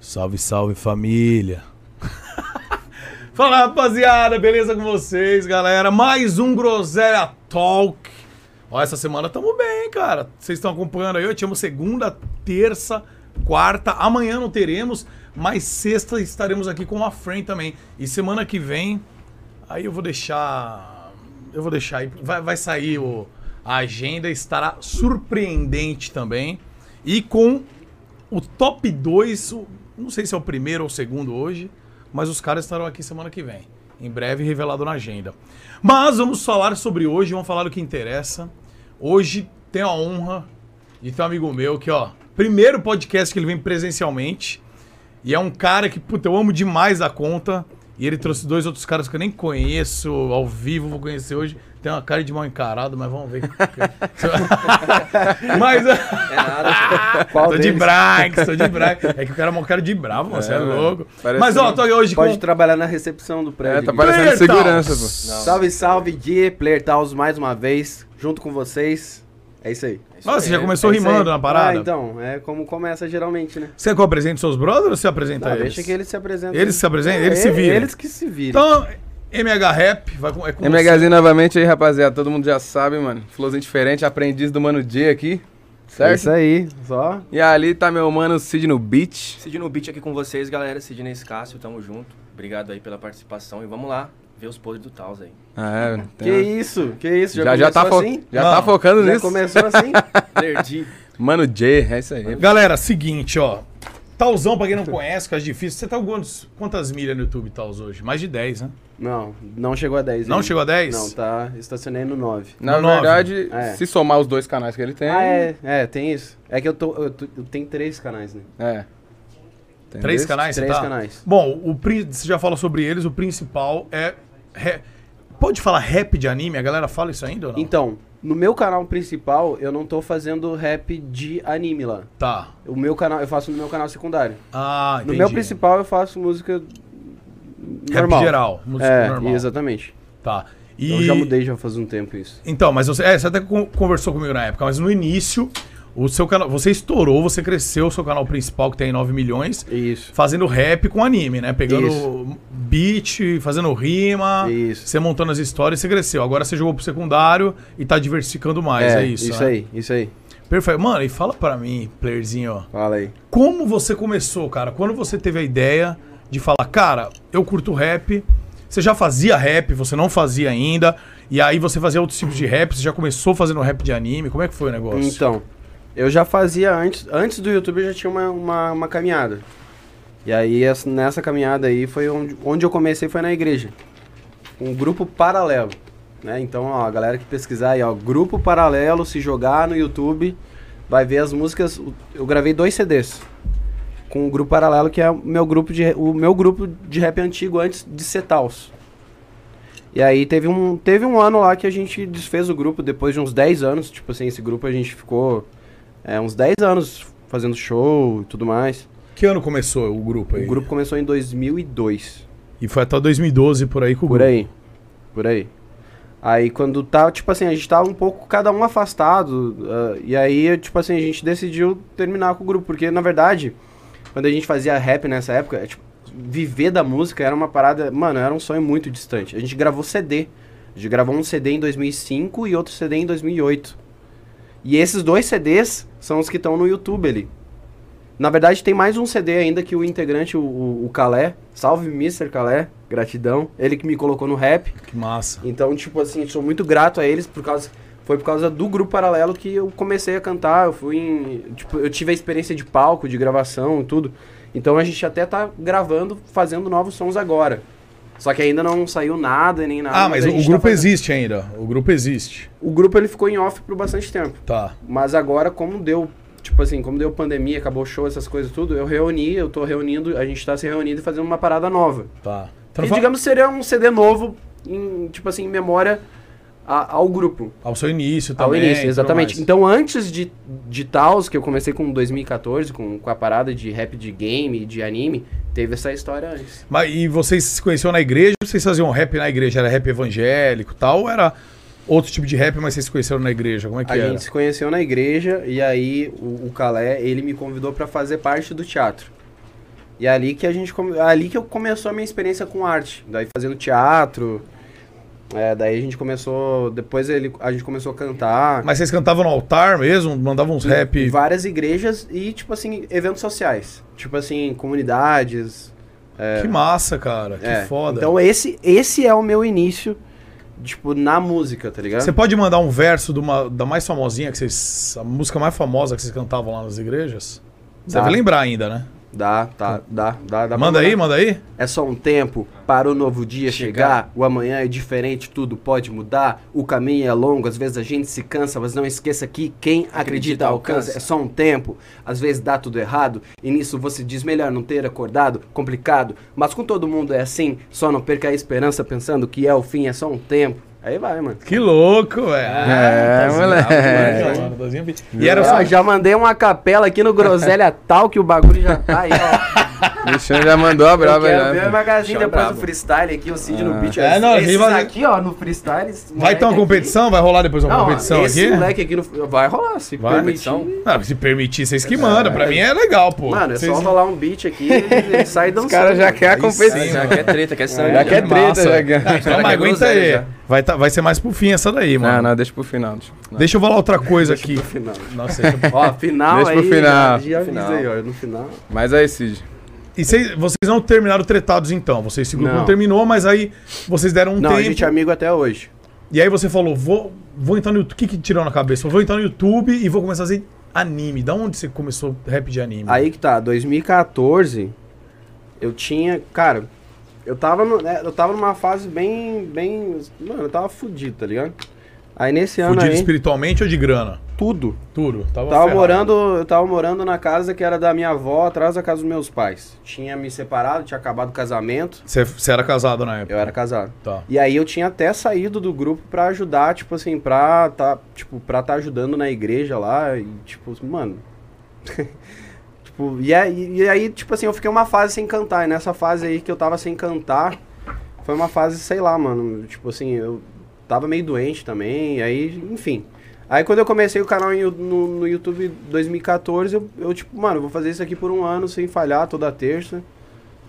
Salve, salve família. Fala rapaziada, beleza com vocês, galera? Mais um Groselha Talk. Ó, essa semana tamo bem, cara. Vocês estão acompanhando aí? Eu tínhamos segunda, terça, quarta. Amanhã não teremos, mas sexta estaremos aqui com a Fran também. E semana que vem, aí eu vou deixar. Eu vou deixar aí. Vai, vai sair o. A agenda estará surpreendente também. E com o top 2, o- não sei se é o primeiro ou o segundo hoje, mas os caras estarão aqui semana que vem. Em breve revelado na agenda. Mas vamos falar sobre hoje, vamos falar do que interessa. Hoje tenho a honra de ter um amigo meu que, ó, primeiro podcast que ele vem presencialmente. E é um cara que, puta, eu amo demais da conta. E ele trouxe dois outros caras que eu nem conheço ao vivo, vou conhecer hoje. Tem uma cara de mal encarado, mas vamos ver. mas. É Qual tô de deles? braque, tô de braque. É que o cara é uma cara de bravo, você é, É, mano. louco. Parece Mas ó, um- tô aqui hoje Pode com. trabalhar na recepção do prédio. É, tá parecendo Bertals. segurança, pô. Salve, salve, Die, Player Taos, mais uma vez, junto com vocês. É isso aí. Nossa, você já começou É isso rimando aí. na parada? Ah, então, é como começa geralmente, né? Você quer que eu apresente seus brothers ou você apresenta Não, eles? Ah, deixa que eles se apresentem. Eles se apresentam? Eles se É, viram. Eles que se viram. Então, MH Rap, vai com, é com você. MHzinho novamente aí, rapaziada. Todo mundo já sabe, mano. Flowzinho diferente, aprendiz do Mano J aqui. é Certo? isso aí, só. E ali tá meu mano Cid no beat. Sidney no beat aqui com vocês, galera. Sidney Escácio, tamo junto. Obrigado aí pela participação e vamos lá ver os podres do Taus aí. Ah, é. tem- Que isso, que isso, já, já, já, tá, começou fo- assim? já Não, tá focando Já nisso. começou assim? Perdi. Mano J, é isso aí. Galera, seguinte, ó. Talzão, pra quem não conhece, que é difícil. Você tá com quantos, quantas milhas no YouTube, Taus, hoje? Mais de 10, né? Não, não chegou a 10. Não ainda. chegou a 10? Não, tá, estacionei no 9. Na Nove. verdade, É. se somar os dois canais que ele tem. Ah, é, é, tem isso. É que eu tô, eu, tô- eu tenho três canais, né? é. Tem Três dois? canais, você três tá? canais. Bom, o, prin- você já falou sobre eles, o principal é... re- Pode falar rap de anime? A galera fala isso ainda ou não? Então, no meu canal principal, eu não tô fazendo rap de anime lá. Tá. O meu canal, eu faço no meu canal secundário. Ah, No entendi. meu principal, eu faço música Rap normal. geral, música é, normal. exatamente. Tá. E... Eu já mudei já faz um tempo isso. Então, mas você, é, você até con- conversou comigo na época, mas no início, o seu canal, você estourou, você cresceu o seu canal principal, que tem 9 milhões, Isso. fazendo rap com anime, né? Pegando Isso. beat, fazendo rima, Isso. você montando as histórias, você cresceu. Agora você jogou pro secundário e tá diversificando mais, é, isso. né? aí, isso aí. Perfeito. Mano, e fala pra mim, playerzinho, ó. Fala aí. Como você começou, cara? Quando você teve a ideia de falar, cara, eu curto rap, você já fazia rap, você não fazia ainda, e aí você fazia outros tipos de rap, você já começou fazendo rap de anime, como é que foi o negócio? Então, eu já fazia antes, antes do YouTube, eu já tinha uma, uma, uma caminhada. E aí, essa- nessa caminhada aí, foi onde, onde eu comecei, foi na igreja. Um grupo paralelo, né? Então, ó, a galera que pesquisar aí, ó, grupo paralelo, se jogar no YouTube, vai ver as músicas. O- Eu gravei dois CDs com o grupo paralelo, que é o meu grupo de, o meu grupo de rap antigo antes de Setaus. E aí teve um, teve um ano lá que a gente desfez o grupo depois de uns 10 anos. Tipo assim, esse grupo a gente ficou é, uns 10 anos fazendo show e tudo mais. que ano começou o grupo aí? O grupo começou em 2002. E foi até 2012 por aí com o Por grupo. aí. Por aí. Aí quando tava, tipo assim, a gente tava um pouco cada um afastado. ah, e aí, tipo assim, a gente decidiu terminar com o grupo. Porque, na verdade, quando a gente fazia rap nessa época, é, tipo, viver da música era uma parada. Mano, era um sonho muito distante. A gente gravou CD. A gente gravou um CD em 2005 e outro CD em 2008. E esses dois CDs são os que estão no YouTube ali. Na verdade, tem mais um CD ainda que o integrante, o, o, o Calé, salve Mr. Calé, gratidão, ele que me colocou no rap. Que massa. Então, tipo assim, sou muito grato a eles por causa. Foi por causa do grupo paralelo que eu comecei a cantar. Eu fui em. Tipo, eu tive a experiência de palco, de gravação e tudo. Então a gente até tá gravando, fazendo novos sons agora. Só que ainda não saiu nada nem nada. Ah, mas a o gente tá grupo fazendo. existe ainda. O grupo existe. O grupo ele ficou em off por bastante tempo. Tá. Mas agora, como deu, tipo assim, como deu pandemia, acabou o show, essas coisas tudo, eu reuni, eu tô reunindo, a gente tá se reunindo e fazendo uma parada nova. Tá. Que, Então, fa- digamos, seria um CD novo, em, tipo assim, em memória a- ao grupo. Ao "Ah, seu início Ao também. e início, tudo exatamente. mais. Então, antes de, de Taos, que eu comecei com 2014, com, com a parada de rap de game, de anime, teve essa história antes. Mas, e vocês se conheciam na igreja? Vocês faziam rap na igreja? Era rap evangélico e tal? Ou era outro tipo de rap, mas vocês se conheceram na igreja? Como é que A era? gente se conheceu na igreja e aí o, o Calé, ele me convidou pra fazer parte do teatro. E é ali que a gente come- ali que eu começou a minha experiência com arte, daí fazendo teatro. é, daí a gente começou, depois ele, a gente começou a cantar Mas vocês cantavam no altar mesmo? Mandavam uns em rap? várias igrejas e tipo assim, eventos sociais, tipo assim, comunidades. Que massa, cara. Que é. foda. Então esse esse é o meu início tipo na música, tá ligado? Você pode mandar um verso de uma- da mais famosinha que vocês. A música mais famosa que vocês cantavam lá nas igrejas? Você Dá. deve lembrar ainda, né? Dá, tá, dá, dá, dá. pra manda aí, mandar. manda aí. É só um tempo para o novo dia chegar. O amanhã é diferente, tudo pode mudar. O caminho é longo, às vezes a gente se cansa, mas não esqueça que quem acredita, Acredita, alcança. alcança. É só um tempo, às vezes dá tudo errado. E nisso você diz melhor não ter acordado, complicado. Mas com todo mundo é assim, só não perca a esperança pensando que é o fim, é só um tempo. Aí vai, mano. Que louco, velho. É, Ah, moleque. bravo demais, mano. Tazinha bi- tá E era Eu só. já mandei uma capela aqui no Groselha tal que o bagulho já tá aí, ó. Michão já mandou a Eu brava quero já. ver o magazine Michão é depois do brabo. freestyle aqui, o Cid no beat. É, não, esses ele vai- aqui, ó, no freestyle. esse Vai ter uma moleque aqui- competição? Vai rolar depois uma Não, competição esse aqui? moleque aqui no... vai rolar, se Vai. permitir. Competição? Ah, se permitir, vocês que mandam. Pra mim é legal, pô. Mano, é vocês... só rolar um beat aqui e sai dançando. Os caras já querem a Aí competição. sim, Já mano. quer treta, quer sangue. Já é quer né? treta, Massa. já quer. Ah, então, Cara, mas quer aguenta groselha aí. já. Vai, tá- vai ser mais pro fim essa daí, mano. Não, não, deixa pro final. Deixa pro final. Deixa eu falar outra coisa aqui. Final. Nossa, deixa eu- Ó, final Deixa pro aí, final. Já, já avisa Final. aí, ó, no final. Mas aí, Cid. E vocês, vocês não terminaram tretados então? Vocês, esse grupo não, Não. terminou, mas aí vocês deram um Não, tempo. a gente é amigo até hoje. E aí você falou, vou, vou entrar no YouTube. O que que te tirou na cabeça? Vou entrar no YouTube e vou começar a fazer anime. Da onde você começou rap de anime? Aí que tá, 2014, eu tinha, cara, eu tava, no- né, eu tava numa fase bem, bem, mano, eu tava fudido, tá ligado? Aí nesse ano Fudido aí, espiritualmente ou de grana? tudo. Tudo. Tava, Eu tava ferrado. morando, eu tava morando na casa que era da minha avó, atrás da casa dos meus pais. Tinha me separado, tinha acabado o casamento, Você, você era casado na época? eu era casado. Tá. E aí eu tinha até saído do grupo pra ajudar, tipo assim, pra tá, tipo, pra tá ajudando na igreja lá e tipo, mano. tipo, e aí, e aí, tipo assim, eu fiquei uma fase sem cantar, e nessa fase aí que eu tava sem cantar, foi uma fase, sei lá, mano, tipo assim, eu tava meio doente também, e aí, enfim. Aí quando eu comecei o canal em Yu- no, no YouTube em 2014, eu, eu tipo, mano, vou fazer isso aqui por um ano sem falhar, toda terça.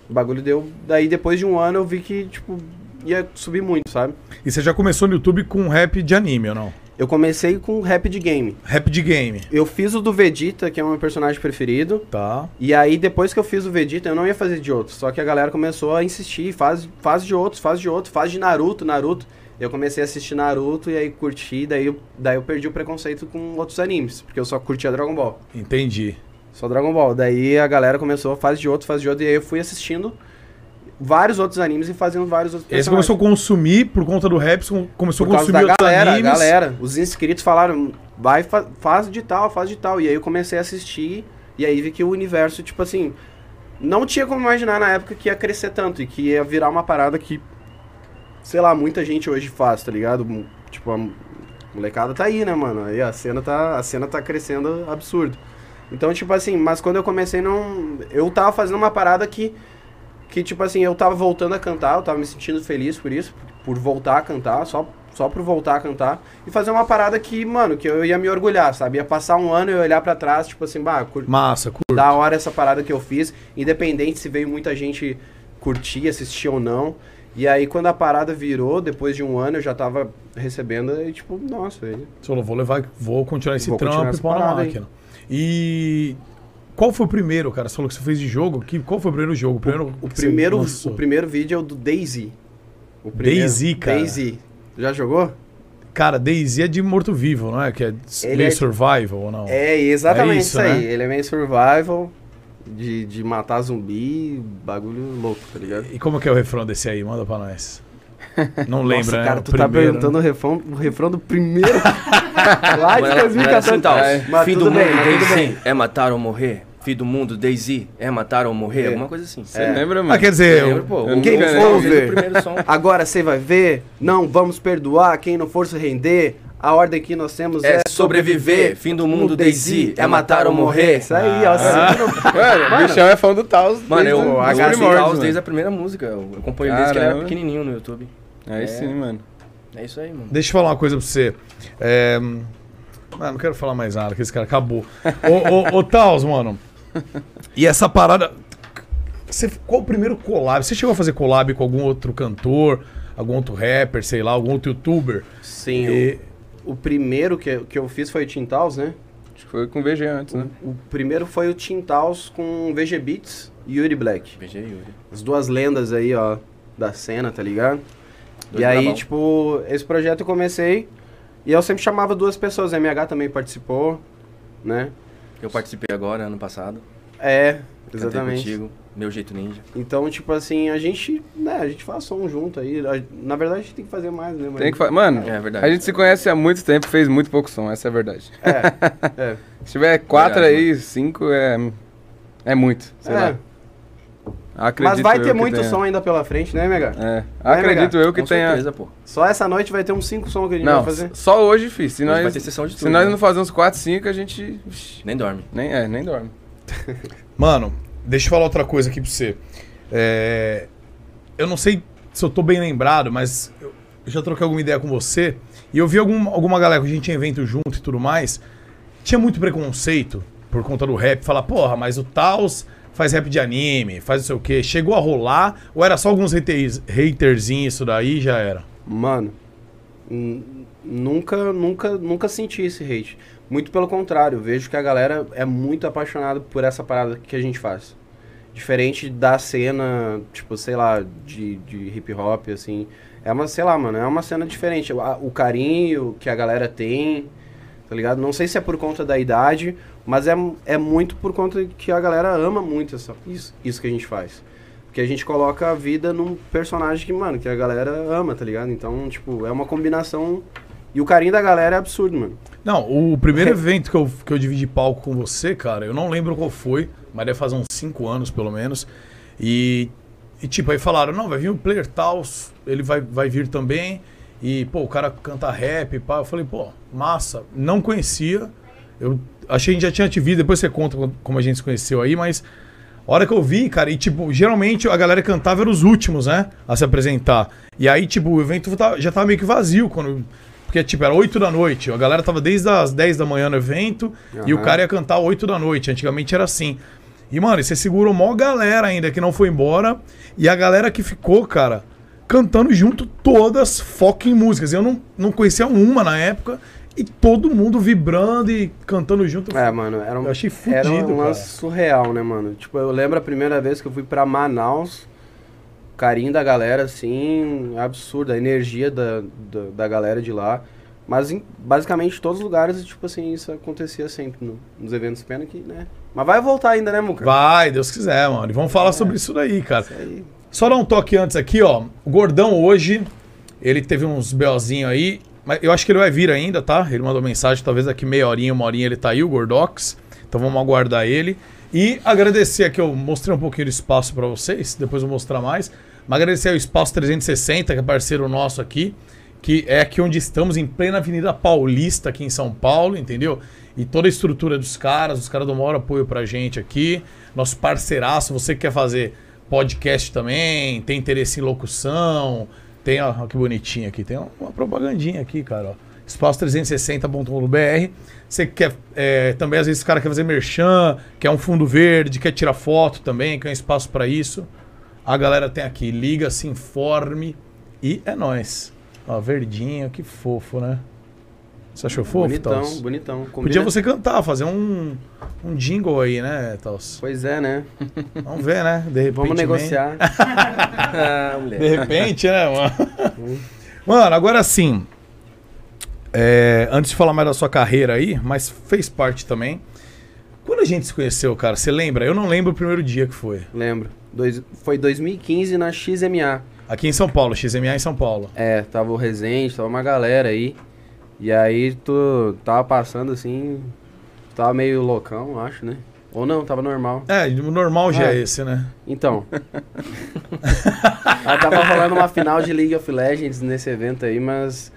O bagulho deu. Daí depois de um ano eu vi que, tipo, ia subir muito, sabe? E você já começou no YouTube com rap de anime ou não? Eu comecei com rap de game. Rap de game. Eu fiz o do Vegeta, que é o meu personagem preferido. Tá. E aí, depois que eu fiz o Vegeta, eu não ia fazer de outros. Só que a galera começou a insistir, faz, faz de outros, faz de outros, faz de Naruto, Naruto. Eu comecei a assistir Naruto e aí curti, daí eu, daí eu perdi o preconceito com outros animes, porque eu só curtia Dragon Ball. Entendi. Só Dragon Ball. Daí a galera começou a faz de outro, faz de outro, e aí eu fui assistindo vários outros animes e fazendo vários outros Aí você começou a consumir por conta do rap, você começou Por a causa consumir da outros galera, a animes. galera. Os inscritos falaram, vai, fa- faz de tal, faz de tal. E aí eu comecei a assistir, e aí vi que o universo, tipo assim, não tinha como imaginar na época que ia crescer tanto e que ia virar uma parada que, sei lá, muita gente hoje faz, tá ligado? Mu- Tipo, a mu- molecada tá aí, né, mano? Aí a cena tá, a cena tá crescendo absurdo. Então, tipo assim, mas quando eu comecei, não. Eu tava fazendo uma parada que. Que, tipo assim, eu tava voltando a cantar, eu tava me sentindo feliz por isso, por voltar a cantar, só, só por voltar a cantar. E fazer uma parada que, mano, que eu ia me orgulhar, sabe? Ia passar um ano e eu olhar pra trás, tipo assim, bah, cur- Massa, curto. da hora essa parada que eu fiz, independente se veio muita gente curtir, assistir ou não. E aí, quando a parada virou, depois de um ano, eu já tava recebendo, e tipo, nossa, ele. Você falou, vou levar, vou continuar esse Vou trampo continuar e essa pau na parada aí. máquina. E qual foi o primeiro, cara? Você falou que você fez de jogo. Que, qual foi o primeiro jogo? O primeiro, O que você primeiro, lançou? o primeiro vídeo é o do Daisy. O DayZ, cara. Daisy. Já jogou? Cara, Daisy é de morto-vivo, não é? Que é meio é- survival ou não? É, exatamente É isso, isso, aí. né? Ele é meio survival, de, de matar zumbi, bagulho louco, tá ligado? E como que é o refrão desse aí? Manda pra nós. Não Nossa, lembra, né? cara, O tu tá primeiro, perguntando o, refrão, o refrão do primeiro. Lá Mas de era- era assim, 2014. tal. Mas Fim do tudo mundo, bem, mas tudo bem. Daisy, é matar ou morrer? Fim do mundo, Daisy, é matar ou morrer? É. Alguma coisa assim. Você lembra, mano? Ah, quer dizer, Lembra, pô? eu O Game primeiro- over. o primeiro som. É Agora você vai ver, não vamos perdoar quem não for se render. A ordem que nós temos é, É sobreviver, fim do mundo, No Daisy, é matar ou morrer. Ah. Isso aí, ó. você- Mano, o Michel é fã do Taos. Mano, desde eu, o- eu dos ouço primórdios, Caos mano. desde a primeira música. Eu acompanho desde que ele era Caramba. pequenininho no YouTube. Aí sim, mano. É isso aí, mano. Deixa eu falar uma coisa pra você. É, hum, Ah, não quero falar mais nada, que esse cara acabou. Ô, ô, ô Taos, mano. E essa parada. Você, qual o primeiro collab? Você chegou a fazer collab com algum outro cantor, algum outro rapper, sei lá, algum outro youtuber? é- Sim, E- o, o primeiro que, que eu fiz foi o Tintals, né? Acho que foi com o VG antes, né? O primeiro foi o Tintals com VG Beats e Yuri Black. BG Yuri. As duas lendas aí, ó, da cena, tá ligado? Dois e aí, brabão. tipo, esse projeto eu comecei e eu sempre chamava duas pessoas. MH também participou, né? Eu participei agora, ano passado. É, Cantei exatamente. Contigo, meu jeito ninja. Então, tipo assim, a gente, né, a gente faz som junto aí. A- Na verdade, a gente tem que fazer mais, né? mas- Tem que falar. Mano, É verdade. a gente se conhece há muito tempo, fez muito pouco som, essa é a verdade. É, é. Se tiver quatro Verdade, aí, cinco é. É muito, sei é. lá. Acredito Mas vai eu ter que muito tenha- som ainda pela frente, né, Mega? É. Vai, Acredito eu que Com tenha. certeza, pô. Só essa noite vai ter uns 5 som que a gente Não, vai fazer. só hoje, fi. Se Hoje vai nós, ter sessão de se tudo, nós né? não fazer uns 4, 5, a gente. Ixi, Nem dorme. Nem é, nem dorme. Mano, deixa eu falar outra coisa aqui pra você. É, eu não sei se eu tô bem lembrado, mas eu eu já troquei alguma ideia com você. E eu vi algum, alguma galera que a gente tinha evento junto e tudo mais. Tinha muito preconceito por conta do rap. Falar, porra, mas o Taos faz rap de anime, faz não sei o quê. Chegou a rolar? Ou era só alguns haters, haterzinhos isso daí e já era? Mano, n- nunca, nunca, nunca senti esse hate. Muito pelo contrário, eu vejo que a galera é muito apaixonada por essa parada que a gente faz. Diferente da cena, tipo, sei lá, de, de hip hop, assim. É uma, sei lá, mano, é uma cena diferente. A- O carinho que a galera tem, tá ligado? Não sei se é por conta da idade, mas é, é muito por conta que a galera ama muito essa, isso, isso que a gente faz. Porque a gente coloca a vida num personagem que, mano, que a galera ama, tá ligado? Então, tipo, é uma combinação. E o carinho da galera é absurdo, mano. Não, o primeiro evento que eu, que eu dividi palco com você, cara, eu não lembro qual foi, mas deve fazer uns 5 anos, pelo menos. E, e, tipo, aí falaram, não, vai vir o player tal, ele vai, vai vir também. E, pô, o cara canta rap, pá. Eu falei, pô, massa. Não conhecia. Eu achei que já tinha te visto, depois você conta como a gente se conheceu aí, mas a hora que eu vi, cara, e tipo, geralmente a galera cantava era os últimos, né? A se apresentar. E aí, tipo, o evento tá- já tava meio que vazio quando. Porque, tipo, era 8 da noite. A galera tava desde as 10 da manhã no evento e o Aham. cara ia cantar 8 da noite. Antigamente era assim. E, mano, e você segurou mó galera ainda que não foi embora. E a galera que ficou, cara, cantando junto todas fucking músicas. Eu não, não conhecia uma na época. E todo mundo vibrando e cantando junto. É, mano, era um, Eu achei era fudido, um cara. lance surreal, né, mano? Tipo, eu lembro a primeira vez que eu fui pra Manaus, o carinho da galera, assim, absurdo, a energia da, da, da galera de lá. Mas em basicamente todos os lugares, tipo assim, isso acontecia sempre no- nos eventos, pena que, né? Mas vai voltar ainda, né, Muca? Vai, Deus quiser, mano. E vamos falar sobre isso daí, cara. É, Isso aí. Só dar um toque antes aqui, ó. O Gordão hoje, ele teve uns BOzinho aí, mas eu acho que ele vai vir ainda, tá? Ele mandou mensagem, talvez daqui meia horinha, uma horinha ele tá aí, o Gordox. Então vamos aguardar ele. E agradecer aqui, eu mostrei um pouquinho do espaço pra vocês, depois eu vou mostrar mais. Mas agradecer ao Espaço 360, que é parceiro nosso aqui, que é aqui onde estamos, em plena Avenida Paulista, aqui em São Paulo, entendeu? E toda a estrutura dos caras, os caras dão o maior apoio pra gente aqui. Nosso parceiraço, você que quer fazer podcast também, tem interesse em locução, tem, ó, ó que bonitinho aqui, tem uma propagandinha aqui, cara, ó. Espaço360.com.br. Você quer é, também, às vezes, o cara quer fazer merchan, quer um fundo verde, quer tirar foto também, quer um espaço para isso. A galera tem aqui, liga, se informe e é nóis. Ó, verdinho, que fofo, né? Você achou fofo, bonitão, Taos? bonitão. Podia Combina- você cantar, fazer um, um jingle aí, né, Taos? Pois é, né? Vamos ver, né? De repente. Vamos nem- negociar. Ah, De moleque. repente, né, mano? mano, agora sim. é, antes de falar mais da sua carreira aí, mas fez parte também. Quando a gente se conheceu, cara, você lembra? Eu não lembro o primeiro dia que foi. Lembro. Dois, foi 2015 na XMA. Aqui em São Paulo, XMA em São Paulo. É, tava o Resende, tava uma galera aí. E aí tu tava passando assim. Tava meio loucão, eu acho, né? Ou não, tava normal. É, o normal já Ah. é esse, né? Então. aí tava rolando uma final de League of Legends nesse evento aí, mas.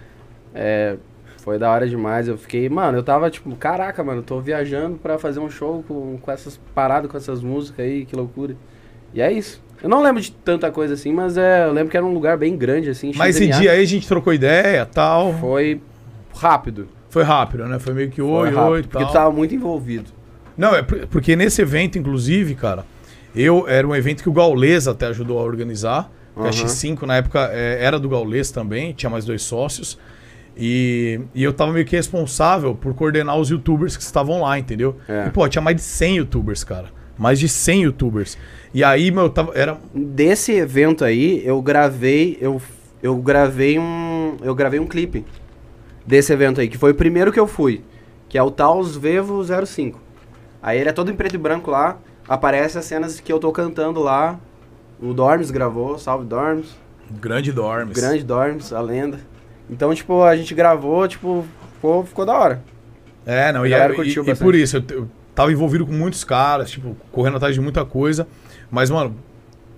É. Foi da hora demais. Eu fiquei. Mano, eu tava tipo, caraca, mano, eu tô viajando pra fazer um show com, com essas paradas, com essas músicas aí, que loucura. E é isso. Eu não lembro de tanta coisa assim, mas é, eu lembro que era um lugar bem grande, assim. Mas esse XMA. dia aí a gente trocou ideia tal. Foi, Foi rápido. rápido, né? Foi meio que Foi oi, rápido, oi e Porque tal. tu tava muito envolvido. Não, é por- porque nesse evento, inclusive, cara, Eu era um evento que o Gaules até ajudou a organizar. porque A Aham. X5 na época é, era do Gaules também, tinha mais dois sócios. E, e eu tava meio que responsável por coordenar os youtubers que estavam lá, entendeu? É. E, pô, tinha mais de 100 youtubers, cara. Mais de 100 youtubers. E aí, meu, tava, era Desse evento aí, eu gravei, eu, eu gravei um, eu gravei um clipe desse evento aí, que foi o primeiro que eu fui, que é o Taos Vevo 05. Aí ele é todo em preto e branco lá, aparece as cenas que eu tô cantando lá. O Dorms gravou, salve Dorms, grande dormes. grande Dorms, a lenda. Então, tipo, a gente gravou, tipo, ficou, ficou da hora. É, não, A e, galera e- curtiu e bastante. por isso, eu, t- eu tava envolvido com muitos caras, tipo, correndo atrás de muita coisa. Mas, mano,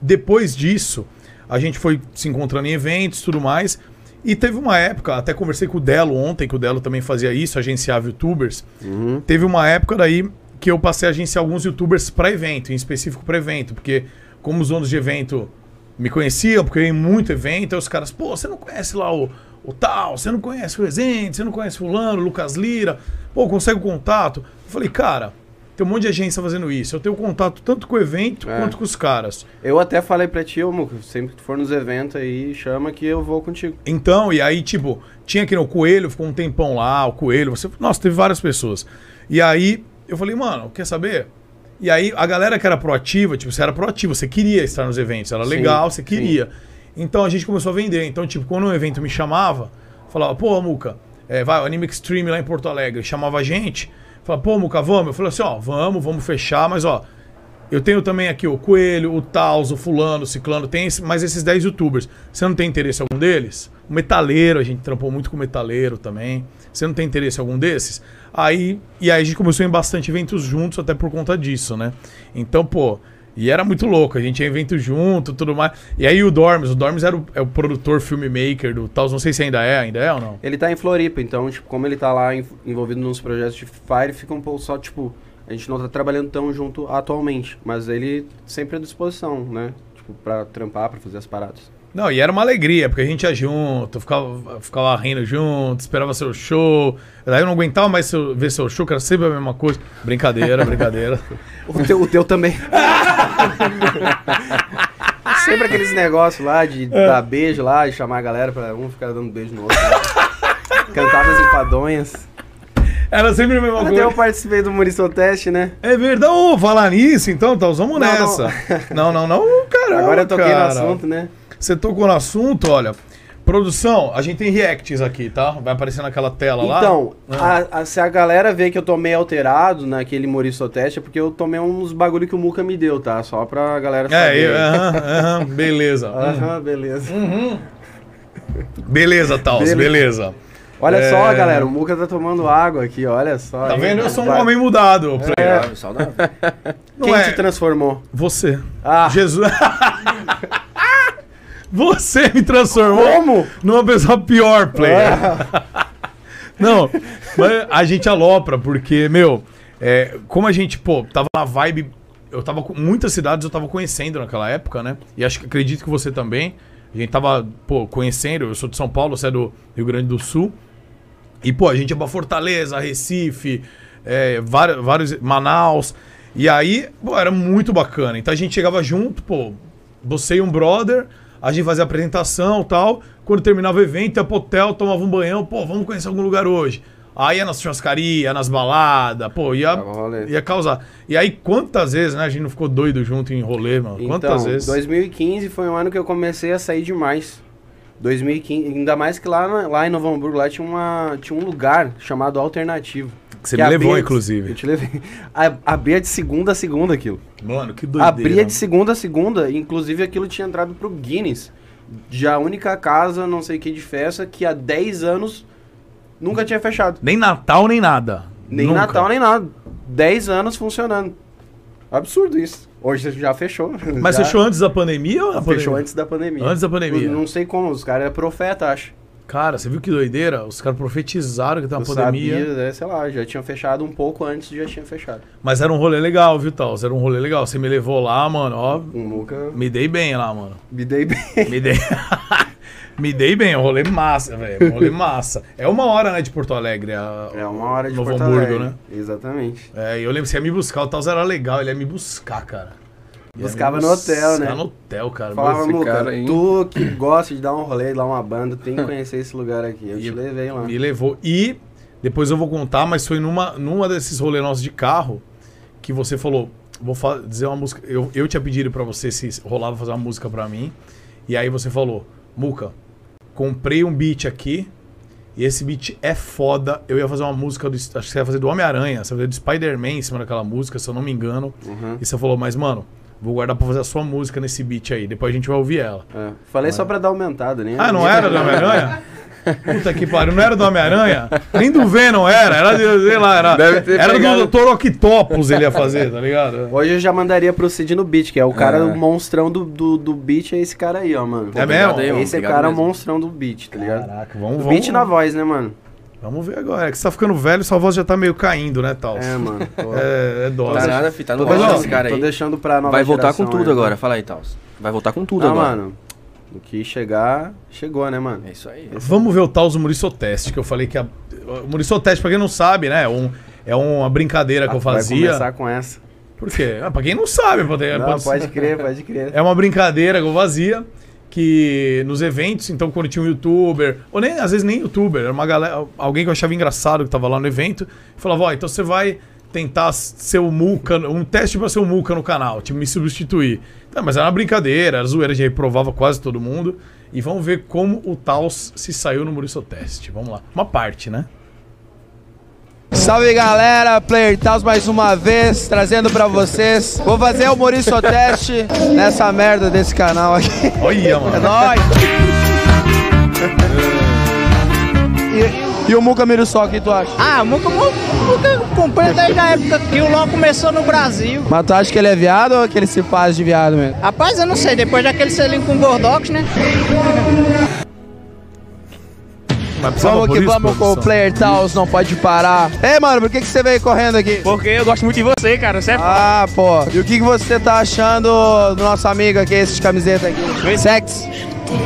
depois disso, a gente foi se encontrando em eventos e tudo mais. E teve uma época, até conversei com o Delo ontem, que o Delo também fazia isso, agenciava youtubers. Uhum. Teve uma época daí que eu passei a agenciar alguns youtubers pra evento, em específico pra evento, porque como os donos de evento me conheciam, porque eu ia em muito evento, aí os caras, pô, você não conhece lá o, o tal, você não conhece o Rezende, você não conhece fulano, Lucas Lira, pô, consegue o contato? Eu falei, cara, tem um monte de agência fazendo isso, eu tenho contato tanto com o evento É. quanto com os caras. Eu até falei pra ti, ô Muco, sempre que tu for nos eventos aí, chama que eu vou contigo. Então, e aí, tipo, tinha que ir no Coelho, ficou um tempão lá, o Coelho, você. Nossa, teve várias pessoas. E aí, eu falei, mano, quer saber? E aí, a galera que era proativa, tipo, você era proativo, você queria estar nos eventos, era Sim, legal, você sim. queria. Então a gente começou a vender. Então, tipo, quando um evento me chamava, falava, pô, Muca, é, vai, o Anime Extreme lá em Porto Alegre, chamava a gente, falava, pô, Muca, vamos. Eu falei assim, ó, vamos, vamos fechar, mas ó, eu tenho também aqui o Coelho, o Taus, o Fulano, o Ciclano, tem esse- mais esses 10 youtubers. Você não tem interesse em algum deles? O Metaleiro, a gente trampou muito com o Metaleiro também. Você não tem interesse em algum desses? Aí, e aí a gente começou em bastante eventos juntos, até por conta disso, né? Então, pô, e era muito louco, a gente ia em evento junto, tudo mais. E aí o Dormes, o Dormes era o, é o produtor filmmaker do Taus, não sei se ainda é, ainda é ou não? Ele tá em Floripa, então, tipo, como ele tá lá em- envolvido nos projetos de Fire, fica um pouco só, tipo, a gente não tá trabalhando tão junto atualmente, mas ele sempre à disposição, né? Tipo, pra trampar, pra fazer as paradas. Não, e era uma alegria, porque a gente ia junto, ficava, ficava rindo junto, esperava seu show. Daí eu não aguentava mais seu- ver seu show, que era sempre a mesma coisa. Brincadeira, brincadeira. O teu, o teu também. sempre aqueles negócios lá de dar beijo lá, de chamar a galera pra um ficar dando beijo no outro. né? Cantadas enfadonhas. Era sempre a mesma Até eu coisa. participei do Murição Teste, né? É verdade, ô, falar nisso, então, tá, vamos Não, nessa. Não, não, não, caramba, Agora eu toquei cara. no assunto, né? Você tocou no assunto, olha. Produção, a gente tem reacts aqui, tá? Vai aparecer naquela tela lá. Então, Ah. a- a- se a galera vê que eu tô meio alterado naquele Maurício Teste, é porque eu tomei uns bagulho que o Muca me deu, tá? Só pra É, galera Hum. saber. eu, aham, aham, beleza. Aham, beleza. Beleza, Taus, Beleza. beleza. Olha É. só, galera, o Muca tá tomando água aqui, olha só. Tá hein? vendo? Eu sou um Vai. homem mudado. Saudável, saudável. Não Quem é- te transformou? Você. Ah, Jesus. Você me transformou como? numa pessoa pior, player. Não, mas a gente alopra, porque, meu, é, como a gente, pô, tava na vibe. Eu tava com muitas cidades eu tava conhecendo naquela época, né? E acho que acredito que você também. A gente tava, pô, conhecendo. Eu sou de São Paulo, você é do Rio Grande do Sul. E, pô, a gente ia pra Fortaleza, Recife, é, vários, vários. Manaus. E aí, pô, era muito bacana. Então a gente chegava junto, pô, você e um brother, a gente fazia apresentação e tal. Quando terminava o evento, ia pro hotel, tomava um banhão, pô, vamos conhecer algum lugar hoje. Aí ia nas churrascarias, nas baladas, pô, ia, Dava rolê. ia causar. E aí, quantas vezes, né, a gente não ficou doido junto em rolê, mano? quantas então, vezes? 2015 foi um ano que eu comecei a sair demais. 2015, ainda mais que lá, na- lá em Novo Hamburgo, lá tinha, uma, tinha um lugar chamado Alternativo. Que você que me levou, abria de- inclusive. Eu te levei. A- Abria de segunda a segunda aquilo. Mano, que doideira. Abria de segunda a segunda, inclusive aquilo tinha entrado pro Guinness. De a única casa, não sei o que, de festa, que há 10 anos nunca tinha fechado. Nem Natal, nem nada. Nem Nunca. Natal, nem nada. 10 anos funcionando. Absurdo isso. Hoje já fechou. Mas já fechou antes da pandemia ou na Fechou pandemia? antes da pandemia. Antes da pandemia. Eu Não sei como, os caras é profeta, acho. Cara, você viu que doideira? Os caras profetizaram que tem uma Eu pandemia. Sabia, né, sei lá, já tinha fechado um pouco antes, já tinha fechado. Mas era um rolê legal, viu, Taus? Era um rolê legal. Você me levou lá, mano, ó. O Muca Me dei bem lá, mano. me dei bem. Me dei. me dei bem, é um rolê massa, velho. é um rolê massa. É uma hora, né, de Porto Alegre. a- É uma hora de Novo Porto Hamburgo, Alegre. né? Exatamente. É, e eu lembro, você ia me buscar, o Taus era legal, ele ia me buscar, cara. Buscava no hotel, né? Buscava no hotel, cara. Falava, Mas- esse Luca, cara aí- tu que gosta de dar um rolê, dar uma banda, tem que conhecer esse lugar aqui. Eu E- te levei lá. Me levou. E depois eu vou contar, mas foi numa, numa desses rolê nossos de carro que você falou: vou fa- dizer uma música. Eu, eu tinha pedido pra você se rolava fazer uma música pra mim. E aí você falou: Muca, comprei um beat aqui. E esse beat é foda. Eu ia fazer uma música do. Acho que você ia fazer do Homem-Aranha. Você ia fazer do Spider-Man em cima daquela música, se eu não me engano. Uhum. E você falou, mas, mano, vou guardar pra fazer a sua música nesse beat aí. Depois a gente vai ouvir ela. É. Falei só pra dar aumentada, né? Ah, não era do Homem-Aranha? Puta que pariu, não era do Homem-Aranha? Nem do Venom era, era, de- sei lá, era, Deve ter era do pegado. Dr. Octopus ele ia fazer, tá ligado? Hoje eu já mandaria pro Cid no beat, que é o cara, É. o monstrão do, do, do beat, é esse cara aí, ó, mano. É mesmo? aí, mano. Esse é Obrigado cara o mesmo. monstrão do beat, tá ligado? Caraca, vamos, Do beat vamos, na voz, né, mano? vamos ver agora. É que você tá ficando velho, sua voz já tá meio caindo, né, Tal? É, mano. Tô, É, é dose. Tá nada, filho, tá no tô Mas, auge ó, esse cara deixando, tô aí. deixando pra nova Vai voltar com geração tudo aí. agora, fala aí, Taos. Vai voltar com tudo Ah, agora. mano. O que chegar, chegou, né, mano? É isso aí. Vamos ver o Taus Murissoteste, que eu falei que a. o Murissoteste, pra quem não sabe, né? É, um, é uma brincadeira que eu Ah, Vai fazia. começar com essa. Por quê? Ah, pra quem não sabe, pode, Não, pode crer, pode crer. É uma brincadeira que eu fazia que nos eventos, então quando tinha um youtuber, ou nem às vezes nem youtuber, era uma galera, alguém que eu achava engraçado que tava lá no evento, falava, ó, então você vai tentar ser o Muca, um teste pra ser o Muca no canal, tipo, me substituir. Tá, mas era uma brincadeira, era zoeira, já reprovava quase todo mundo. E vamos ver como o Taos se saiu no Muriço Teste. Vamos lá. Uma parte, né? Salve galera, Player Taos mais uma vez, trazendo pra vocês. Vou fazer o Maurício Teste nessa merda desse canal aqui. Olha, mano. É nóis! E, e o Muca Miriçó, o que tu acha? Ah, o Muca, Muca comprei desde a época que o LOL começou no Brasil. Mas tu acha que ele é viado ou que ele se faz de viado mesmo? Rapaz, eu não sei, depois daquele selinho com Gordox, né? Vai precisar Vamos do que Maurício, vamos com o produção. Player Taos, não pode parar. Ei mano, por que, que você veio correndo aqui? Porque eu gosto muito de você, cara. Você é Ah, pô. E o que, que você tá achando do nosso amigo aqui, esse de camiseta aqui? Sex.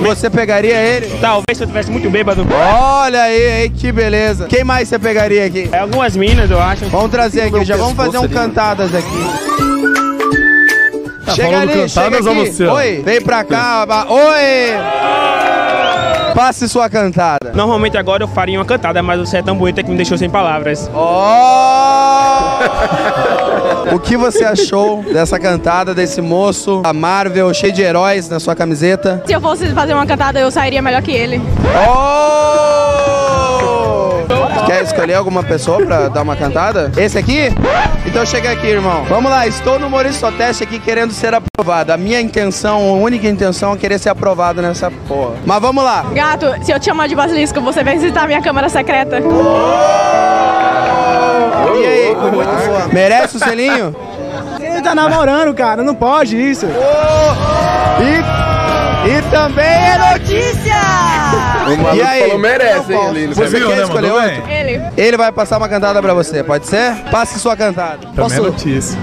Você pegaria ele? Talvez se eu tivesse muito bêbado. Olha aí, hein, que beleza. Quem mais você pegaria aqui? É algumas minas, eu acho. Vamos trazer aqui, já vamos fazer um cantadas aqui. né? Tá falando cantadas ou você? Oi, vem pra cá. ba- Oi! Passe sua cantada. Normalmente agora eu faria uma cantada, mas você é tão bonita que me deixou sem palavras. Oh! O que você achou dessa cantada desse moço, a Marvel, cheio de heróis na sua camiseta? Se eu fosse fazer uma cantada, eu sairia melhor que ele. Oh! Quer escolher alguma pessoa pra dar uma cantada? Esse aqui? Então chega aqui, irmão. Vamos lá, estou no Maurício Teste aqui querendo ser aprovado. A minha intenção, a única intenção é querer ser aprovado nessa porra. Mas vamos lá. Gato, se eu te chamar de basilisco, você vai visitar minha câmara secreta. E aí, com muito força. Merece o selinho? Ele tá namorando, cara, não pode isso. Oh! E, e também é Notícia! O maluco E aí? falou, merece, hein, Não, Lino. Você Você viu, quer né, escolher mandou outro? bem? Ele. Ele vai passar uma cantada pra você, pode ser? Passe sua cantada. Também é notícia.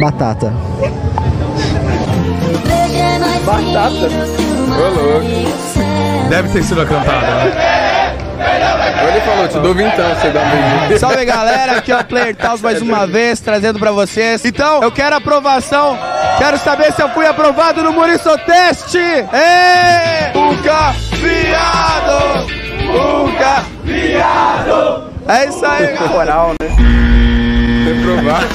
Batata. Ô, louco. Deve ter sido a cantada, né? Ele falou, te dou vintão, você dá um beijinho. Salve galera, aqui é o Player Taos mais uma vez, trazendo pra vocês. Então, eu quero aprovação. Quero saber se eu fui aprovado no Muriço Teste. Ê! Nunca viado! Nunca viado! É isso aí, galera. Reprovado.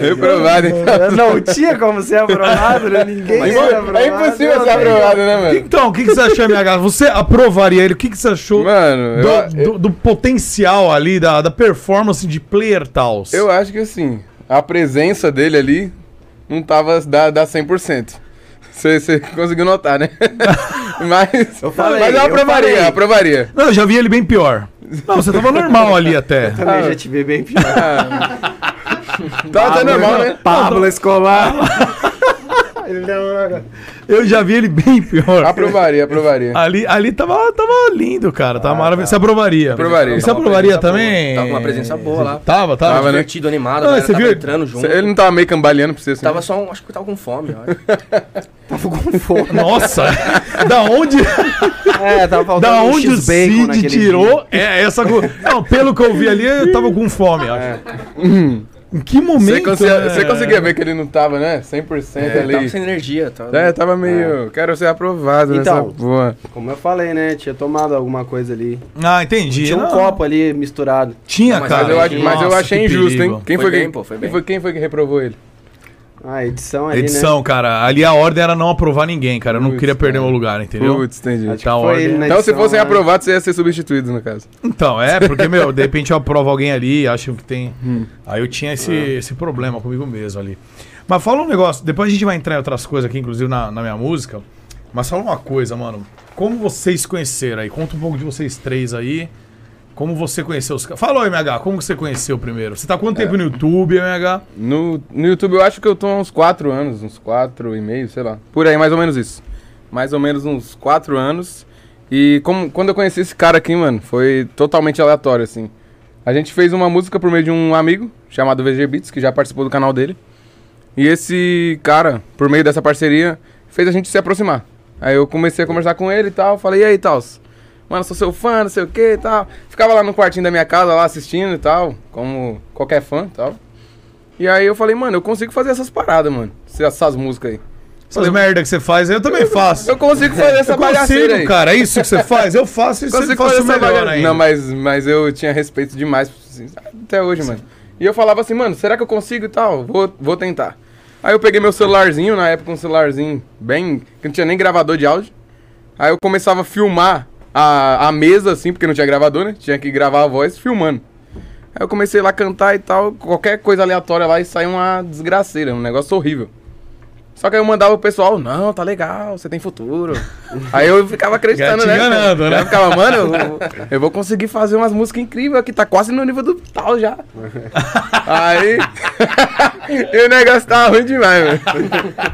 Reprovado, então. Não tinha como ser aprovado, né? Ninguém Mas era é aprovado. impossível ser aprovado, né, mano? Então, o que, que você achou, MH? Você aprovaria ele? O que, que você achou Mano, do, eu- do- do potencial ali, da, da performance de player tals? Eu acho que assim, a presença dele ali não tava da, da 100%. Você conseguiu notar, né? mas eu, falei, mas eu, eu aprovaria, falei. aprovaria. Não, eu já vi ele bem pior. Não, você tava normal ali até. Também já te vi bem pior. Tá, É Ah, tá normal, né? Pablo Escobar. Ele lembrou agora. Eu já vi ele bem pior. Aprovaria, aprovaria. Ali, ali tava, tava lindo, cara. Ah, Tava maravilhoso. Você aprovaria? Aprovaria. Você Tava uma aprovaria presença também? boa. tá. Tava com uma presença boa lá. Tava, tava. Tava, né? Divertido, animado, Ah, a galera você tava viu? entrando junto. Ele não tava meio cambaleando pra você assim. Tava só um, acho que tava com fome, eu acho. Nossa! da onde, É, tava faltando da um onde o X-Bacon Cid naquele tirou é essa. co- Não, pelo que eu vi ali, eu tava com fome, acho. Em que momento? Você, conseguia, né? você conseguia ver que ele não tava, né? 100% É, ali. tava sem energia, tava. É, tava meio. Quero ser aprovado Então. nessa porra. Como eu falei, né? Tinha tomado alguma coisa ali. Ah, entendi. Tinha um Não, copo ali misturado. Tinha, Não, mas cara. Mas eu, acho- mas eu Nossa, achei que injusto, perigo. hein? Quem Foi foi, bem, que, pô, foi quem, bem. foi, quem foi que reprovou ele? Ah, edição ali, Edição, cara. Ali a ordem era não aprovar ninguém, cara. Eu não Putz, queria perder cara. meu lugar, entendeu? Putz, entendi. né? tá a ordem. ele na Então, se edição, é- fossem né? aprovados, você ia ser substituído, no caso. Então, é, porque, meu, de repente eu aprovo alguém ali, acho que tem. Aí eu tinha esse, esse problema comigo mesmo ali. Mas fala um negócio, depois a gente vai entrar em outras coisas aqui, inclusive na, na minha música. Mas fala uma coisa, mano. Como vocês se conheceram aí? Conta um pouco de vocês três aí. Como você conheceu os caras? Fala, ô, MH, como que você conheceu primeiro? Você tá há quanto tempo no YouTube, MH? No, no YouTube eu acho que eu tô há uns 4 anos, uns 4 e meio, sei lá. Por aí, mais ou menos isso. Mais ou menos uns 4 anos. E como, quando eu conheci esse cara aqui, mano, foi totalmente aleatório, assim. A gente fez uma música por meio de um amigo chamado VG Beats, que já participou do canal dele. E esse cara, por meio dessa parceria, fez a gente se aproximar. Aí eu comecei a conversar com ele e tal, falei, e aí, Tals? Mano, sou seu fã, não sei o que e tal. Ficava lá no quartinho da minha casa, lá assistindo e tal, como qualquer fã e tal. E aí eu falei, mano, eu consigo fazer essas paradas, mano. Essas músicas aí. Essas merda que você faz, eu também faço. Eu consigo fazer essa eu bagaceira aí. consigo, cara. É isso que você faz? Eu faço e você Consigo faz fazer o essa melhor bagaceira. ainda. Não, mas, mas eu tinha respeito demais assim, até hoje, mano. E eu falava assim, mano, será que eu consigo e tal? Vou, vou tentar. Aí eu peguei meu celularzinho, na época um celularzinho bem... que não tinha nem gravador de áudio. Aí eu começava a filmar a, a mesa, assim, porque não tinha gravador, né? Tinha que gravar a voz filmando. Aí eu comecei lá a cantar e tal, qualquer coisa aleatória lá e saiu uma desgraceira, um negócio horrível. Só que aí eu mandava o pessoal, não, tá legal, você tem futuro. aí eu ficava acreditando, né? Te enganando, né? Eu ficava, mano, eu, vou- eu vou conseguir fazer umas músicas incríveis aqui, tá quase no nível do tal já. aí. e o negócio tava ruim demais, mano.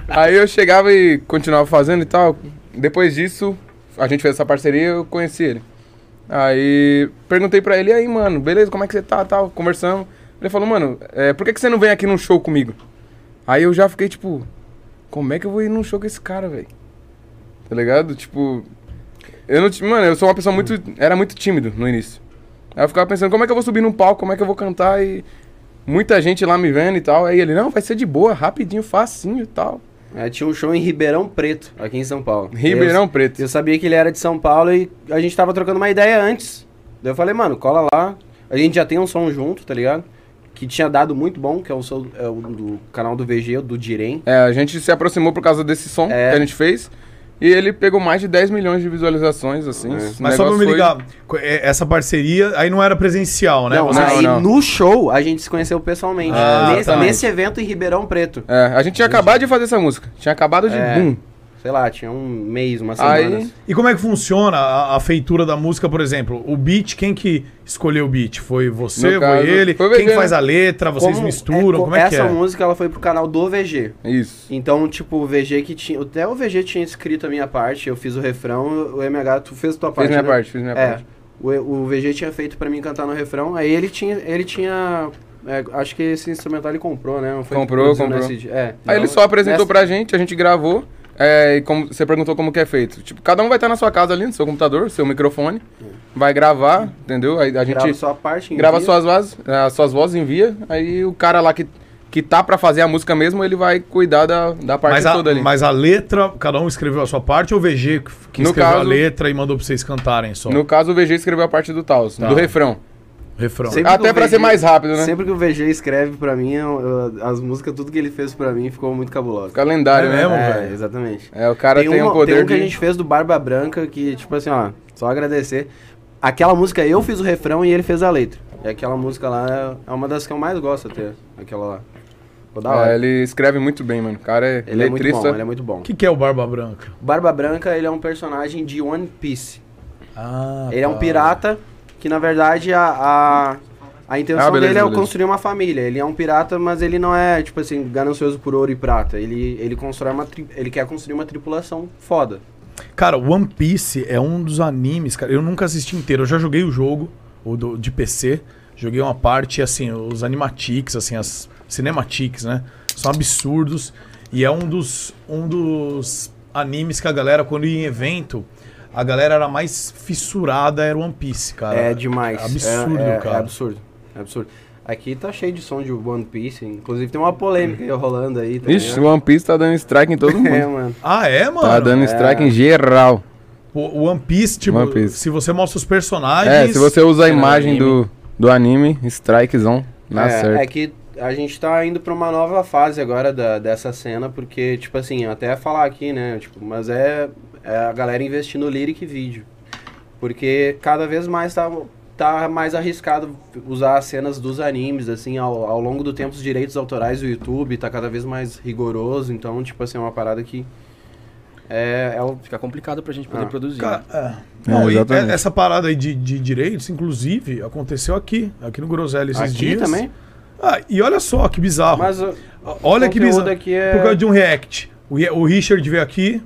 Aí eu chegava e continuava fazendo e tal. Depois disso, a gente fez essa parceria eu conheci ele. Aí perguntei pra ele, e aí, mano, beleza, como é que você tá, tal, conversamos. Ele falou, mano, é, por que, que você não vem aqui num show comigo? Aí eu já fiquei, tipo, como é que eu vou ir num show com esse cara, velho? Tá ligado? Tipo, eu não, ti- mano, eu sou uma pessoa muito, era muito tímido no início. Aí eu ficava pensando, como é que eu vou subir num palco, como é que eu vou cantar e muita gente lá me vendo e tal. Aí ele, não, vai ser de boa, rapidinho, facinho e tal. É, tinha um show em Ribeirão Preto, aqui em São Paulo. Ribeirão Eu- Preto. Eu sabia que ele era de São Paulo e a gente tava trocando uma ideia antes. Daí eu falei, mano, cola lá. A gente já tem um som junto, tá ligado? Que tinha dado muito bom, que é o, som, é o do canal do VG, o do Direm. É, a gente se aproximou por causa desse som É. que a gente fez. E ele pegou mais de 10 milhões de visualizações, assim. É. esse Mas só pra negócio me foi- ligar, co- é- essa parceria aí não era presencial, né? não, Você- aí não. no show a gente se conheceu pessoalmente. Ah, nesse, tá. nesse evento em Ribeirão Preto. É, a gente tinha acabado de fazer essa música. Tinha acabado de. Uhum. É. Boom. Sei lá, tinha um mês, uma semana. Aí. E como é que funciona a, a feitura da música, por exemplo? O beat, quem que escolheu o beat? Foi você, No foi caso, ele? foi o VG, quem faz né? a letra? Vocês Como- misturam? co- como é que Essa é? música ela foi pro canal do VG. Isso. Então, tipo, o VG que tinha. Até o VG tinha escrito a minha parte, eu fiz o refrão, o MH, tu fez a tua parte. Fiz minha né? parte, fiz minha é. parte. O, o VG tinha feito pra mim cantar no refrão, aí ele tinha. Ele tinha. é, acho que esse instrumental ele comprou, né? Não foi Comprou, produzido comprou. nesse dia. É. Aí ele Então, só apresentou nessa- pra gente, a gente gravou. É, e como, você perguntou como que é feito. Tipo, cada um vai estar na sua casa ali, no seu computador, seu microfone. Vai gravar, entendeu? Aí a gente. É. Grava só a parte. grava envia. suas vozes, é, as suas vozes, envia. Aí o cara lá que, que tá pra fazer a música mesmo, ele vai cuidar da, da parte Mas a, toda ali. mas a letra, cada um escreveu a sua parte ou o VG que que No escreveu a caso- letra e mandou pra vocês cantarem só? No caso, o VG escreveu a parte do Taos, Tá. do refrão. Refrão. Sempre Até que o pra ser mais rápido, né? Sempre que o VG escreve pra mim, eu- eu- as música tudo que ele fez pra mim ficou muito cabuloso. Calendário, É né? mesmo? É, velho. exatamente. É, o cara tem, uma- um poder um que de... a gente fez do Barba Branca, que, tipo assim, ó, só agradecer. Aquela música eu fiz o refrão e ele fez a letra. E aquela música lá é- é uma das que eu mais gosto até. Aquela lá. Ficou da hora. É, ele escreve muito bem, mano. O cara é Ele é muito letrista. bom, ele é muito bom. O que, que é o Barba Branca? Barba Branca, ele é um personagem de One Piece. Ah, Ele é um pirata que, na verdade, a, a, a intenção Ah, beleza, dele é beleza. construir uma família. Ele é um pirata, mas ele não é, tipo assim, ganancioso por ouro e prata. Ele, ele, constrói uma tri- ele quer construir uma tripulação foda. Cara, One Piece é um dos animes, cara. Eu nunca assisti inteiro. Eu já joguei o jogo, o do- de PC. Joguei uma parte, assim, os animatics, assim, as cinematics, né? São absurdos. E é um dos, um dos animes que a galera, quando ia em evento, a galera era mais fissurada, era One Piece, cara. É demais. Ah, Absurdo, É- é- cara. É absurdo. É absurdo. Aqui tá cheio de som de One Piece. Inclusive tem uma polêmica aí rolando aí. tá Ixi, ligado? o One Piece tá dando strike em todo É, mundo. mano. Ah, é, mano? Tá dando strike em geral. O One Piece, tipo, One Piece. se você mostra os personagens. É, se você usa a imagem do, do anime, strikezão, na é, certa. é que a gente tá indo pra uma nova fase agora da- dessa cena, porque, tipo assim, até falar aqui, né? Tipo, mas é, é a galera investindo no lyric vídeo. Porque cada vez mais tá, tá mais arriscado usar as cenas dos animes, assim, ao, ao longo do tempo os direitos autorais do YouTube tá cada vez mais rigoroso, então, tipo assim, é uma parada que é, é o... Fica complicado pra gente poder Ah. produzir. Ca- é. É, Não, e exatamente. é- essa parada aí de, de direitos, inclusive, aconteceu aqui, aqui no Groselha esses Aqui dias. também. Ah, e olha só que bizarro. Mas o olha que conteúdo bizarro. aqui é- Por causa de um react. O, Ri- o Richard veio aqui,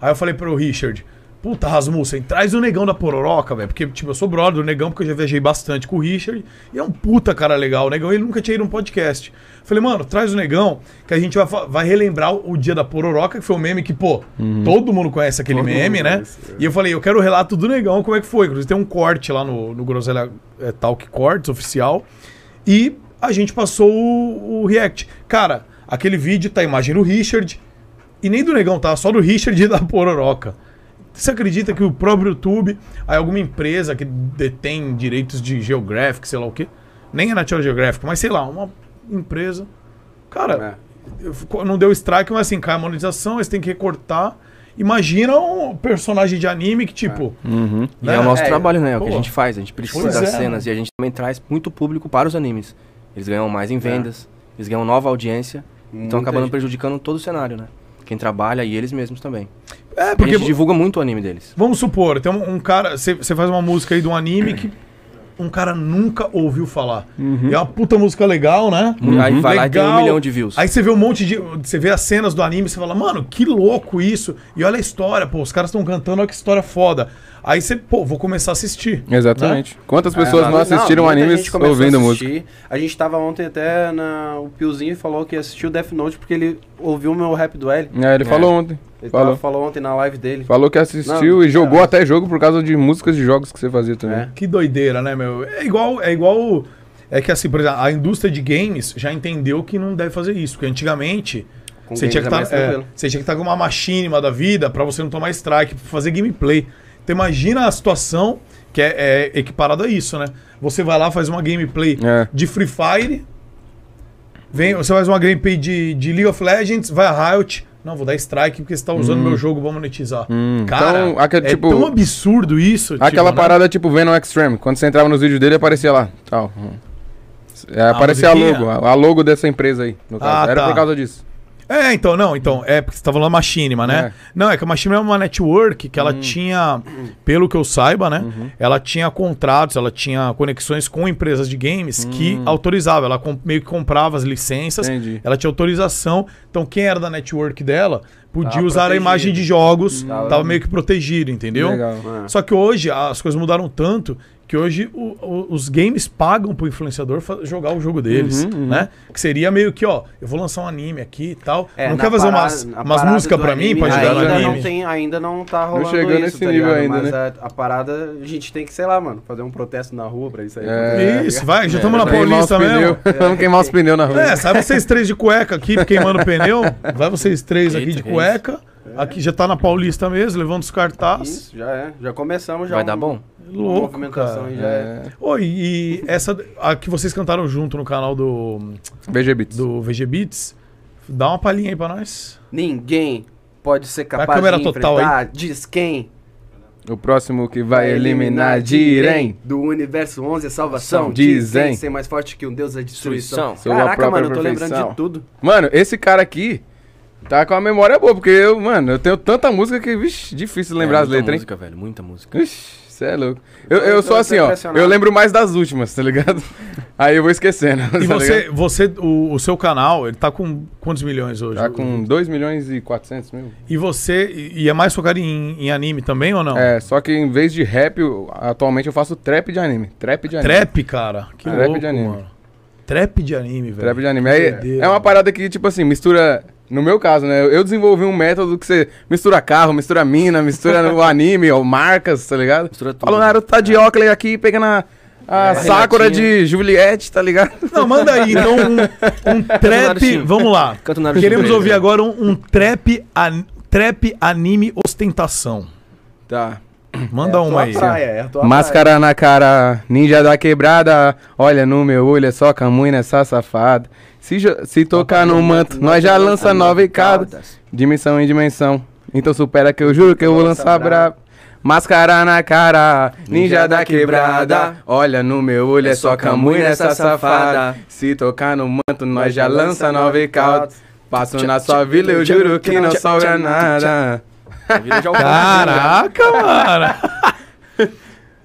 aí eu falei pro Richard: Puta, Rasmussen, traz o negão da pororoca, velho. Porque, tipo, eu sou brother do negão, porque eu já viajei bastante com o Richard. E é um puta cara legal. O negão, ele nunca tinha ido num podcast. Falei, mano, traz o negão, que a gente vai, fa- vai relembrar o o dia da pororoca, que foi um meme que, pô, todo mundo conhece aquele meme, né? E eu falei, eu quero o relato do negão, como é que foi. Inclusive, tem um corte lá no, no Groselha é, Talk Cortes oficial. E a gente passou o, o react. Cara, aquele vídeo tá a imagem do Richard. E nem do negão, tá? Só do Richard e da Pororoca. Você acredita que o próprio YouTube, aí alguma empresa que detém direitos de Geographic, sei lá o quê? Nem é National Geographic, mas sei lá, uma empresa. É. Cara, eu fico- não deu strike, mas assim, cai a monetização, eles têm que recortar. Imagina um personagem de anime que, tipo. Uhum. E é o nosso É, trabalho, né? É o que a pô. gente faz. A gente precisa Pois das é, cenas e a gente também traz muito público para os animes. Eles ganham mais em vendas, eles ganham nova audiência, Muita então acabando gente. prejudicando todo o cenário, né? Quem trabalha e eles mesmos também. É, a gente divulga muito o anime deles. Vamos supor, tem um, um cara. Você você faz uma música aí de um anime que um cara nunca ouviu falar. E é uma puta música legal, né? Uhum. Aí vai lá e tem um Legal. milhão de views. Aí você vê um monte de. Você vê as cenas do anime, você fala, mano, que louco isso. E olha a história, pô, os caras estão cantando, olha que história foda. Aí você, pô, vou começar a assistir. É. Exatamente. Quantas pessoas É, não mas- assistiram muita animes gente começou a ouvindo música? assistir. A gente tava ontem até na. O Piozinho falou que assistiu Death Note porque ele ouviu o meu rap do L. É, ele falou ontem. Ele Falou. tava- falou ontem na live dele. Falou que assistiu Não, e jogou é. até jogo por causa de músicas de jogos que você fazia também. É. Que doideira, né, meu? É igual. É igual. É que assim, por exemplo, a indústria de games já entendeu que não deve fazer isso. Porque antigamente. Com Você games tinha, que é tá, mais tranquilo. você tinha que estar com uma machinima da vida pra você não tomar strike, pra fazer gameplay. Então imagina a situação que é, é equiparada a isso, né? Você vai lá, faz uma gameplay É. de Free Fire, vem, você faz uma gameplay de, de League of Legends, vai a Riot. Não, vou dar strike porque você tá usando meu jogo, vou monetizar. Hum, Cara, então, aquele, é tipo- tão absurdo isso. Aquela tipo, né? parada tipo Venom Extreme. Quando você entrava nos vídeos dele, aparecia lá. Tal. Hum. É, aparecia a musiquinha? logo. A a logo dessa empresa aí. No caso. Ah, Era tá. por causa disso. É, então, não, então, é porque você tá falando da Machinima, né? É. Hum. Não, é que a Machinima é uma network que ela tinha, pelo que eu saiba, né? Uhum. Ela tinha contratos, ela tinha conexões com empresas de games que autorizavam, ela com- meio que comprava as licenças, Hum. Entendi. ela tinha autorização, então quem era da network dela podia Ah, Tava usar a protegido. imagem de jogos, Tava- tava meio que protegido, entendeu? Legal. Ah. Só que hoje as coisas mudaram tanto que hoje o- o- os games pagam pro influenciador fa- jogar o jogo deles, Uhum, né? Que seria meio que, ó, eu vou lançar um anime aqui e tal. É, não na quer fazer parada- umas, na umas parada músicas do pra mim, anime, pra ajudar no ainda anime? não tem, Ainda não tá rolando chegou isso, nesse tá nível ligado? ainda, Mas né? a, a parada, a gente tem que, sei lá, mano, fazer um protesto na rua pra isso aí. É. Isso, vai, já É, estamos na Queimar os Paulista mesmo. pneus. Vamos queimar os pneus na rua. É, sai vocês três de cueca aqui, queimando pneu. Vai vocês três aqui Eita, de que isso. cueca. Aqui já tá na Paulista mesmo, levando os cartazes. Isso, já é. Já começamos já. Vai um- dar bom? uma Louco, movimentação cara. aí já é. Oi, e essa a que vocês cantaram junto no canal do, BG Beats. do VG Beats, dá uma palhinha aí pra nós. Ninguém pode ser Vai a capaz câmera de total aí. enfrentar, diz quem O próximo que vai eliminar Direm. Do universo 11 é salvação. Dizem. Dizem ser mais forte que um deus é destruição. Destruição. Sou a Caraca, própria mano, eu tô perfeição. lembrando de tudo. Mano, esse cara aqui tá com a memória boa, porque eu, mano, eu tenho tanta música que, vixi, difícil lembrar É, as letras, Muita música, velho, muita música. hein? Ixi, cê é louco. Eu, eu Eu tô sou assim, ó. impressionado. Eu lembro mais das últimas, tá ligado? Aí eu vou esquecendo. E tá você, ligado? você o, o seu canal, ele tá com quantos milhões hoje? Tá com 2 milhões e 400 mil. E você, e e é mais focado em, em anime também ou não? É, só que em vez de rap, eu- atualmente eu faço trap de anime. Trap de anime. Trap, cara. Que Trap louco, de anime. mano. Trap de anime, velho. Trap de anime. Que Aí, doideira, é uma mano. parada que, tipo assim, mistura. No meu caso, né? Eu desenvolvi um método que você mistura carro, mistura mina, mistura o anime, ou marcas, tá ligado? Mistura tudo. Falou, Naruto tá de óculos aqui, pegando a, A Sakura de Juliette, tá ligado? Não, manda aí, então, um, um trap. Vamos lá. Canta o Naruto Queremos pra ele, ouvir né? agora um, um trap, an- trap anime ostentação. Tá. Manda uma aí. praia, é a tua Máscara na cara, ninja da quebrada. Olha no meu olho, é só camunha nessa safada. Se, jo- se tocar no manto, nós já lança nova e cada. Dimensão em dimensão. Então supera que eu juro que eu vou lançar brabo. Máscara na cara, ninja da quebrada. Olha no meu olho, é só camunha nessa safada. Se tocar no manto, nós já lança nova e cada. Passo na sua vila, eu juro que não sobra nada. Virou já é um o Caraca, mano.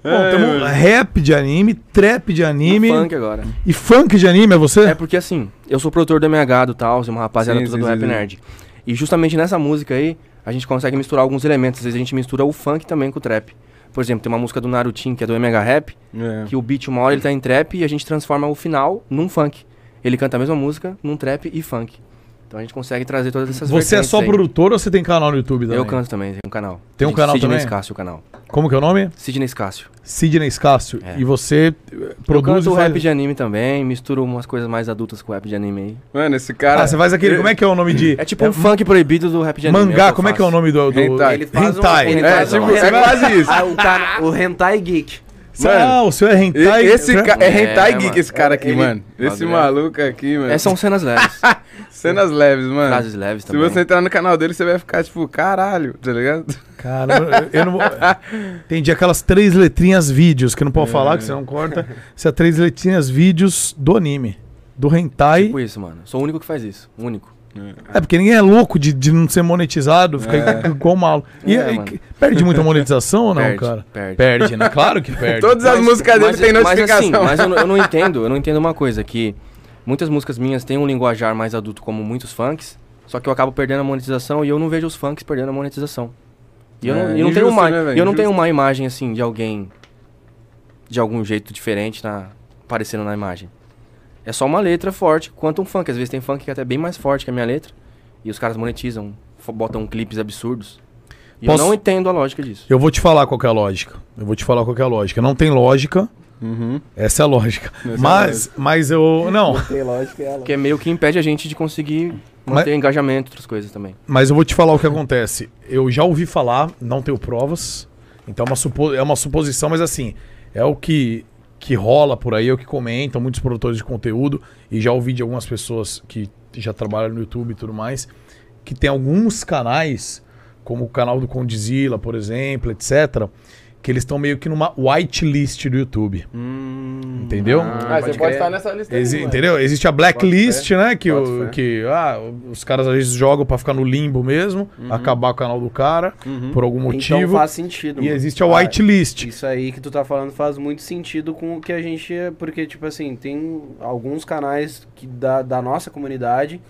Bom, temos rap de anime, trap de anime funk agora. e funk de anime, é você? É porque assim, eu sou produtor do MH do tal, e uma rapaziada Sim, toda sim, do sim, Rap sim. Nerd. E justamente nessa música aí, a gente consegue misturar alguns elementos. Às vezes a gente mistura o funk também com o trap. Por exemplo, tem uma música do Narutin, que é do MH Rap, É. que o beat, uma hora ele tá em trap e a gente transforma o final num funk. Ele canta a mesma música num trap e funk. Então a gente consegue trazer todas essas Você é vertentes só aí. produtor ou você tem canal no YouTube também? Eu canto também, tem um canal. Tem um canal Sidney também? Scácio, o canal. Como que é o nome? Sidney Scácio. Sidney Scácio. É. E você eh, eu produz canto e faz... rap de anime também, misturo umas coisas mais adultas com rap de anime aí. Mano, esse cara. Ah, você faz aquele... Como é que é o nome de... É tipo um funk proibido do rap de anime. Mangá, eu como é que é o faço. nome do... do... Hentai. Ele faz um- Hentai. ele né? faz- É, tipo, é quase isso. o, cara, o Hentai Geek. Ah, o seu é E- Hentai. esse ca... é É, hentai mano. geek esse cara aqui, Ele- mano. Esse Bagulho. maluco aqui, mano. É, são cenas leves, cenas leves, mano. frases leves Se também. você entrar no canal dele, você vai ficar tipo, caralho, tá ligado? Cara, eu eu não vou... Entendi aquelas três letrinhas vídeos, que não pode falar, que você não corta. Isso é três letrinhas vídeos do anime. Do hentai. Tipo isso, mano. Sou o único que faz isso. O único. É, porque ninguém é louco de, de não ser monetizado, fica igual malo. E, É, e mano. perde muita monetização ou não, Perde, cara? perde. é- né? Claro que perde. Todas as músicas dele têm notificação. Mas, assim, mas eu, não- eu não entendo, eu não entendo uma coisa, que muitas músicas minhas têm um linguajar mais adulto como muitos funks, só que eu acabo perdendo a monetização e eu não vejo os funks perdendo a monetização. E eu, É, não, e eu não tenho injusto, uma, né, velho? e eu não tenho Injusto. uma imagem assim de alguém de algum jeito diferente na aparecendo na imagem. É só uma letra forte, quanto um funk, às vezes tem funk que é até bem mais forte que a minha letra e os caras monetizam, fo- botam clipes absurdos. E Posso- eu não entendo a lógica disso. Eu vou te falar qual que é a lógica. Eu vou te falar qual que é a lógica. Não tem lógica. Essa é a lógica. é a mas, mas eu. Não, Tem lógica, é ela. Porque meio que impede a gente de conseguir manter engajamento, outras coisas também. mas eu vou te falar o que acontece. Eu já ouvi falar, não tenho provas. Então é uma, supo- é uma suposição, mas assim, é o que, que rola por aí, é o que comentam, muitos produtores de conteúdo, e já ouvi de algumas pessoas que já trabalham no YouTube e tudo mais, que tem alguns canais, como o canal do Condizila, por exemplo, etc., que eles estão meio que numa whitelist do YouTube. Entendeu? Ah, você pode estar nessa lista. um Exi- entendeu? Existe a blacklist, né? Que, o, que ah, os caras às vezes jogam pra ficar no limbo mesmo, acabar o canal do cara por algum Uhum. Então motivo. faz sentido. e mano. existe a Ah, whitelist. Isso aí que tu tá falando faz muito sentido com o que a gente. é- Porque, tipo assim, tem alguns canais que da, da nossa comunidade,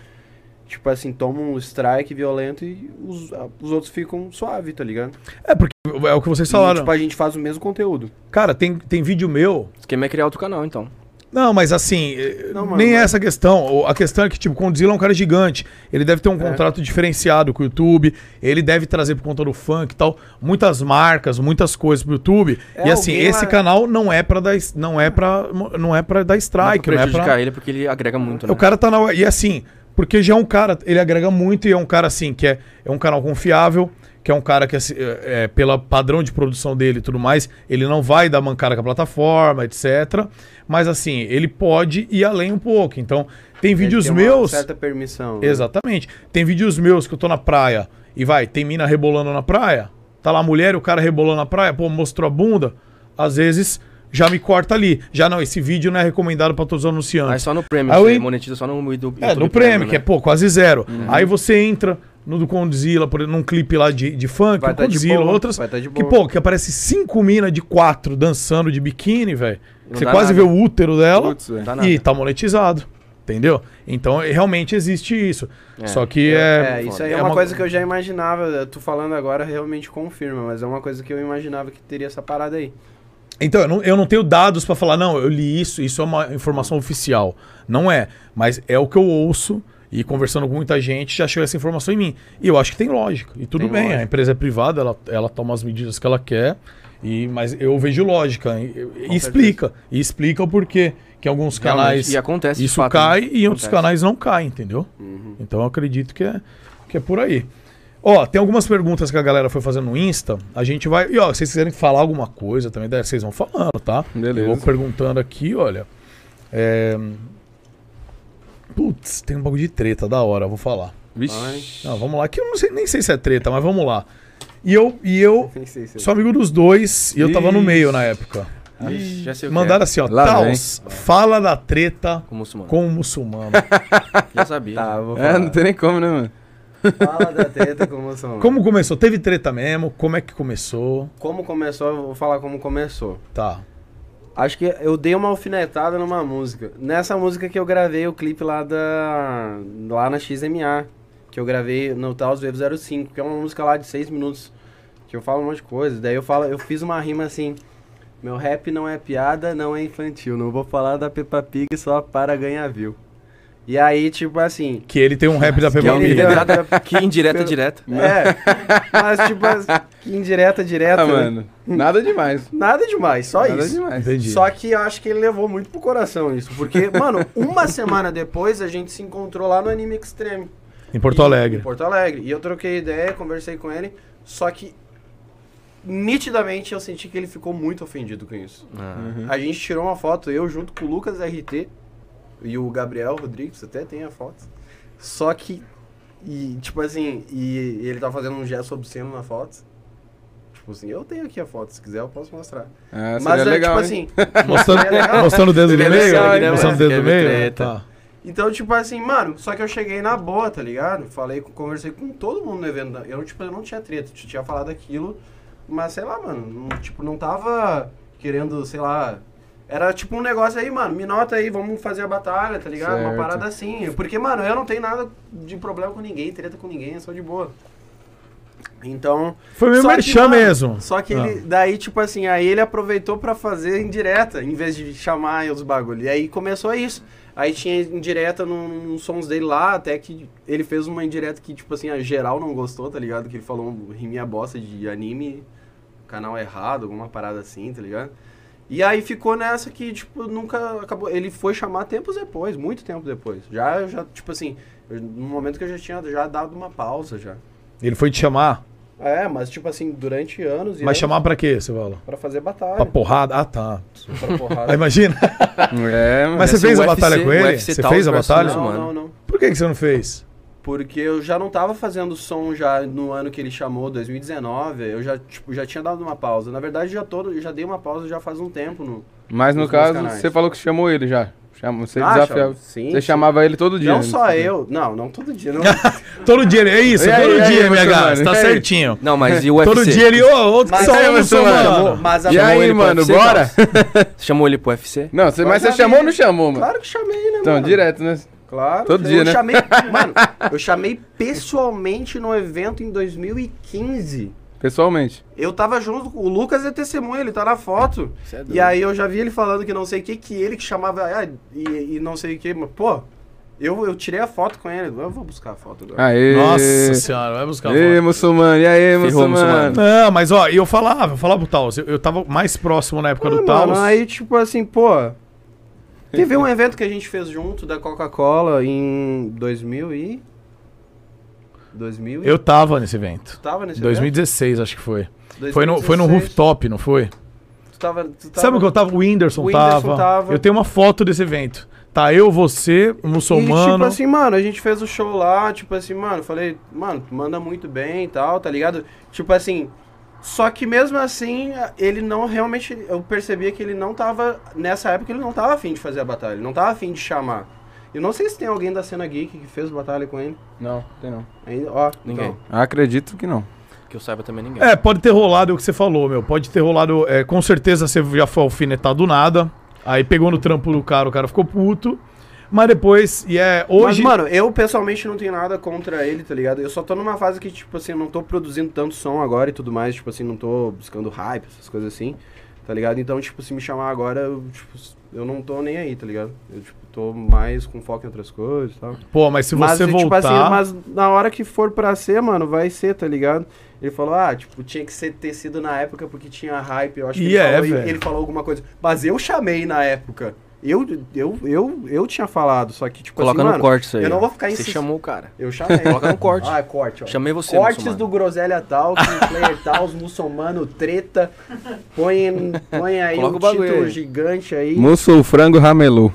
tipo assim, tomam um strike violento e os, a- os outros ficam suave, tá ligado? É porque é o que vocês E, falaram. tipo, a gente faz o mesmo conteúdo. Cara, tem, tem vídeo meu. O esquema é criar outro canal, então. Não, mas assim, eh, Não, mano, nem é mas- essa a questão. O- A questão é que, tipo, o Condzilla é um cara gigante. Ele deve ter É. um contrato diferenciado com o YouTube. Ele deve trazer por conta do funk e tal. Muitas marcas, muitas coisas pro YouTube. É, e assim, alguém esse lá- canal não é para dar. es- Não é para não é pra dar strike, não não é é pra prejudicar pra. ele, porque ele agrega muito, né? O cara tá na. E assim, porque já é um cara, ele agrega muito e é um cara assim, que é, é um canal confiável, que é um cara que, assim, é, é, pela padrão de produção dele e tudo mais, ele não vai dar mancada com a plataforma, etc. Mas assim, ele pode ir além um pouco. Então, tem vídeos É, Tem uma meus. certa permissão. né? Exatamente. Tem vídeos meus que eu tô na praia e vai, tem mina rebolando na praia. Tá lá a mulher e o cara rebolando na praia, pô, mostrou a bunda. Às vezes já me corta ali. Já não, esse vídeo não é recomendado pra todos os anunciantes. Mas só no prêmio, Aí você eu- monetiza só no YouTube. É, no YouTube prêmio, que é, né? pô, quase zero. Aí você entra no do Condzilla, por exemplo, num clipe lá de, de funk, Vai o tá de Condzilla, boa, outras. vai tá de que, boa. pô, que aparece cinco minas de quatro dançando de biquíni, velho. Não Você dá quase nada. vê o útero dela Putz, velho. Não dá e nada. tá monetizado. Entendeu? Então, é, realmente existe isso. É. Só que É, é. isso aí é, é uma uma- coisa que eu já imaginava. Tu falando agora realmente confirma, mas é uma coisa que eu imaginava que teria essa parada aí. Então, eu não, eu não tenho dados pra falar, não, eu li isso, isso é uma informação oficial. Não é. Mas é o que eu ouço. E conversando com muita gente, já chegou essa informação em mim. E eu acho que tem lógica. E tudo Tem bem, lógica. a empresa é privada, ela, ela toma as medidas que ela quer. E, mas eu vejo lógica. E, e explica. E explica o porquê. Que em alguns canais. Realmente, e acontece de Isso fato, cai né? e em outros Acontece. Uhum. canais não cai, entendeu? Então eu acredito que é, que é por aí. Ó, tem algumas perguntas que a galera foi fazendo no Insta. A gente vai. E ó, se vocês quiserem falar alguma coisa também, daí vocês vão falando, tá? Beleza. Eu vou perguntando aqui, olha. É... Putz, tem um bagulho de treta, da hora, eu vou falar. Vixe. Não, vamos lá, que eu não sei, nem sei se é treta, mas vamos lá. E eu, e eu Nem sei se sou amigo dos dois e eu tava no Ixi. meio na época. né? Já sei o que Mandaram é. assim, ó, Lá Taos, fala da treta Com o muçulmano. com o muçulmano. Já sabia. Tá, eu vou falar. É, não tem nem como, né, mano? Fala da treta com o muçulmano. Como começou? Teve treta mesmo? Como é que começou? Como começou, eu vou falar como começou. Tá. Acho que eu dei uma alfinetada numa música. Nessa música que eu gravei o clipe lá da. lá na XMA. Que eu gravei no Taos Wave 05, que é uma música lá de 6 minutos. Que eu falo um monte de coisa. Daí eu falo, eu fiz uma rima assim. Meu rap não é piada, não é infantil. Não vou falar da Peppa Pig só para ganhar view. E aí, tipo assim. Que ele tem um rap da Peppa ele Pig. deu- Direta- que indireta, direta. É. Mas, tipo, as- indireta, direta. Ah, né? mano. Nada demais. Nada demais, só Nada isso. demais. Entendi. Só que eu acho que ele levou muito pro coração isso. Porque, mano, uma semana depois a gente se encontrou lá no Anime Extreme. Em Porto E- Alegre. Em Porto Alegre. E eu troquei ideia, conversei com ele. Só que, nitidamente, eu senti que ele ficou muito ofendido com isso. Ah. A gente tirou uma foto, eu junto com o Lucas RT e o Gabriel Rodrigues, até tem a foto. Só que, e, tipo assim, e, ele tá fazendo um gesto obsceno na foto. Tipo assim, eu tenho aqui a foto, se quiser eu posso mostrar. Ah, Mas é seria legal, tipo hein? assim, Mostrando, Seria legal. mostrando o dedo do Seria meio? legal, né, mostrando o mano? dedo do Teve meio? treta. Tá. Então, tipo assim, mano, só que eu cheguei na boa, tá ligado? Falei, com- conversei com todo mundo no evento. Eu, tipo, eu não tinha treta, eu tinha falado aquilo, mas sei lá, mano, não- tipo, não tava querendo, sei lá. Era tipo um negócio aí, mano, me nota aí, vamos fazer a batalha, tá ligado? Uma Certo. parada assim. Porque, mano, eu não tenho nada de problema com ninguém, treta com ninguém, eu sou de boa. Então. Foi meio só que, merchan mano, mesmo. Só que Ah. ele, daí, tipo assim, aí ele aproveitou pra fazer indireta, em vez de chamar os bagulho. E aí começou isso. Aí tinha indireta num- nos sons dele lá, até que ele fez uma indireta que, tipo assim, a geral não gostou, tá ligado? Que ele falou um riminha bosta de anime, canal errado, alguma parada assim, tá ligado? E aí ficou nessa que, tipo, nunca acabou. Ele foi chamar tempos depois, muito tempo depois. Já, eu já tipo assim, eu- no momento que eu já tinha já dado uma pausa já. Ele foi te chamar. É, mas tipo assim, durante anos e Mas anos, chamar pra quê, você fala? Pra fazer Pra batalha. porrada? Ah, tá. Pra porrada. Ah, imagina. É, mano. Mas você Parece fez assim, o a UFC, batalha com o ele? UFC Você Taos fez a versus batalha? Taos, não, mano. não, não. Por que, que você não fez? Porque eu já não tava fazendo som já no ano que ele chamou, 2019. Eu já, tipo, já tinha dado uma pausa. Na verdade, já todo, eu já dei uma pausa já faz um tempo no. Mas no Nos meus caso, canais. você falou que chamou ele já. Chama, você Ah, desafiava. chama- sim, você sim. chamava ele todo dia. não né? só eu. Não, não todo dia. Não. Todo dia ele. É isso, E aí, todo e aí, dia, MH. Bolsonaro? Você tá E aí? certinho. Não, mas e o UFC? Todo dia ele. Ô, outro que Mas- só Aí, é Chamou- muçulmano. mas a E Chamou aí, ele pro mano, UFC, bora? Você Chamou ele pro UFC? Não, você- mas Mas você já chamou ou vi. não chamou, mano? Claro que chamei, né, Então, mano? direto, né? Claro. Todo eu dia, né? chamei, mano, eu chamei pessoalmente no evento em 2015. Pessoalmente. Eu tava junto com o Lucas é testemunha, ele tá na foto. Cê é doido. e aí eu já vi ele falando que não sei o que, que ele que chamava ah, e, e não sei o que, mas pô, eu, eu tirei a foto com ele. Eu vou buscar a foto Ah, agora. Aê. Nossa senhora, vai buscar a Ei, foto. muçulmano. E aí, Ferrou, muçulmano? muçulmano. Não, mas ó, eu falava, eu falava pro Taos. Eu, eu tava mais próximo na época Ah, do mano, Taos. aí tipo assim, pô. Teve um evento que a gente fez junto da Coca-Cola em 2000 e 2000 e- Eu tava nesse evento. tava nesse 2016, acho que foi. evento? Foi no, foi no 2016. rooftop, não foi? Tu tava, tu tava... Sabe o que eu tava? O Whindersson, O Whindersson tava. tava. Eu tenho uma foto desse evento. Tá eu, você, o E, tipo muçulmano. assim, mano, a gente fez o show lá, tipo assim, mano, falei, mano, tu manda muito bem e tal, tá ligado? Tipo assim, só que mesmo assim, ele não realmente, eu percebia que ele não tava, nessa época ele não tava afim de fazer a batalha, ele não tava afim de chamar. Eu não sei se tem alguém da cena geek que fez batalha com ele. Não, tem não. Ainda, ó, Ninguém. então. Acredito que não. Que eu saiba também ninguém. É, pode ter rolado o que você falou, meu. Pode ter rolado. é, com certeza você já foi alfinetado do nada. Aí pegou no trampo do cara, o cara ficou puto. Mas depois, e é. Hoje. Mas, mano, eu pessoalmente não tenho nada contra ele, tá ligado? Eu só tô numa fase que, tipo assim, eu não tô produzindo tanto som agora e tudo mais, tipo assim, não tô buscando hype, essas coisas assim. Tá ligado? Então, tipo, se me chamar agora, eu, tipo, eu não tô nem aí, tá ligado? Eu, tipo, tô mais com foco em outras coisas e tal. Pô, mas se você e, voltar. Tipo assim, mas na hora que for pra ser, mano, vai ser, tá ligado? Ele falou, ah, tipo, tinha que ser, ter sido na época porque tinha hype. Eu acho que E ele, é, falou, velho. ele falou alguma coisa. Mas eu chamei na época. Eu, eu, eu, eu tinha falado, só que, tipo Coloca assim, no mano, corte isso aí. Eu não vou ficar Você insistindo. chamou o cara. Eu chamei. Coloca no corte. Ah, é corte, ó. Chamei você, Cortes muçulmano. do Groselha tal, com player tal, os muçulmano, treta. Põe, põe aí Coloca um o bagulho título aí. gigante aí. Mussou frango ramelou.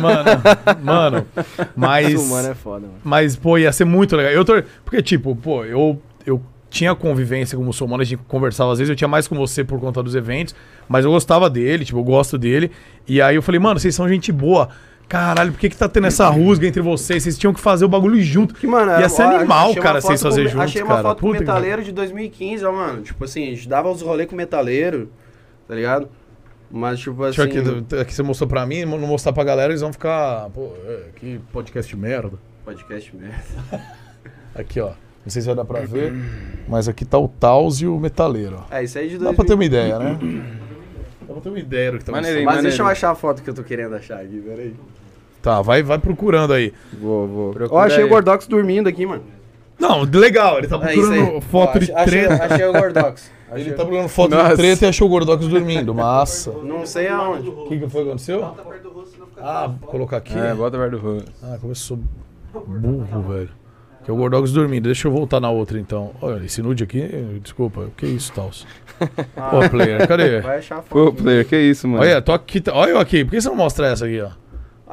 Mano, mano. Mas. Muçulmano é foda, mano. Mas, pô, ia ser muito legal. Eu tô... Porque, tipo, pô, eu, eu tinha convivência com o muçulmano, a gente conversava às vezes, eu tinha mais com você por conta dos eventos, mas eu gostava dele, tipo, eu gosto dele. E aí eu falei, mano, vocês são gente boa. Caralho, por que, que tá tendo essa rusga entre vocês? Vocês tinham que fazer o bagulho junto. Que, mano, Ia ser ó, é animal, achei uma cara, vocês foto fazerem com- juntos, Achei uma cara. foto com Puta que- metaleiro de 2015, ó, mano. Tipo assim, a gente dava os rolês com metaleiro, tá ligado? Mas, tipo assim... Deixa eu aqui, do- aqui você mostrou pra mim, não mostrar pra galera, eles vão ficar. Pô, é, que podcast merda. Podcast mesmo. Aqui, ó. Não sei se vai dar pra ver, mas aqui tá o Taus e o Metaleiro, ó. É, isso aí de Dá pra 2015. ter uma ideia, né? Dá pra ter uma ideia do que tá Maneiro, hein? acontecendo. Mas deixa eu Maneiro. achar a foto que eu tô querendo achar aqui, peraí. Tá, vai, vai procurando aí. Vou, vou. Ó, achei o Gordox dormindo aqui, mano. Não, legal, ele tá É isso procurando aí. foto Ó, de achei, treta. Achei, achei o Gordox. Ele Achei- tá procurando foto de Nossa. treta e achou o Gordox dormindo. Massa. O Não sei aonde. que, que foi que aconteceu? Ah, vou colocar aqui. É, bota perto do rosto. Ah, começou burro, velho. Que é o Gordox dormindo. Deixa eu voltar na outra então. Olha, esse nude aqui, desculpa, o que é isso, Taos? Ó, player, cadê? Vai achar a foto. Pô, player, que isso, mano. Olha, tô aqui, tá- olha eu aqui, por que você não mostra essa aqui, ó?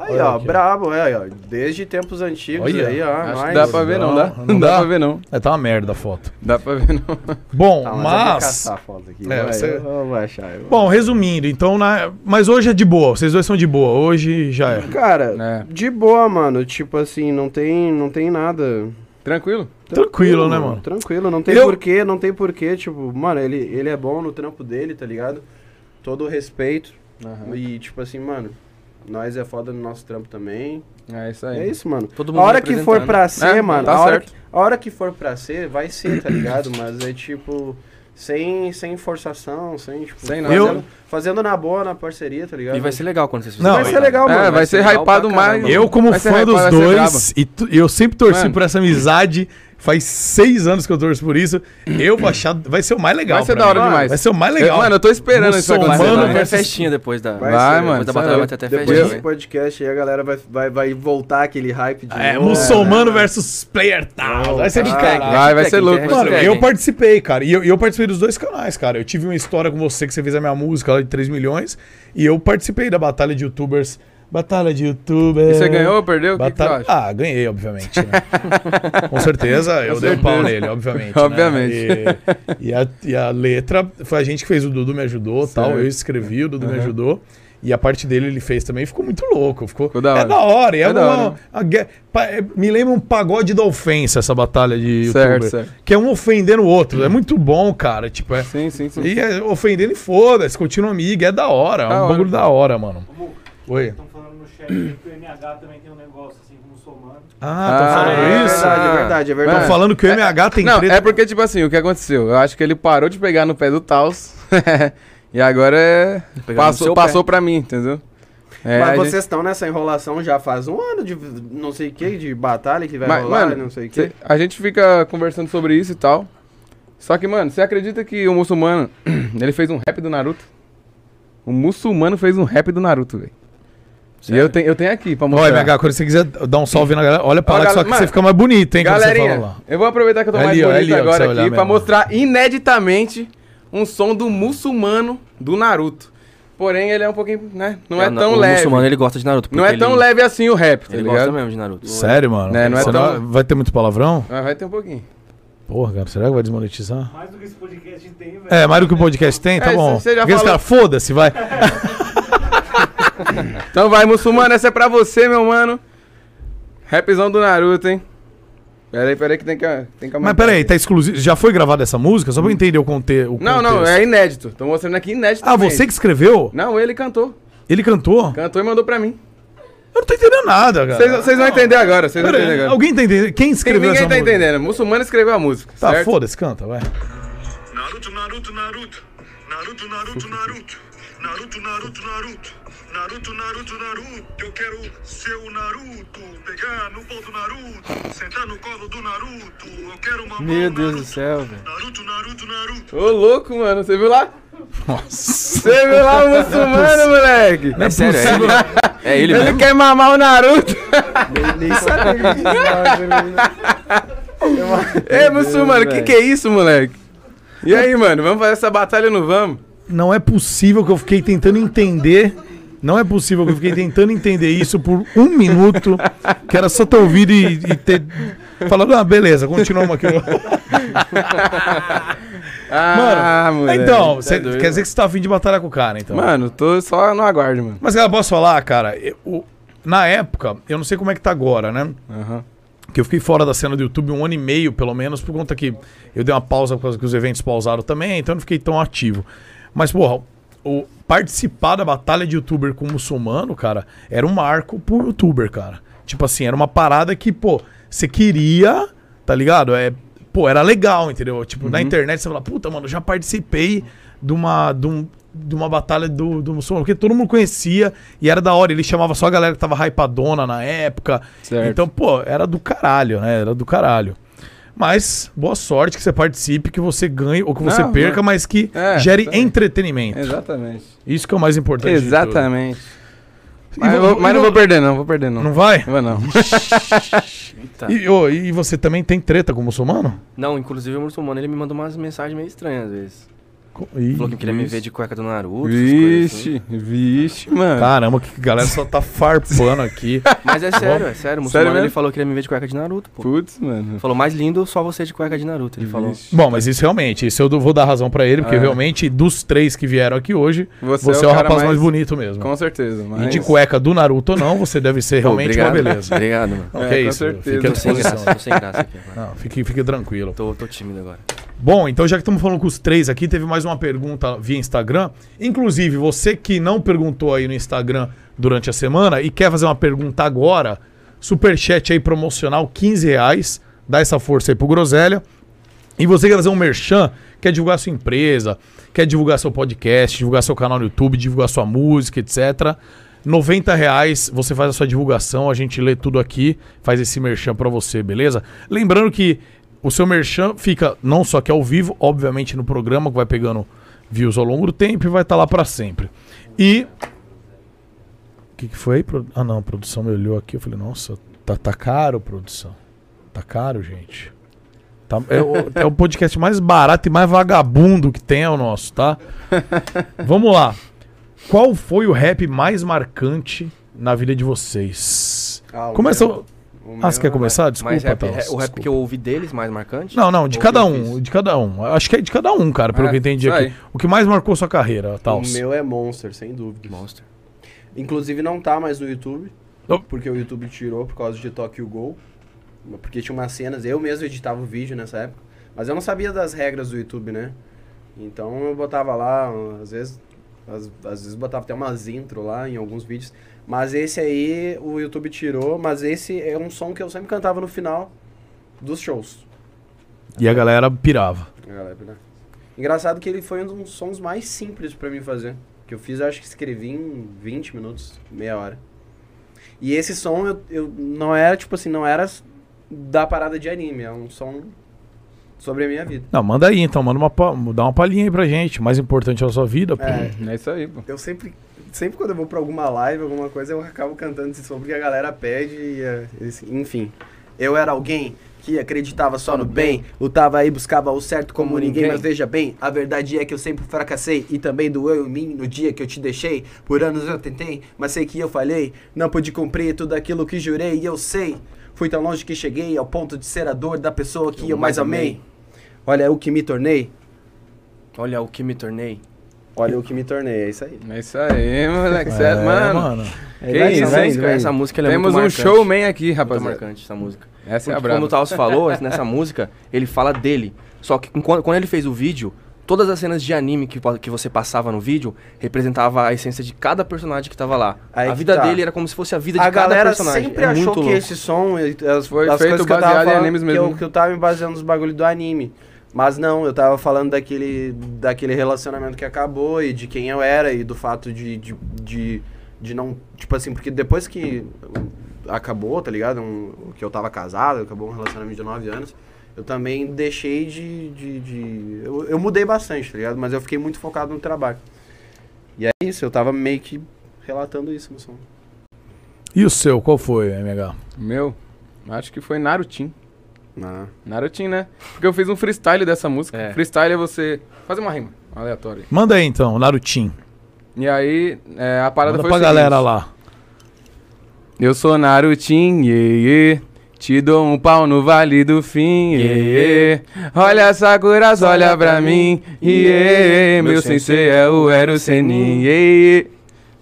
Aí, Olha ó, aqui, ó. brabo, é, ó. Desde tempos antigos Olha, aí, ó. Acho que nós. dá pra ver não, Não, dá? não Não dá. dá pra ver não. É, tá uma merda a foto. Dá pra ver não. Bom, Tá, mas... eu vou mas. caçar a foto aqui. É, vai, você- eu, eu vou achar. eu- Bom, resumindo, então, na... mas hoje é de boa, vocês dois são de boa, hoje já é. Cara, É. de boa, mano. Tipo assim, não tem, não tem nada. Tranquilo? Tranquilo, né, mano? Tranquilo, não tem Eu- porquê, não tem porquê. Tipo, mano, ele, ele é bom no trampo dele, tá ligado? Todo o respeito. Ah. E, tipo assim, mano, nós é foda no nosso trampo também. É isso É aí. isso, mano. Todo A mundo hora que for representando. pra ser, É, mano, tá a, hora que, certo. a hora que for pra ser, vai ser, tá ligado? Mas é tipo, sem, sem forçação, sem, tipo, Sem nada. fazendo, Eu- fazendo na boa, na parceria, tá ligado? E vai ser legal quando vocês né? Não, vai eu- ser legal, É, mano. vai ser legal hypado pra mais. caramba. Eu, como Vai ser fã hypado, dos vai ser dois, é brabo. e tu- eu sempre torci Mano. por essa amizade. Faz seis anos que eu torço por isso. Eu vou achar. Vai ser o mais legal. Vai ser pra da hora mim. demais. Vai ser o mais legal. Eu- mano, eu tô esperando isso Muçulmano Vai acontecer. ser Mano, até versus- festinha depois da. Vai Vai, ser, mano. depois isso da é batalha vai louco. ter até Depois festinha. desse podcast aí, a galera vai, vai, vai voltar aquele hype de É, novo. muçulmano versus player tal. Vai ser do cara. caralho. Vai, vai ser louco. Mano, Hashtag, eu hein? participei, cara. E eu, e eu participei dos dois canais, cara. Eu tive uma história com você que você fez a minha música lá de 3 milhões. E eu participei da batalha de youtubers. Batalha de youtubers. E você ganhou ou perdeu? O que, que tu Batalha... acha? Ah, ganhei, obviamente. né? Com certeza, eu dei um pau nele, obviamente. né? Obviamente. E, e a, e a letra, foi a gente que fez, o Dudu me ajudou tal. Certo. Eu escrevi, o Dudu me ajudou. E a parte dele ele fez também, ficou muito louco. Ficou, Ficou da É hora. da hora. e É É da uma- hora. a gue- pa- é- me lembra um pagode da ofensa essa batalha de youtuber. Certo, certo. Que é um ofendendo o outro. É muito bom, cara. Tipo, é. Sim, sim, sim. E é ofendendo e foda-se, continua amigo, é da hora. é Da um hora. bagulho da hora, mano. Oi. Estão falando no chat aí que o MH também tem um negócio assim com o muçulmano. Ah, tão Ah, falando É isso? verdade, é verdade, é verdade. Tão falando que o MH tem Não, treta. é porque, tipo assim, o que aconteceu? Eu acho que ele parou de pegar no pé do Taos. e agora é. no Passou, seu passou pra mim, entendeu? É, a Mas gente- vocês estão nessa enrolação já faz um ano de não sei o que, de batalha que vai Mas, rolar, mano, não sei o que. cê- a gente fica conversando sobre isso e tal. Só que, mano, você acredita que o muçulmano, ele fez um rap do Naruto? O muçulmano fez um rap do Naruto, velho. E eu, tenho eu tenho aqui pra Ó, mostrar. MH, quando você quiser dar um salve na galera, olha pra Ó, lá que só galera- que você mano, fica mais bonito, hein, quando você fala Galerinha, lá. eu vou aproveitar que eu tô É mais ali, ó, é ali, bonito ó, que você agora vai olhar aqui pra mesmo. mostrar ineditamente um som do muçulmano do Naruto. Porém, ele é um pouquinho, né? Não é, o- tão o leve. muçulmano ele gosta de Naruto. Não porque é tão ele- leve assim o rap, tá Ele gosta ligado? mesmo de Naruto. Sério, mano? Né, não é Senão tão- Vai ter muito palavrão? Mas vai ter um pouquinho. Porra, cara, será que vai desmonetizar? Mais do que esse podcast tem, velho. É, mais do que o podcast tem, tá É, bom. isso você já Porque esse falou. cara, É, foda-se, vai. Então vai, muçulmano, essa é pra você, meu mano. Rapzão do Naruto, hein? Pera aí, pera aí que tem que, tem Mas que aumentar. peraí, tá exclusivo. Já foi gravada essa música? Só pra eu entender o, conte o Não, não, é inédito. Tô mostrando aqui inédito. Ah, também. você que escreveu? Não, ele cantou. Ele cantou? Cantou e mandou pra mim. Eu não tô entendendo nada, cara. Vocês vocês vão entender agora, vocês vão Pera aí, entender agora. alguém tá entendendo? Quem Tem- escreveu Ninguém essa tá música? entendendo. Muçulmano escreveu a música. Tá, certo? foda-se, canta, vai. Naruto, Naruto, Naruto. Naruto, Naruto, Naruto. Naruto, Naruto, Naruto. Naruto, Naruto, Naruto. Eu quero ser o Naruto. Pegar no pau do Naruto. Sentar no colo do Naruto. Eu quero mamar Meu o Deus do Naruto. céu, velho. Naruto, Naruto, Naruto. Ô, louco, mano. Você viu lá? Você viu é lá o muçulmano, moleque? É sério, é ele. É ele Ele mesmo. quer mamar o Naruto. Nem sabia que né? Ei, muçulmano, o que, que é isso, moleque? E aí, mano, vamos fazer essa batalha ou não vamos? Não é possível que eu fiquei tentando entender. Não é possível que eu fiquei tentando entender isso por um minuto. Que era só ter ouvido e, e ter. Falando, ah, beleza, continuamos aqui. Ah, moleque. então, tá cê- doido. quer dizer que você tá afim de batalhar com o cara, então. Mano, tô só no aguardo, mano. Mas, cara, posso falar, cara? Eu- o- na época, eu não sei como é que tá agora, né? Aham. Que eu fiquei fora da cena do YouTube um ano e meio, pelo menos, por conta que eu dei uma pausa por causa que os eventos pausaram também, então eu não fiquei tão ativo. Mas, porra, o, participar da batalha de youtuber com muçulmano, cara, era um marco pro youtuber, cara. Tipo assim, era uma parada que, pô, você queria, tá ligado? É, pô, era legal, entendeu? Tipo, na internet você fala, puta, mano, já participei de uma. De um, de uma batalha do, do muçulmano, porque todo mundo conhecia e era da hora. Ele chamava só a galera que tava hypadona na época. Certo. Então, pô, era do caralho, né? Era do caralho. Mas, boa sorte que você participe, que você ganhe ou que você Não, perca, mas que É, gere tá aí. entretenimento. Exatamente. Isso que é o mais importante. Então, de tudo. Exatamente. E Mas, eu vo- vou- mas e não vo- vou perder, não. Vou perder, não. Não vai? Vou não. E, ô, e você também tem treta com o muçulmano? Não, inclusive o muçulmano ele me manda umas mensagens meio estranhas às vezes. Co- Ih, Falou que queria me ver de cueca do Naruto. essas coisas assim. Vixe, vixe, mano. Caramba, que galera só tá farpando aqui. Mas é sério, é sério. O muçulmano Sério mesmo? ele falou que queria me ver de cueca de Naruto, pô. Putz, mano. Falou, mais lindo, só você de cueca de Naruto. Ele falou. Vixe. Bom, mas isso realmente, isso eu dou- vou dar razão pra ele, porque É. realmente dos três que vieram aqui hoje, Você você, é o é o cara rapaz mais, mais- bonito mesmo. Com certeza, mas... E de cueca do Naruto ou não, você deve ser Pô, realmente uma beleza. Obrigado, mano. Não, É, que com isso, certeza. fique à Tô sem graça, disposição. tô sem graça aqui agora. Não, fique, fique tranquilo. Tô, tô tímido agora. Bom, então já que estamos falando com os três aqui, teve mais uma pergunta via Instagram. Inclusive, você que não perguntou aí no Instagram durante a semana e quer fazer uma pergunta agora, superchat aí promocional, 15 reais. Dá essa força aí pro Groselha. E você quer fazer um merchan, quer divulgar sua empresa, quer divulgar seu podcast, divulgar seu canal no YouTube, divulgar sua música, etc. 90 reais, você faz a sua divulgação, a gente lê tudo aqui, faz esse merchan pra você, beleza? Lembrando que o seu merchan fica não só aqui ao vivo, obviamente no programa, que vai pegando views ao longo do tempo e vai estar lá pra sempre. E... O que, que foi? Pro- Ah não, a produção me olhou aqui, eu falei, nossa, tá, tá caro, produção. Tá caro, gente. Tá- é, o, é o podcast mais barato e mais vagabundo que tem é o nosso, tá? Vamos lá. Qual foi o rap mais marcante na vida de vocês? Ah, o Começa. meu- o- Ah, você quer começar? Desculpa, Mas é rap, Thaos, o rap que eu desculpa. ouvi deles, mais marcante? Não, não, de ou cada que eu um, fiz? de cada um. Acho que é de cada um, cara, pelo É, que eu entendi isso aqui. aí. O que mais marcou sua carreira, O Taos? meu é Monster, sem dúvida. Monster. Inclusive não tá mais no YouTube, Não. porque o YouTube tirou por causa de Tokyo Gol. Porque tinha umas cenas, eu mesmo editava o vídeo nessa época, mas eu não sabia das regras do YouTube, né? Então eu botava lá, às vezes, às, às vezes botava até umas intro lá em alguns vídeos. Mas esse aí o YouTube tirou, mas esse é um som que eu sempre cantava no final dos shows. E a galera pirava. A galera, né? Engraçado que ele foi um dos sons mais simples pra mim fazer. Que eu fiz, eu acho que escrevi em 20 minutos, meia hora. E esse som eu, eu não era, tipo assim, não era da parada de anime, é um som sobre a minha vida. Não, manda aí então, manda uma, pa- dá uma palhinha aí pra gente. Mais importante é a sua vida, pô. É, É isso aí, pô. eu sempre, sempre quando eu vou pra alguma live, alguma coisa, eu acabo cantando esse som porque a galera pede e, é, esse- enfim. Eu era alguém que acreditava só no bem, lutava aí, buscava o certo como ninguém, mas veja bem, a verdade é que eu sempre fracassei e também doeu em mim no dia que eu te deixei. Por anos eu tentei, mas sei que eu falhei, não pude cumprir tudo aquilo que jurei e eu sei. Fui tão longe que cheguei ao ponto de ser a dor da pessoa que eu, mais amei. Olha é o que me tornei. Olha o que me tornei. Olha o que me tornei, é isso aí. É isso aí, moleque. É, Sério, mano. Que vai, isso, essa, vai, hein? música, essa música ela é Temos muito um marcante. showman aqui, Muito rapaziada. marcante essa música. Essa é a Porque braba. como o Taos falou, nessa música, ele fala dele. Só que quando quando ele fez o vídeo, todas as cenas de anime que, po- que você passava no vídeo representava a essência de cada personagem que tava lá. Aí a que vida tá. dele era como se fosse a vida a de cada galera personagem. sempre é achou muito que louco. esse som, as, Foi as feito coisas que eu tava baseado em falando, animes que mesmo. eu, que eu tava me baseando nos bagulho do anime. Mas não, eu tava falando daquele, daquele relacionamento que acabou e de quem eu era e do fato de, de, de, de não. Tipo assim, porque depois que acabou, tá ligado? Um, que eu tava casado, acabou um relacionamento de 9 anos, eu também deixei de. de, de- eu, eu mudei bastante, tá ligado? Mas eu fiquei muito focado no trabalho. E é isso, eu tava meio que relatando isso no som. E o seu, qual foi, MH? Meu, acho que foi Narutin. Ah. Narutin, né? Porque eu fiz um freestyle dessa música. É. Freestyle é você fazer uma rima aleatória. Manda aí então, Narutin. E aí, é, a parada Manda foi pra o seguinte. galera lá. Eu sou Narutin, iê, iê. Te dou um pau no vale do fim, iê, iê. Olha as Sakuras, olha pra mim, iê, iê. Meu sensei é o Ero Senin, iê, iê.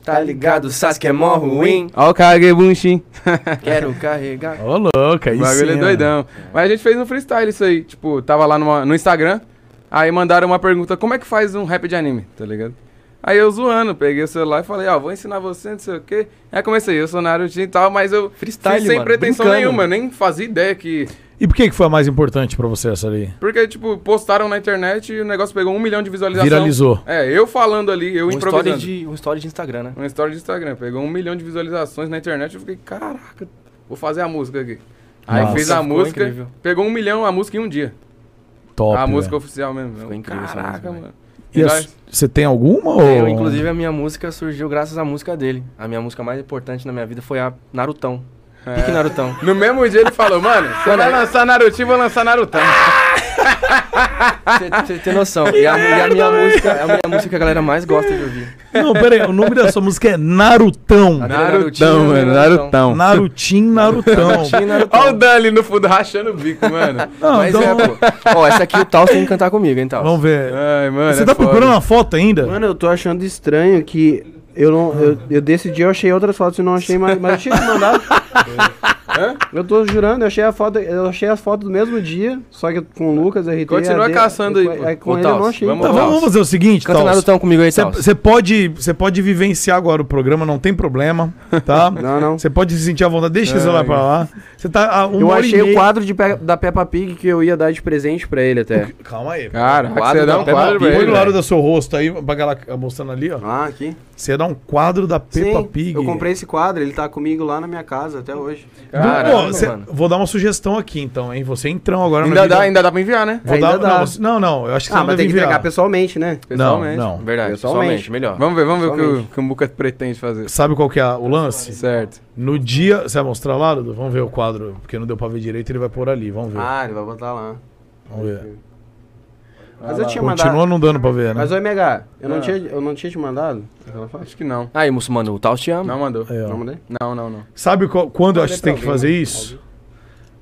Tá ligado, Sasuke é mó ruim. Ó o Kagebunshin. Quero carregar. Ô, louca, O isso. bagulho é doidão. Mas a gente fez um freestyle isso aí. Tipo, tava lá numa- no Instagram, aí mandaram uma pergunta, como é que faz um rap de anime, tá ligado? Aí eu zoando, peguei o celular e falei, ó, vou ensinar você, não sei o quê. Aí comecei, eu sou Naruto e tal, mas eu Freestyle, fiz sem mano, pretensão brincando. nenhuma, eu nem fazia ideia que... né? E por que, que foi a mais importante pra você essa ali? Porque, tipo, postaram na internet e o negócio pegou um milhão de visualizações. Viralizou. É, eu falando ali, eu Um story, improvisando. de, um story de Instagram, né? Uma história de Instagram, pegou um milhão de visualizações na internet, eu fiquei, caraca, vou fazer a música aqui. Aí Nossa, fez a ficou música, incrível. pegou um milhão a música em um dia. Top. né? a velho. música oficial mesmo. Ficou incrível essa Caraca, música, mano. E a su- Você tem alguma? Ou... Oh. Eu, inclusive, a minha música surgiu graças à música dele. A minha música mais importante na minha vida foi a Narutão. É. Pique Narutão. No mesmo dia ele falou, mano, se eu é vai lançar Naruto, eu vou lançar Narutão. Você- Você tem noção. E a, e a minha música é a minha música que a galera mais gosta de ouvir. Não, pera aí, o nome da sua música é Narutão. Ah, Narutão, mano, Narutão. Narutin, Narutão. Pique Narutão. Olha o Dan ali no fundo rachando o bico, mano. Não, Mas então, é, pô. Ó, essa aqui o Taos tem que cantar comigo, hein, Taos? vamos ver. Ai, mano. Você é tá foda. procurando uma foto ainda? Mano, eu tô achando estranho que eu não. Eu, eu desse dia eu achei outras fotos e não achei mais. Mas eu tinha te mandado. Eu tô jurando, eu achei a foto, eu achei as fotos do mesmo dia, só que com o Lucas, RT. Continua AD, caçando aí, com- é, pô. com Ô, ele eu não Taos, achei. vamos- Tá, vamos, vamos fazer o seguinte, Canta Taos. é Narutão comigo aí, Taos. Você pode, você pode vivenciar agora o programa, não tem problema, tá? Não, não. Você pode se sentir à vontade, deixa o celular pra lá. Você tá a uma Eu hora e achei o meia- quadro de Pe- da Peppa Pig que eu ia dar de presente pra ele até. Calma aí. Caraca, Quadro você dá da um Peppa quadro, Pig, Põe do velho. lado do seu rosto aí, pra galera mostrando ali, ó. Ah, aqui? Você dá um quadro da Peppa Sim, Pig. Ah, eu comprei esse quadro, ele tá comigo lá na minha casa até hoje. Do- Caramba, Pô, cê- mano. vou dar uma sugestão aqui, então, hein? Você entrão agora na Ainda vida- dá, ainda dá pra enviar, né? Vou dar- ainda dá. Não, você- não, não, eu acho que você Ah, não deve mas tem que entregar enviar. pessoalmente, né? Não, Pessoalmente. não. Verdade, Pessoalmente. pessoalmente, melhor. Vamos ver, vamos ver o que o- Pessoalmente. que o Mucas pretende fazer. Sabe qual que é o lance? Certo. No dia. Você vai mostrar lá, Dudu? Vamos ver o quadro, porque não deu pra ver direito, ele vai pôr ali. Vamos ver. Ah, ele vai botar lá. vamos ver. Mas eu tinha mandado. Continua não dando pra ver, né? Mas o MH, eu, Ah. não tinha, eu não tinha te mandado? aquela foto? Acho que não. Aí, muçulmano, o Taos te ama. Não mandou. Aí, ó. Não mandei? Não, não, não. Sabe qual- quando eu acho que você tem que fazer né? isso?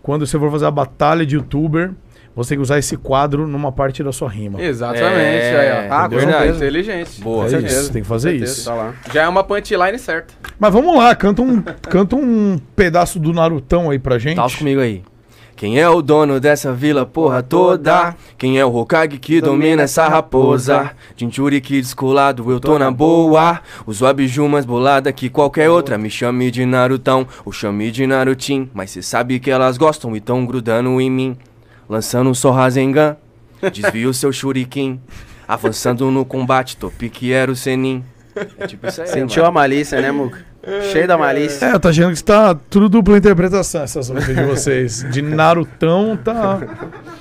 Quando você for fazer a batalha de youtuber, você tem que usar esse quadro numa parte da sua rima. Exatamente. É, aí, ó. Ah, entendeu? verdade. Verdade. Inteligente. Boa. É Com isso, tem que fazer isso. Tá lá. Já é uma punchline certa. Mas vamos lá, canta um, canta um pedaço do Narutão aí Tá, pra gente. Taos Tá comigo aí. Quem é o dono dessa vila porra toda? Quem é o Hokage que domina essa raposa? Jinchuri que descolado, eu tô na boa. Uso a biju mais bolada que qualquer outra. Me chame de Narutão ou chame de Narutin. Mas cê sabe que elas gostam e tão grudando em mim. Lançando só Rasengan, desvio seu shuriken. Avançando no combate, tô pique era o Senin. É tipo isso aí, Sentiu a malícia, né, Muca? Cheio da malícia. É, eu tô achando que tá tudo dupla interpretação essas músicas de vocês. De Narutão tá.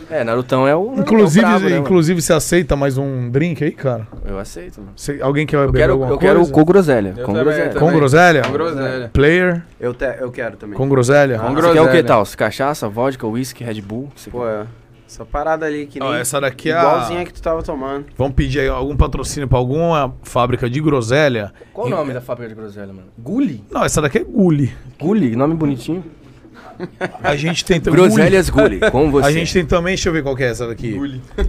É, Narutão é o. Inclusive, é o brabo, né, mano? inclusive você aceita mais um drink aí, cara? Eu aceito. mano. Você- alguém quer Eu beber quero, alguma eu quero coisa? com groselha. Eu Com também, groselha. também. Com groselha? Com groselha. Player? Eu, te- eu quero também. Com groselha? Com Você quer o que, groselha. Taos? Cachaça, vodka, whisky, Red Bull? Você Pô, é. essa parada ali que nem... Ó, essa daqui é a- Igualzinha que tu tava tomando. Vamos pedir aí algum patrocínio pra alguma fábrica de groselha? é. Qual o nome da fábrica de groselha, mano? Gulli? Não, essa daqui é Gulli. Gulli, nome bonitinho. A gente tem também. Groselhas Gulli, com é você. um A gente tem também, deixa eu ver qual que é essa daqui.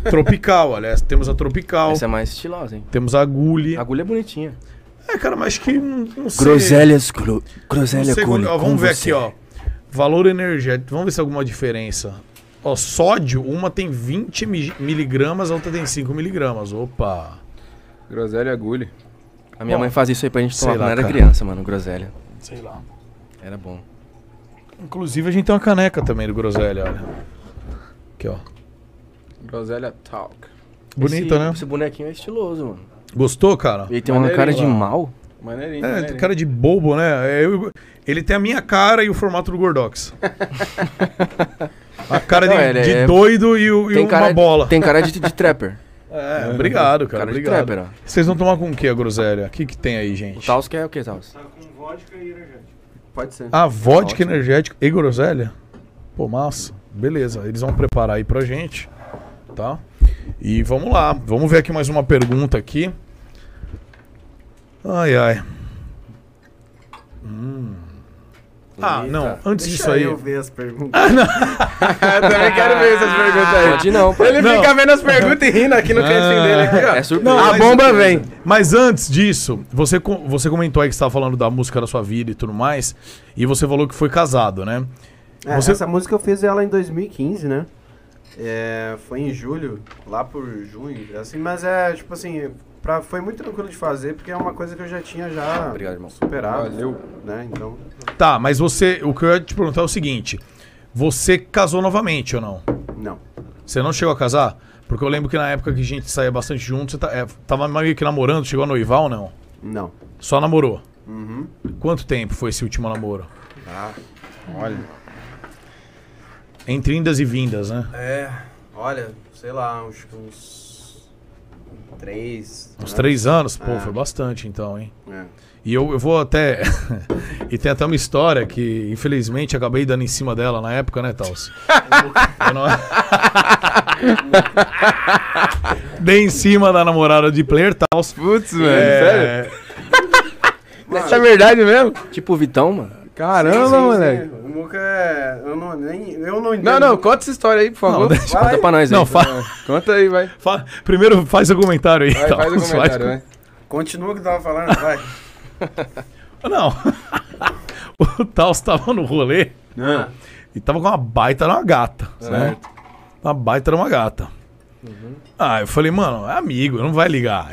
Tropical, aliás, temos a Tropical, Essa é mais estilosa, hein? temos a Gulli. A Gulli é bonitinha. É, cara, mas acho que não, não sei. Groselhas Gulli. Não Groselha sei qual- Gulli, ó, com Vamos ver Né, você. aqui, ó. Valor energético, vamos ver se alguma diferença. Ó, sódio, uma tem 20 mi- miligramas, a outra tem 5 miligramas. Opa. Groselha e agulha. A minha mãe fazia isso aí pra gente sei tomar lá, quando era cara. criança, mano, groselha. Sei lá. Era bom. Inclusive, a gente tem uma caneca também do Groselha, olha. Aqui, ó. Groselha Talk. Bonito, esse, né? Esse bonequinho é estiloso, mano. Gostou, cara? Ele tem uma Maneirinho, cara de ó. mal. Maneirinho. É, maneirinho. tem cara de bobo, né? É, eu- ele tem a minha cara e o formato do Gordox. a cara Não, de, ele de é- doido e, o- e Tem uma cara, bola. Tem cara de, de trapper. É, obrigado, cara. Cara de obrigado. trapper, ó. Vocês vão tomar com o que a groselha? O que, que tem aí, O gente? Taos quer o que, Taos? Tá com vodka e energético. Pode ser. Ah, vodka Ótimo. energético e groselha? Pô, massa. Beleza, eles vão preparar aí pra gente, tá? E vamos lá, vamos ver aqui mais uma pergunta aqui. Ai, ai. Hum. Ah, não, antes disso aí... eu ver as perguntas. Eu também quero ver essas Ah. perguntas aí. Pode não, pô. Ele Não. Ah. fica vendo as perguntas e rindo aqui no cantinho dele aqui, ó. É surpresa. a mas- bomba vem. Mas antes disso, você, co- você comentou aí que você estava falando da música da sua vida e tudo mais, e você falou que foi casado, né? É, Você- Essa música eu fiz ela em 2015, né? É, foi em julho, lá por junho, assim, mas é, tipo assim, pra, foi muito tranquilo de fazer, porque é uma coisa que eu já tinha já Obrigado, irmão. superado, Valeu. né? Então, Tá, mas você. O que eu ia te perguntar é o seguinte: você casou novamente ou não? não. Você não chegou a casar? Porque eu lembro que na época que a gente saía bastante junto, você tá- é, tava meio que namorando, chegou a noivar ou não? Não. Só namorou. Uhum. Quanto tempo foi esse último namoro? Olha. Entre indas e vindas, né? É, olha, sei lá, uns. uns três. Uns três anos? Pô, É. foi bastante então, hein? É. E eu, eu vou até. e tem até uma história que, infelizmente, acabei dando em cima dela na época, né, Taus? Eu não- Dei em cima da namorada de player, Taus. Putz, velho. Sério? É, Isso é verdade mesmo? Tipo o Vitão, mano. Caramba, moleque. O Muca é. Eu não, nem, eu não entendo. Não, não, conta essa história aí, por favor. deixa- Vai, Tipo, Conta pra nós aí. Não, fa- Conta aí, vai. fa- primeiro faz o comentário aí. Vai, Taus, faz o comentário, com- vai. Continua o que eu tava falando, vai. Não. o Taus tava no rolê e tava com uma baita numa gata, né? Uma baita numa gata. Ah, eu falei, mano, é amigo, não vai ligar.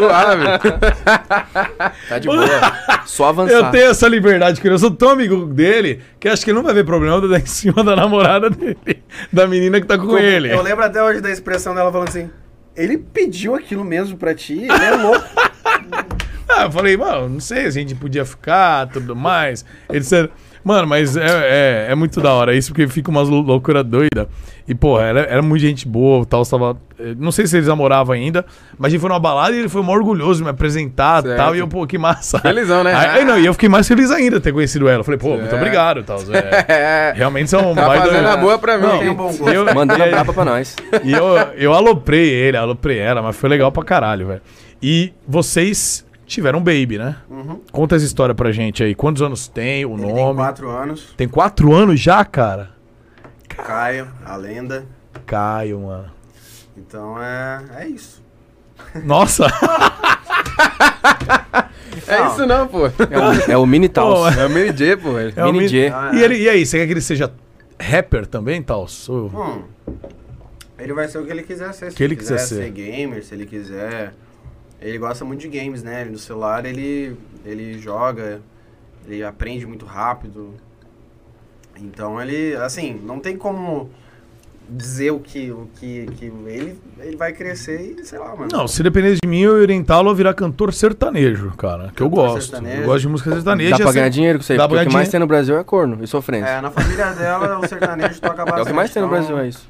Suave. Tá de boa. Só avançar. Eu tenho essa liberdade, cara. Eu sou tão amigo dele que acho que ele não vai ver problema de eu dar em cima da namorada dele, da menina que tá com ele. Eu lembro até hoje da expressão dela falando assim. Ele pediu aquilo mesmo pra ti, ele é louco. Ah, eu falei, mano, não sei, a gente podia ficar, tudo mais. Ele disse, mano, mas é, é, é muito da hora isso, porque fica umas lou- loucura doida. E, porra, era, era muito gente boa, o tal, tava. eh, Não sei se eles namoravam ainda, mas a gente foi numa balada e ele foi mó orgulhoso de me apresentar e Certo. tal. E eu, pô, que massa. Felizão, né? Aí, aí não, e eu fiquei mais feliz ainda de ter conhecido ela. Eu falei, pô, muito Certo. obrigado, tal. É, É. realmente são Tá baita- fazendo a boa pra mim. Não, Tem um bom e gosto. eu- Mandando a e- braba um pra nós. e eu, eu aloprei ele, aloprei ela, mas foi legal pra caralho, velho. E vocês tiveram um baby, né? Conta essa história pra gente aí. Quantos anos tem, o Uhum. Ele tem nome? quatro anos. Tem quatro anos já, cara? Caio, a lenda. Caio, mano. Então é. É isso. Nossa! É isso não, pô. É o, é o mini Taos. É o Mini J, pô. ele. um- É o Mini mi- J. Ah, E, ele- e aí, você quer que ele seja rapper também, tal? Sou... Hum. Ele vai ser o que ele quiser ser. Se Que ele quiser, quiser ser. gamer, se ele quiser. Ele gosta muito de games, né? Ele no celular ele, ele joga, ele aprende muito rápido. Então ele, assim, não tem como dizer o que. O que, que ele, ele vai crescer e sei lá, mano. Não, se dependesse de mim, eu ia orientá-lo a virar cantor sertanejo, cara. Que eu Cantor gosto. sertanejo. Eu gosto de música sertaneja. Dá pra assim- ganhar dinheiro com isso aí. Dá pra Porque o ganhar que mais dinheiro. tem no Brasil é corno e sofrência. É, na família dela, o sertanejo toca É, bastante. o que mais tem no Brasil, é isso.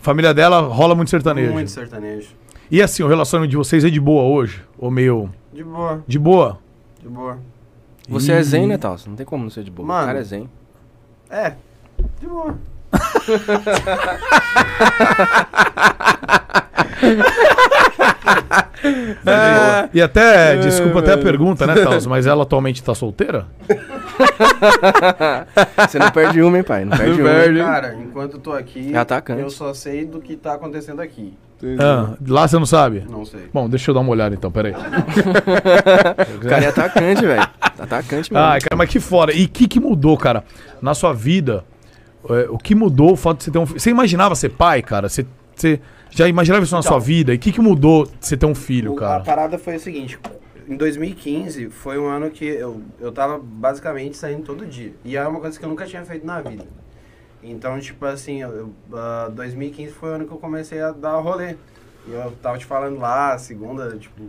Família dela rola muito sertanejo. sertanejo. Muito sertanejo. E assim, o relacionamento de vocês é de boa hoje? Ou meio. De boa, De boa? de boa. Você é zen, né, Taos? Não tem como não ser de boa. Mano. O cara é zen. É, de boa. É, E até, desculpa até a pergunta, né, Taus? Mas ela atualmente tá solteira? Você não perde uma, hein, pai? Não perde uma. perde. Cara, enquanto eu tô aqui, É atacante. eu só sei do que tá acontecendo aqui. Ah, lá você não sabe? Não sei. Bom, deixa eu dar uma olhada então, peraí. O cara é atacante, velho. Atacante mesmo. Ai, Ah, cara, mas que fora. E o que, que mudou, cara, na sua vida? É, o que mudou o fato de você ter um filho? Você imaginava ser pai, cara? Você, você já imaginava isso na sua vida? E o que, que mudou de você ter um filho, Então. O- A cara? parada foi o seguinte, em 2015 foi um é ano que eu, eu tava basicamente saindo todo dia. E era uma coisa que eu nunca tinha feito na vida. Então, tipo assim, eu, eu, ah, 2015 foi o ano que eu comecei a dar rolê. E eu tava te falando lá, segunda, tipo.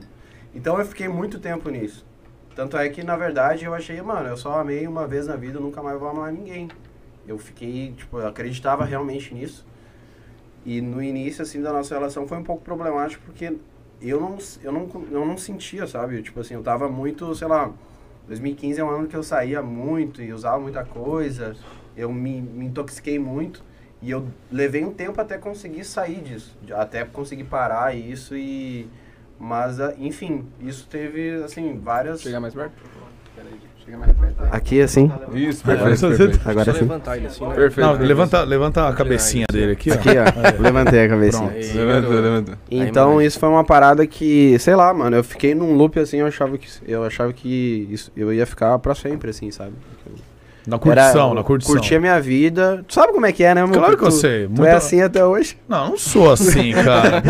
Então eu fiquei muito tempo nisso. Tanto é que, na verdade, eu achei, mano, eu só amei uma vez na vida, eu nunca mais vou amar ninguém. Eu fiquei, tipo, eu acreditava realmente nisso. E no início, assim, da nossa relação foi um pouco problemático, porque eu não, eu não, eu não sentia, sabe? Tipo assim, eu tava muito, sei lá, 2015 é um ano que eu saía muito e usava muita coisa, eu me, me intoxiquei muito e eu levei um tempo até conseguir sair disso, de- até conseguir parar isso e... Mas, ah, enfim, isso teve, assim, várias... Chegar mais perto? Chega mais perto. Aqui, assim? Isso, Agora perfeito. você- perfeito. Agora Só sim. levantar ele assim, né? Perfeito. Não, levanta, levanta a cabecinha dele aqui, ó. Aqui, ó. Levantei a cabecinha. Pronto. Levanta, levanta. Então isso foi uma parada que, sei lá, mano, eu fiquei num loop assim, eu achava que eu achava que isso, eu ia ficar pra sempre assim, sabe? Na curtição, Era- na curtição. Curtia minha vida. Tu sabe como é que é, né, mano? Claro que eu tu, sei. Tu Muita- é assim até hoje? Não, não sou assim, cara.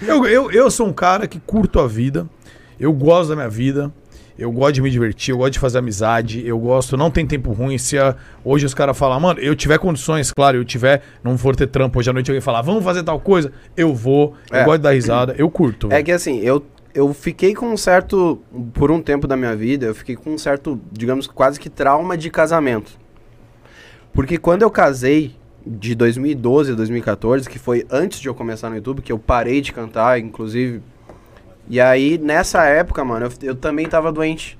eu, eu, eu sou um cara que curto a vida. Eu gosto da minha vida. Eu gosto de me divertir, eu gosto de fazer amizade, eu gosto, não tem tempo ruim. Se a- hoje os caras falam, mano, eu tiver condições, claro, eu tiver, não for ter trampo hoje à noite, alguém falar, vamos fazer tal coisa, eu vou, eu É. gosto de dar risada, eu curto. É que assim, eu eu fiquei com um certo por um tempo da minha vida, eu fiquei com um certo, digamos, quase que trauma de casamento. Porque quando eu casei de 2012 a 2014, que foi antes de eu começar no YouTube, que eu parei de cantar, inclusive E aí, nessa época, mano, eu, eu também tava doente.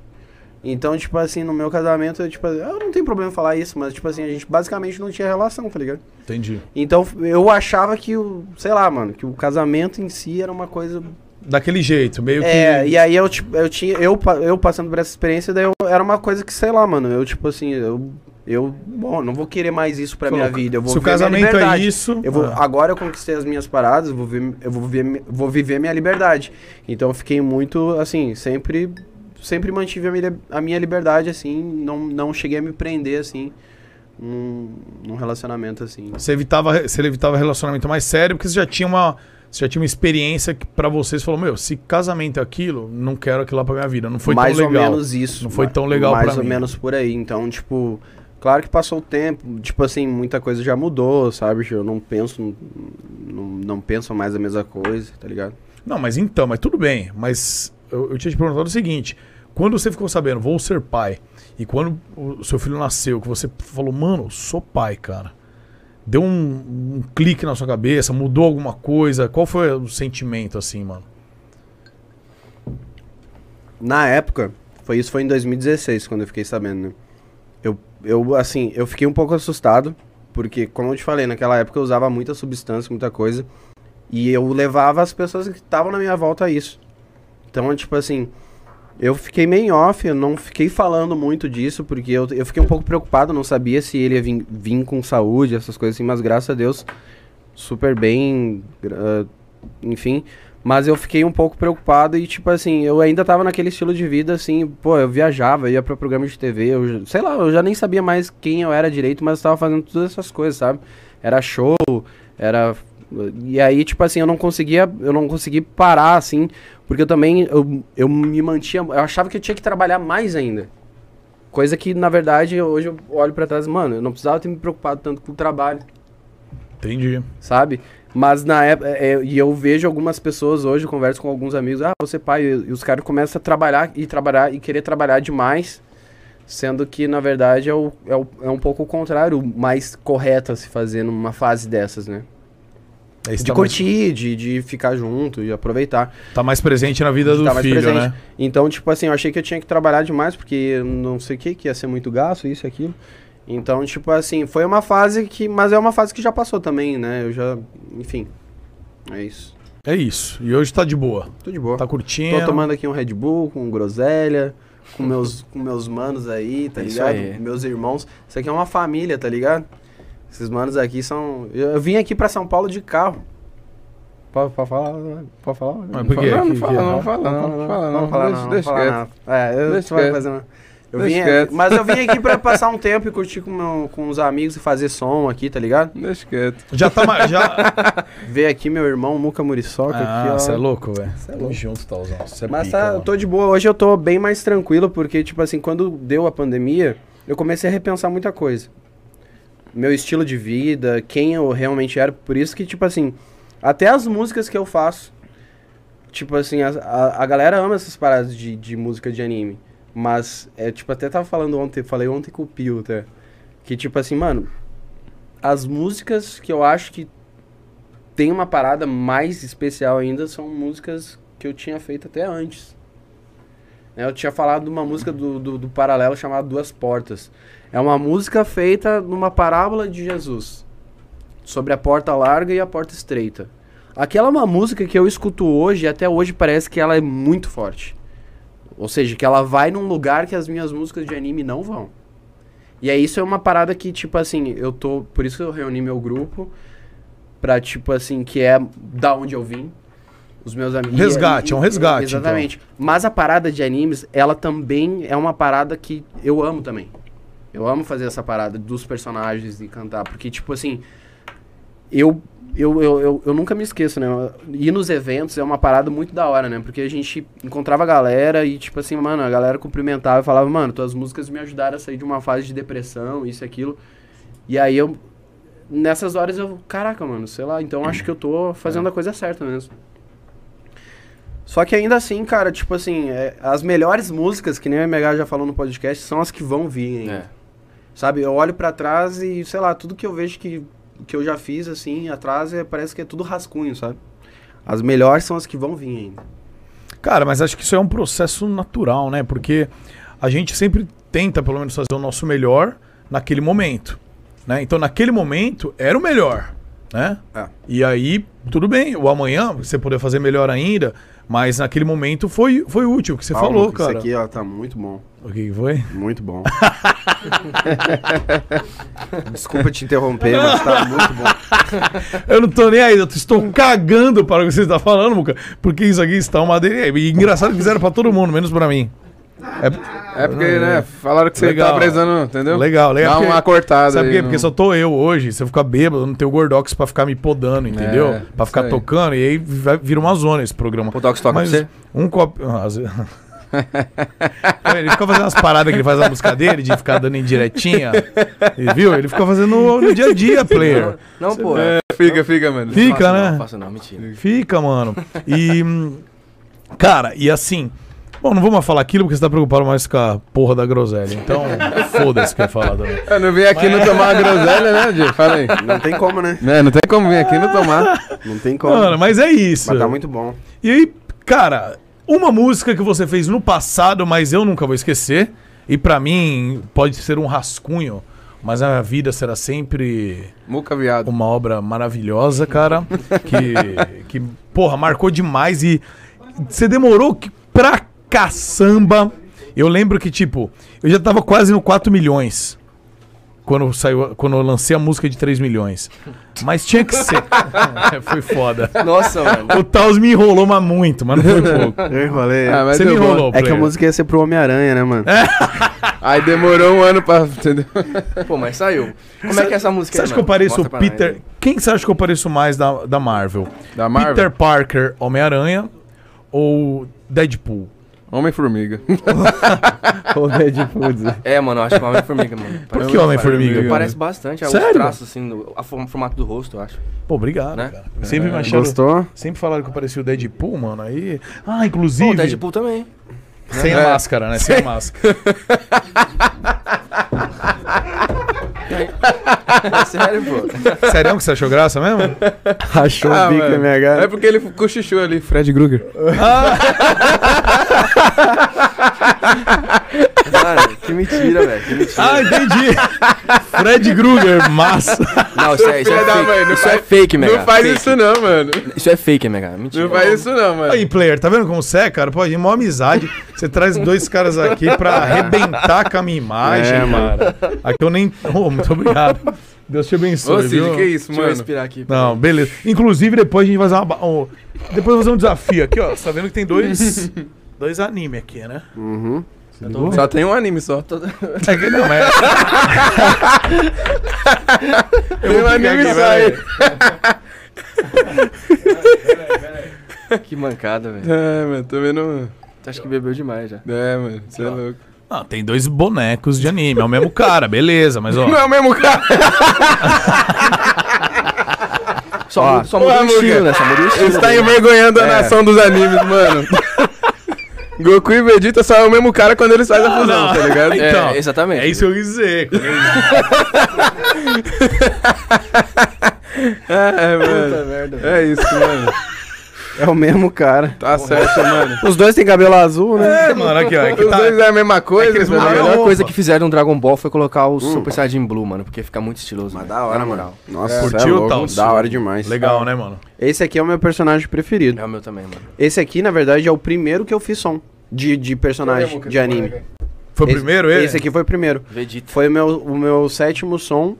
Então, tipo assim, no meu casamento, eu, tipo, eu não tenho problema em falar isso, mas, tipo assim, a gente basicamente não tinha relação, tá ligado? Entendi. Então, eu achava que o, sei lá, mano, que o casamento em si era uma coisa. Daquele jeito, meio É, que. e aí eu, tipo, eu tinha, eu, pa- eu passando por essa experiência, daí eu, era uma coisa que, sei lá, mano, eu, tipo assim, eu, eu, bom, não vou querer mais isso pra minha Falou, vida. Eu vou Se o viver minha casamento é liberdade. isso. Eu vou, Ah. agora eu conquistei as minhas paradas, eu vou viver, eu vou viver, vou viver minha liberdade. Então eu fiquei muito, assim, sempre sempre mantive a minha, a minha liberdade, assim, não, não cheguei a me prender, assim, num, num relacionamento, assim. Você evitava, você evitava relacionamento mais sério porque você já tinha uma, você já tinha uma experiência que para vocês falou, meu, se casamento é aquilo, não quero aquilo lá pra minha vida. Não foi mais tão legal. ou menos isso. Não foi ma- tão legal Mais pra ou mim. menos por aí. Então, tipo, claro que passou o tempo, tipo assim, muita coisa já mudou, sabe? Eu não penso, não, não penso mais a mesma coisa, tá ligado? Não, mas então, mas tudo bem. Mas eu, eu tinha te perguntado o seguinte: quando você ficou sabendo, vou ser pai, e quando o seu filho nasceu, que você falou, mano, sou pai, cara. Deu um, um clique na sua cabeça, mudou alguma coisa? Qual foi o sentimento assim, mano? Na época, foi isso foi em 2016, quando eu fiquei sabendo, né? Eu, eu, assim, eu fiquei um pouco assustado, porque, como eu te falei, naquela época eu usava muita substância, muita coisa, e eu levava as pessoas que estavam na minha volta a isso. Então, tipo assim, eu fiquei meio em off, eu não fiquei falando muito disso, porque eu, eu fiquei um pouco preocupado, não sabia se ele ia vir, vir com saúde, essas coisas assim, mas graças a Deus, super bem, gra- ah, enfim. Mas eu fiquei um pouco preocupado e, tipo assim, eu ainda tava naquele estilo de vida, assim, pô, eu viajava, ia pra programa de TV, eu, já- sei lá, eu já nem sabia mais quem eu era direito, mas eu tava fazendo todas essas coisas, sabe? Era show, era. E aí, tipo assim, eu não conseguia, eu não consegui parar, assim, porque eu também, eu, eu me mantinha, eu achava que eu tinha que trabalhar mais ainda. Coisa que, na verdade, hoje eu olho pra trás, mano, eu não precisava ter me preocupado tanto com o trabalho Entendi. sabe? Mas na época, é, e eu vejo algumas pessoas hoje, eu converso com alguns amigos, ah, você pai, e, e os caras começam a trabalhar e trabalhar e querer trabalhar demais, sendo que na verdade é, o, é, o- é um pouco o contrário, o mais correto a se fazer numa fase dessas, né? Então, Aí você De tá mais, curtir, de, de ficar junto, de aproveitar. tá mais presente na vida de do estar mais filho, presente. né? Então, tipo assim, eu achei que eu tinha que trabalhar demais, porque eu não sei o que, que ia ser muito gasto, isso, aquilo. Então, tipo assim, foi uma fase que. Mas é uma fase que já passou também, né? Eu já. Enfim. É isso. É isso. E hoje tá de boa. Tô de boa. Tá curtindo. Tô tomando aqui um Red Bull com groselha, com meus, com meus manos aí, tá É isso ligado? aí. Meus irmãos. Isso aqui é uma família, tá ligado? Esses manos aqui são. Eu, eu vim aqui pra São Paulo de carro. Pode, pode falar? Pode falar? Mas por quê? Não, não Que- fala, que- não fala, não fala, não fala, não. Deixa falar quieto. nada. É, eu Deixa tu vai quieto. fazer uma- Eu Deixa vim, quieto. mas eu vim aqui pra passar um tempo e curtir com, meu, com os amigos e fazer som aqui, tá ligado? Deixa quieto. Já tá mais. Já... Ver aqui meu irmão Muca Muriçoca aqui, ó. Ah, você é louco, velho. é Tamo louco. junto, Talzão. Você é Mas pica, tá, eu mano. tô de boa. Hoje eu tô bem mais tranquilo, porque, tipo assim, quando deu a pandemia, eu comecei a repensar muita coisa. meu estilo de vida, quem eu realmente era. Por isso que, tipo assim, até as músicas que eu faço, tipo assim, as- a, a galera ama essas paradas de, de música de anime. Mas, é, tipo, até tava falando ontem, falei ontem com o Pio, até. Que, tipo assim, mano, as músicas que eu acho que tem uma parada mais especial ainda são músicas que eu tinha feito até antes. Né, Eu tinha falado de uma música do, do, do Paralelo chamada Duas Portas. É uma música feita numa parábola de Jesus. Sobre a porta larga e a porta estreita. Aquela é uma música que eu escuto hoje e até hoje parece que ela é muito forte. Ou seja, que ela vai num lugar que as minhas músicas de anime não vão. E é isso é uma parada que, tipo assim, eu tô. Por isso que eu reuni meu grupo. Pra, tipo assim, que é da onde eu vim. Os meus amigos. Resgate, é um resgate, então. Exatamente. Mas a parada de animes, ela também é uma parada que eu amo também. Eu amo fazer essa parada dos personagens e cantar. Porque, tipo assim, eu, eu, eu, eu, eu nunca me esqueço, né? Ir nos eventos é uma parada muito da hora, né? Porque a gente encontrava a galera e, tipo assim, mano, a galera cumprimentava e falava, mano, tuas músicas me ajudaram a sair de uma fase de depressão, isso e aquilo. E aí eu. Nessas horas eu. Caraca, mano, sei lá, então acho que eu tô fazendo a coisa certa mesmo. Só que ainda assim, cara, tipo assim, é, as melhores músicas, que nem o MH já falou no podcast, são as que vão vir é. ainda. Sabe, eu olho pra trás e, sei lá, tudo que eu vejo que, que eu já fiz, assim, atrás, é, parece que é tudo rascunho, sabe? As melhores são as que vão vir ainda. Cara, mas acho que isso é um processo natural, né? Porque a gente sempre tenta, pelo menos, fazer o nosso melhor naquele momento. Né? Então, naquele momento, era o melhor. Né? É. E aí, tudo bem, o amanhã você poder fazer melhor ainda, mas naquele momento foi, foi útil, o que você falou, cara. Isso aqui, ó, tá muito bom. O que que foi? Muito bom. Desculpa te interromper, mas tá muito bom. Eu não tô nem aí, eu estou cagando para o que você está falando, Muca, porque isso aqui está uma delícia. E engraçado que fizeram para todo mundo, menos para mim. É, É porque, né, falaram que você Legal. tá precisando, entendeu? legal, legal. Dá porque- uma cortada Sabe por aí quê? no- Porque só tô eu hoje. Se eu ficar bêbado, eu não tenho gordox pra ficar me podando, entendeu? É, pra ficar isso aí. tocando, e aí vai- vira uma zona esse programa. Botox toca Mas pra você? um copo. Ah, às vezes- ele fica fazendo umas paradas que ele faz na música dele, de ficar dando indiretinha. E, viu? Ele fica fazendo no, no dia a dia, player. Não, pô. é Fica, fica, mano. Fica, Não, né? não faço não, mentira. Fica, mano. E. hum, Cara, e assim. Bom, não vou mais falar aquilo porque você tá preocupado mais com a porra da groselha. Então, foda-se que eu ia falar também. Eu não vim aqui não tomar uma groselha, né, Di? Fala aí. Não tem como, né? Né, não tem como vir aqui não tomar. Não tem como. Mano, mas é isso. mas tá muito bom. E aí, cara, uma música que você fez no passado, mas eu nunca vou esquecer. E pra mim pode ser um rascunho, mas a vida será sempre Muca, viado. uma obra maravilhosa, cara. Que, que porra, marcou demais e você demorou que- pra caçamba. Eu lembro que, tipo, eu já tava quase no 4 milhões. Quando, saiu, a- quando eu lancei a música de 3 milhões. Mas tinha que ser. É, Foi foda. Nossa, mano. O Taos me enrolou, mas muito, mas não foi pouco. Eu enrolei. Ah, mas Você me deu bom. enrolou, é que a player. música ia ser pro Homem-Aranha, né, mano? Aí demorou um ano pra. Entendeu? Pô, mas saiu. Como é que é essa música Você acha que eu pareço o Peter... Parker? Quem que você acha que eu pareço mais da, da Marvel? Da Marvel? Peter Parker, Homem-Aranha ou Deadpool? Homem-Formiga. o Deadpool. É, mano, eu acho que é Homem-Formiga, mano. Por que Homem-Formiga? Homem-Formiga. Parece bastante. é, Os Sério? traços, assim, do- a forma- o formato do rosto, eu acho. Pô, obrigado, Né? cara. Sempre me acharam... Gostou? Sempre falaram que eu parecia o Deadpool, mano. Aí... Ah, Pô, inclusive... o Deadpool também. Sem a É. máscara, né? Sem a máscara. É sério, pô. Sério que você achou graça mesmo? Achou o bico da minha É cara. porque ele cochichou ali, Fred Krueger. Mano, É, que mentira, velho. Que mentira. ah, entendi. Fred Krueger, massa. Não, isso é, isso é Filha da fake. mãe, não isso é faz- fake, mega. Não faz Fake. isso não, mano. Isso é fake, mega. Mentira. Não faz isso não, mano. Aí, player, tá vendo como você é, cara? Pô, a gente é mó amizade. Você traz dois caras aqui pra arrebentar com a minha imagem, É, mano. cara. Aqui eu nem. Ô, muito obrigado. Deus te abençoe. Ô, Cid, viu? que isso, Deixa eu mano? respirar aqui. Não, beleza. Inclusive, depois a gente vai fazer uma. ba- um- Depois eu vou fazer um desafio aqui, ó. Você tá vendo que tem dois. Dois anime aqui, né? Uhum. Você ligou? Só tem um anime só. É que não, é. Tem um anime só aí. Que mancada, velho. É, mano, tô vendo. Acho que bebeu demais já. É, um. mano, você é louco. Ah, tem dois bonecos de anime, é o mesmo cara, beleza, mas ó. Não é o mesmo cara. Só, mu- só mudou Porra, o estilo, Muga. né? Só mudou o estilo. Ah. Ele tá está envergonhando a É. nação dos animes, mano. Goku e Vegeta só é o mesmo cara quando eles fazem a fusão, não. tá ligado? É, Então, exatamente. É isso que eu quis dizer. É, mano. É tá. isso, mano. É o mesmo cara. Tá certo, mano. Os dois têm cabelo azul, né? É, mano, aqui, ó. é que Os tá- dois é a mesma coisa, eles tá A mudaram ligado? melhor Opa. coisa que fizeram no Dragon Ball foi colocar o Super Saiyajin Blue, mano, porque fica muito estiloso. Mas da hora, mano. Nossa, Curtiu, cê é louco, Taos? Da hora demais. Legal, né, mano? Esse aqui é o meu personagem preferido. É o meu também, mano. Esse aqui, na verdade, é o primeiro que eu fiz som de, de personagem, de anime. Foi o Esse- primeiro ele? Esse aqui foi o primeiro. Vegeta. Foi o meu, o meu sétimo som.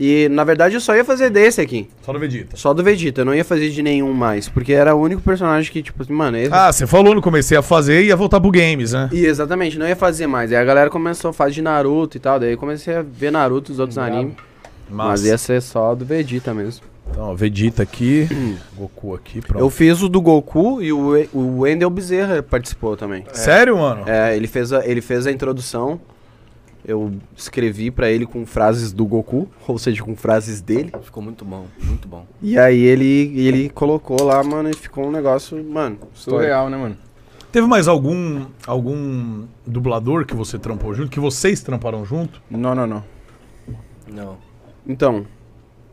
E, na verdade, eu só ia fazer desse aqui. Só do Vegeta. Só do Vegeta. Eu não ia fazer de nenhum mais. Porque era o único personagem que, tipo, assim, mano... Esse... Ah, você falou no comecei a fazer e ia voltar pro games, né? E, exatamente, não ia fazer mais. Aí a galera começou a fazer de Naruto e tal. Daí eu comecei a ver Naruto e os outros animes. Mas Massa. ia ser só do Vegeta mesmo. Então, ó, Vegeta aqui, Goku aqui, pronto. Eu fiz o do Goku e o, o Wendel Bezerra participou também. Sério, mano? É, ele fez a, ele fez a introdução. Eu escrevi pra ele com frases do Goku, ou seja, com frases dele. Ficou muito bom, muito bom. E aí ele, ele colocou lá, mano, e ficou um negócio, mano, história. Surreal, né, mano? Teve mais algum algum dublador que você trampou junto, que vocês tramparam junto? Não, não, não. Não. Então,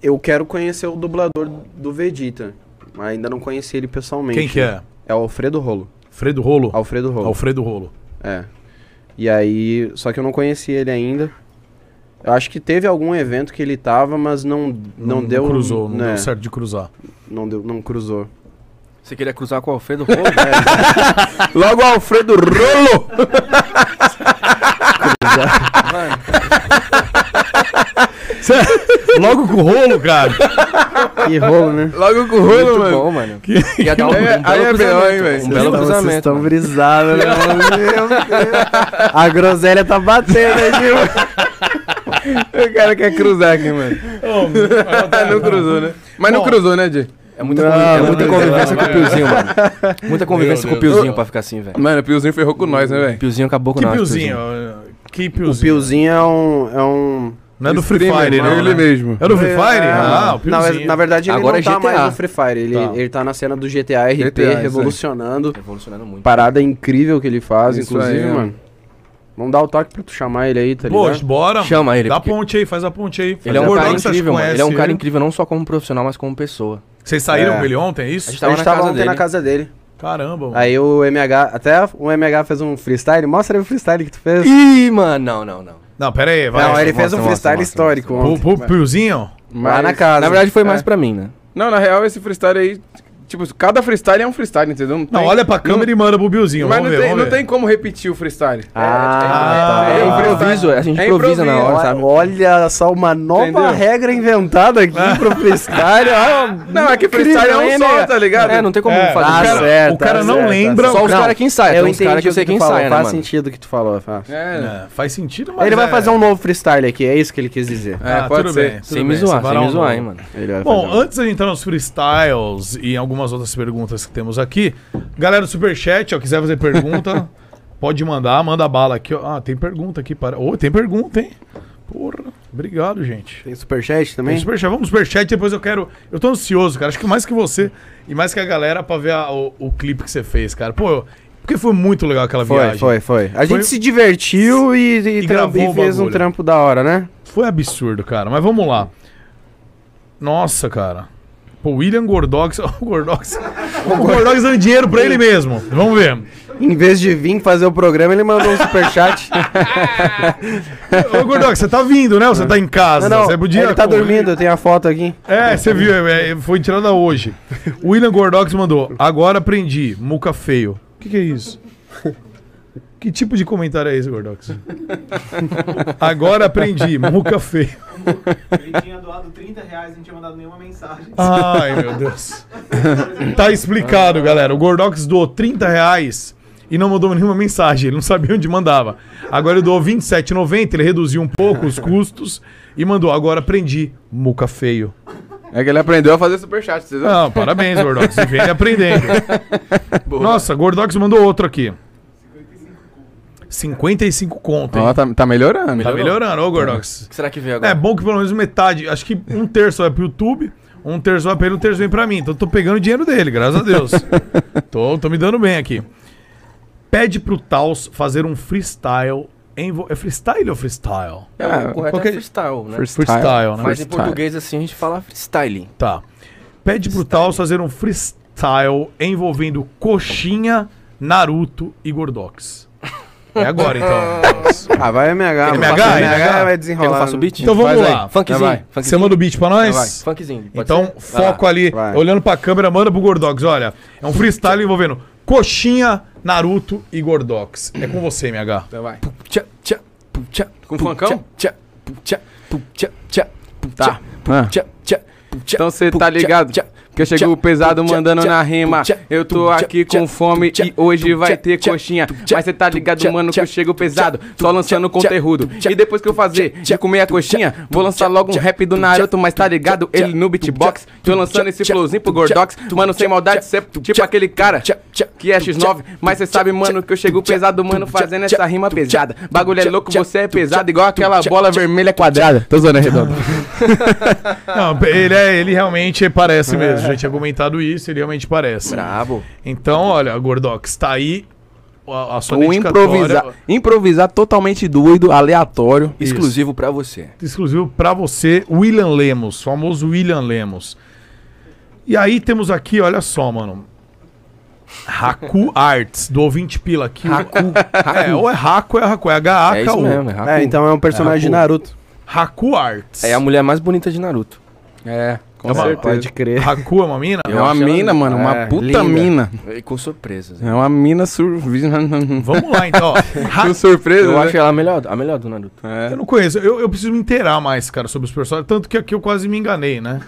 eu quero conhecer o dublador do Vegeta. mas Ainda não conheci ele pessoalmente. Quem que é? É o Alfredo Rolo. Fredo Rolo? Alfredo Rolo. Alfredo Rolo. É. E aí, só que eu não conheci ele ainda. Eu acho que teve algum evento que ele tava, mas não, não, deu. Cruzou, não né, deu certo de cruzar. Não deu, não cruzou. Você queria cruzar com o Alfredo Rolo? Logo Alfredo Rolo! Mano, Logo com o rolo, cara. Que rolo, né? Logo com o Rolo, muito mano. bom, mano. Ia dar um, um Aí é- belo aí é B.O., cruzamento, hein, velho? Vocês Um belo tão- Vocês cruzamento. estão mano. brisados, né? Meu Deus. A groselha tá batendo aí, viu? O cara quer é cruzar aqui, mano. não cruzou, né? Mas não cruzou, né, Di? É muita, Não, convi- é não, muita não, convivência com o Piozinho, mano. Muita convivência Meu com o Piozinho pra ficar assim, velho. Mano, o Piozinho ferrou com nós, né, velho? Piozinho acabou com Que nós. piozinho? Que O piozinho? Piozinho é um. É um... Não é do Free Streamer, Fire, não, Ele né? mesmo. É do Free Fire? É, Ah, o na, piozinho. na verdade, ele Agora não é tá GTA. mais no Free Fire. Ele, Tá. ele tá na cena do GTA RP, GTA, isso aí. revolucionando. Revolucionando muito. Parada incrível que ele faz, Isso inclusive, aí, ó. mano. Vamos dar o toque pra tu chamar ele aí, tá ligado? Poxa, bora. Chama ele, Dá a porque- ponte aí, faz a ponte aí. Ele é um Gordão cara que né? você incrível, mano. conhece Ele é um cara ele. incrível não só como profissional, mas como pessoa. Vocês saíram É. com ele ontem, é A gente isso? tá- a tava gente na tava casa ontem dele. na casa dele. Caramba, mano. Aí o MH, até o MH fez um freestyle. Mostra aí o freestyle que tu fez. Ih, mano, não, não, não. Não, pera aí, vai. não, ele fez mostra, um mostra, freestyle mostra, histórico Pro- ontem. pro piozinho? Lá Mas- na casa. Na verdade foi mais pra mim, né? Não, na real, esse freestyle aí. Tipo, cada freestyle é um freestyle, entendeu? Não, tem- olha pra câmera e manda pro Biozinho. Mas vamos não, ver, tem, vamos não ver. tem como repetir o freestyle. Ah, É, É, é um improviso, a gente É improvisa na improviso, hora, Olha- sabe? Olha só uma nova Entendeu? regra inventada aqui pro freestyle. Olha, Não, é que incrível, freestyle é um hein, só, né? tá ligado? Ah, É, não tem como É, fazer. o tá isso. cara, certo, o cara tá não certo, lembra. tá Só os Não, caras que ensaiam, eu tem uns entendi caras que eu sei o que tu quem falou, ensaia, né, faz mano? sentido o que tu falou. faz. É, É, faz sentido, mas. ele vai é- fazer um novo freestyle aqui, é isso que ele quis dizer. Ah, É, pode tudo ser. bem. tudo Sem me bem, zoar, sem separar me um zoar, novo. hein, mano. Ele vai Bom, fazer um- antes de entrar nos freestyles e em algumas outras perguntas que temos aqui, galera do Superchat, ó, quiser fazer pergunta, pode mandar, manda bala aqui, ó. Ah, tem pergunta aqui para. Ô, tem pergunta, hein? Porra, obrigado, gente. Tem superchat Tem também? superchat. Vamos pro superchat, depois eu quero. Eu tô ansioso, cara. Acho que mais que você e mais que a galera pra ver a- o, o clipe que você fez, cara. Pô, eu- porque foi muito legal aquela Foi, viagem. foi, foi. A Foi- gente se divertiu e, e, E tram- gravou o e fez um bagulho. trampo da hora, né? Foi absurdo, cara. Mas vamos lá. Nossa, cara. Pô, William Gordox. O Gordox. O Gordox dando dinheiro pra ele mesmo. Vamos ver. Em vez de vir fazer o programa, ele mandou um superchat. Ô, Gordox, você tá vindo, né? Ou você tá em casa? não, não, Você podia- ele tá Pô, dormindo, eu tenho a foto aqui. É, você viu. é, é, foi tirada hoje. O William Gordox mandou. Agora aprendi. Muca feio. O que, que é isso? Que tipo de comentário é esse, Gordox? Agora aprendi. Muca feio. Ele tinha doado 30 reais e não tinha mandado nenhuma mensagem. Ai, meu Deus. Tá explicado, galera. O Gordox doou 30 reais e não mandou nenhuma mensagem. Ele não sabia onde mandava. Agora ele doou 27,90. Ele reduziu um pouco os custos e mandou. Agora aprendi. Muca feio. É que ele aprendeu a fazer superchat, vocês viram? Não, parabéns, Gordox. E vem aprendendo. Nossa, Gordox mandou outro aqui. 55 conto, hein? Ó, tá, tá melhorando. Tá melhorando, ô Gordox. que será que veio agora? É bom que pelo menos metade, acho que um terço vai pro YouTube, um terço vai pra ele, um terço vem pra mim. Então eu tô pegando o dinheiro dele, graças a Deus. tô, tô me dando bem aqui. Pede pro Taos fazer um freestyle em... vo- É freestyle ou freestyle? É, o correto qualquer- é freestyle, né? Freestyle. Freestyle, né? Mas em freestyle. português assim a gente fala freestyle. Tá. Pede pro Taos fazer um freestyle envolvendo Coxinha, Naruto e Gordox. É agora, então. Taos. Ah, vai MH. MH, vai MH. vai Quer que eu desenrolar. faça o beat? Então vamos Faz aí. lá. Funkzinho. Vai, vai. funkzinho. Você manda o beat pra Vai, nós? Funkzinho. pode Então, ser? Vai lá. foco ali, Vai. olhando pra câmera, manda pro Gordox, olha. É um freestyle envolvendo coxinha, Naruto e Gordox. É com você, MH. Então vai. Tchá, tchá, pu, tchá, Com pu, funkão? Tchá, pu, tchá, pu, tchá, tchá, pu, Tá. tchá, pu, Ah. tchá, tchá, pu, tchá, Então você pu, tá tchá, ligado? tchá. Porque chegou o pesado mandando na rima. Eu tô aqui com fome e hoje vai ter coxinha. Mas você tá ligado, mano, que eu chego pesado, só lançando conteúdo. E depois que eu fazer de comer a coxinha, vou lançar logo um rap do Naruto, mas tá ligado? Ele no beatbox. Tô lançando esse flowzinho pro Gordox. Mano, sem maldade, cê é tipo aquele cara que é X9. Mas você sabe, mano, que eu chego pesado, mano, fazendo essa rima pesada. Bagulho é louco, você é pesado, igual aquela bola vermelha quadrada. Tô zoando, é redondo. Não, ele, é, ele realmente parece mesmo. Já tinha comentado isso, ele realmente parece. Brabo. Então, olha, Gordox, tá aí a, a sua Um dedicatória. improvisar, improvisar totalmente doido, aleatório. Exclusivo pra você. exclusivo pra você, William Lemos, famoso William Lemos. E aí temos aqui, olha só, mano. Haku Arts, do ouvinte pila aqui. Haku. É, ou é Haku, ou é Haku, é É isso H-A-K-U. mesmo, é Haku. É, então é um personagem de Naruto. Haku Arts. É a mulher mais bonita de Naruto. É, com É uma- certeza. Pode crer. Haku é uma mina? É uma acho ela linda. mina, mano, uma É, puta linda. mina. E com surpresas. né? É uma mina surpresa. Vamos lá, então. ó. Ha- Que surpresa, Eu né? acho ela a melhor, a melhor do Naruto. Eu não conheço, eu, eu preciso me inteirar mais, cara, sobre os personagens. Tanto que aqui eu quase me enganei, né?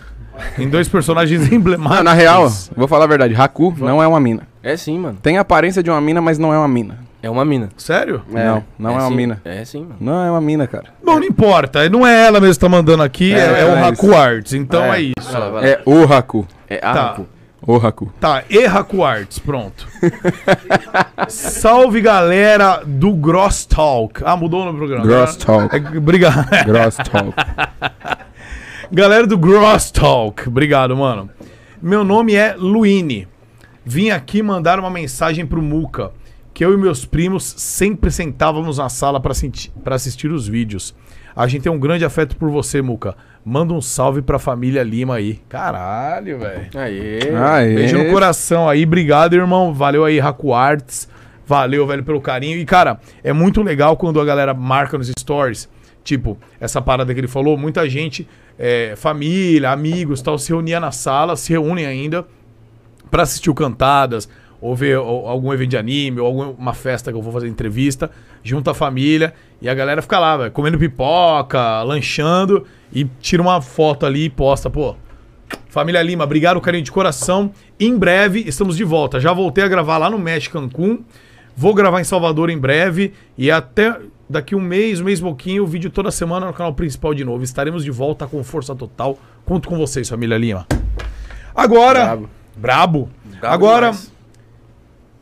Em dois personagens Ah, emblemáticos. na real, vou falar a verdade, Haku não é uma mina. É sim, mano. Tem a aparência de uma mina, mas não é uma mina. É uma mina. Sério? Não, não é, uma sim. mina. É sim, mano. Não é uma mina, cara. Bom, não importa. Não é ela mesmo que tá mandando aqui, é, É, é o é Haku isso. Arts. Então é, É. isso. Vai lá, vai lá. É o Haku. É Tá. arco. O Haku. Tá, erra quartz, pronto. Salve galera do Gross Talk. Ah, mudou o nome do programa. Gross Talk. É, obrigado. Gross Talk. Galera do Gross Talk, obrigado, mano. Meu nome é Luini. Vim aqui mandar uma mensagem pro Muca, que eu e meus primos sempre sentávamos na sala pra senti- pra assistir os vídeos. A gente tem um grande afeto por você, Muca. Manda um salve pra família Lima aí. Caralho, velho. Aê. Aê. Beijo no coração aí, obrigado, irmão. Valeu aí, Raku Arts. Valeu, velho, pelo carinho. E, cara, é muito legal quando a galera marca nos stories. Tipo, essa parada que ele falou, muita gente, é, família, amigos tal, se reunia na sala, se reúnem ainda pra assistir o Cantadas, ou ver o- algum evento de anime, ou alguma festa que eu vou fazer entrevista, junta a família e a galera fica lá, velho, comendo pipoca, lanchando e tira uma foto ali e posta, pô. Família Lima, obrigado, carinho de coração. Em breve estamos de volta. Já voltei a gravar lá no México, Cancún. Vou gravar em Salvador em breve e até daqui um mês, um mês e pouquinho, o vídeo toda semana no canal principal de novo. Estaremos de volta com força total. Conto com vocês, família Lima. Agora, brabo. Agora,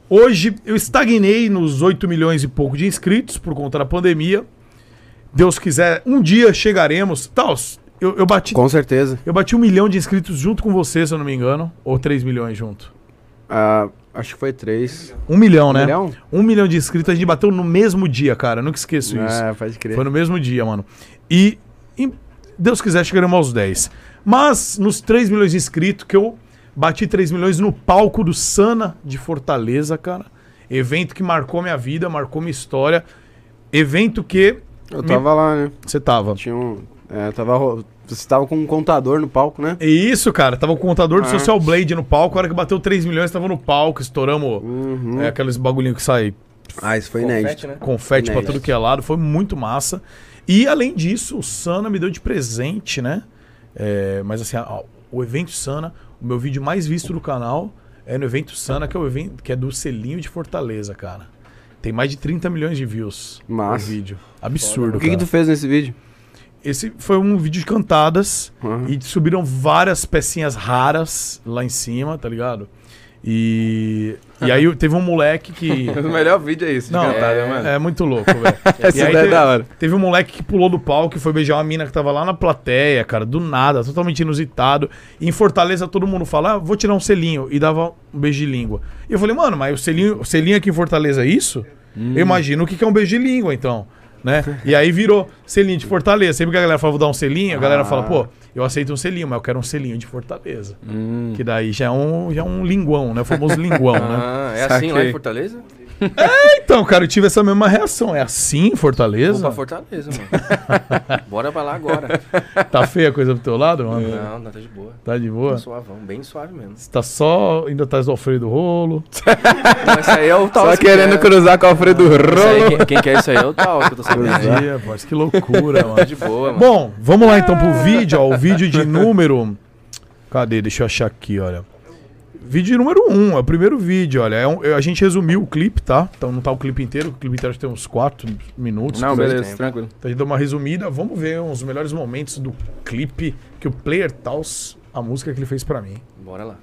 hoje eu estagnei nos 8 milhões e pouco de inscritos por conta da pandemia. Deus quiser, um dia chegaremos. Taos, eu, eu bati Com certeza. eu bati um milhão de inscritos junto com você, se eu não me engano. Ou 3 milhões junto. Ah, acho que foi três. Um milhão, Um né? milhão? Um milhão de inscritos. A gente bateu no mesmo dia, cara. Eu nunca esqueço isso. Ah, pode crer. Foi no mesmo dia, mano. E, em- Deus quiser, chegaremos aos 10. Mas, nos 3 milhões de inscritos, que eu bati 3 milhões no palco do Sana de Fortaleza, cara. Evento que marcou minha vida, marcou minha história. Evento que. Eu tava lá, né? Você tava. Tinha um. É, tava. ro- Você tava com um contador no palco, né? É isso, cara. Tava o contador do Ah. Social Blade no palco. A hora que bateu 3 milhões, tava no palco. Estouramos Uhum. é, aqueles bagulhinho que sai Ah, isso foi inédito. né? confete pra Inédito. tudo que é lado. Foi muito massa. E além disso, o Sana me deu de presente, né? É, mas assim, a- o evento Sana, o meu vídeo mais visto do canal é no evento Sana, que é, o evento, que é do selinho de Fortaleza, cara. Tem mais de 30 milhões de views Massa. né? o vídeo. Absurdo, O que, que cara. tu fez nesse vídeo? Esse foi um vídeo de cantadas Uhum. e subiram várias pecinhas raras lá em cima, tá ligado? E, e aí teve um moleque que. O melhor vídeo é esse, de Não, cantada, mano. é, muito louco, velho. Essa E aí ideia é teve- da hora. Teve um moleque que pulou do palco e foi beijar uma mina que tava lá na plateia, cara, do nada, totalmente inusitado. E em Fortaleza todo mundo fala, ah, vou tirar um selinho. E dava um beijo de língua. E eu falei, mano, mas o selinho, o selinho aqui em Fortaleza é isso? Hum. Eu imagino o que que é um beijo de língua, então. Né? E aí virou selinho de Fortaleza. Sempre que a galera fala, vou dar um selinho, a galera Ah. fala, pô, eu aceito um selinho, mas eu quero um selinho de Fortaleza. Hum. Que daí já é um, já é um linguão, né? O famoso linguão, né? Ah, é assim Saquei. lá em Fortaleza? Então, cara, eu tive essa mesma reação. É assim em Vou pra Fortaleza? Fortaleza, mano. Bora pra lá agora. Tá feia a coisa pro teu lado, mano? É. Não, não, tá de boa. Tá de boa? Suavão, bem suave mesmo. Você tá só, ainda tá sofrendo do rolo. Não, isso aí é o tal. Só querendo cruzar com o Alfredo Ah, Rolo. quem, quem quer isso aí é o tal que eu tô sabendo. Dia, rapaz, que loucura, Tá mano. de boa, mano. Bom, vamos lá então pro vídeo, ó. O vídeo de número. Cadê? Deixa eu achar aqui, olha. Vídeo número 1, um, é o primeiro vídeo, olha. É um- eu- a gente resumiu o clipe, tá? Então não tá o clipe inteiro, o clipe inteiro acho que tem uns 4 minutos. Não, por aí. beleza, tranquilo. Então a gente deu uma resumida. Vamos ver os melhores momentos do clipe que o Player Taos, a música que ele fez pra mim. Bora lá.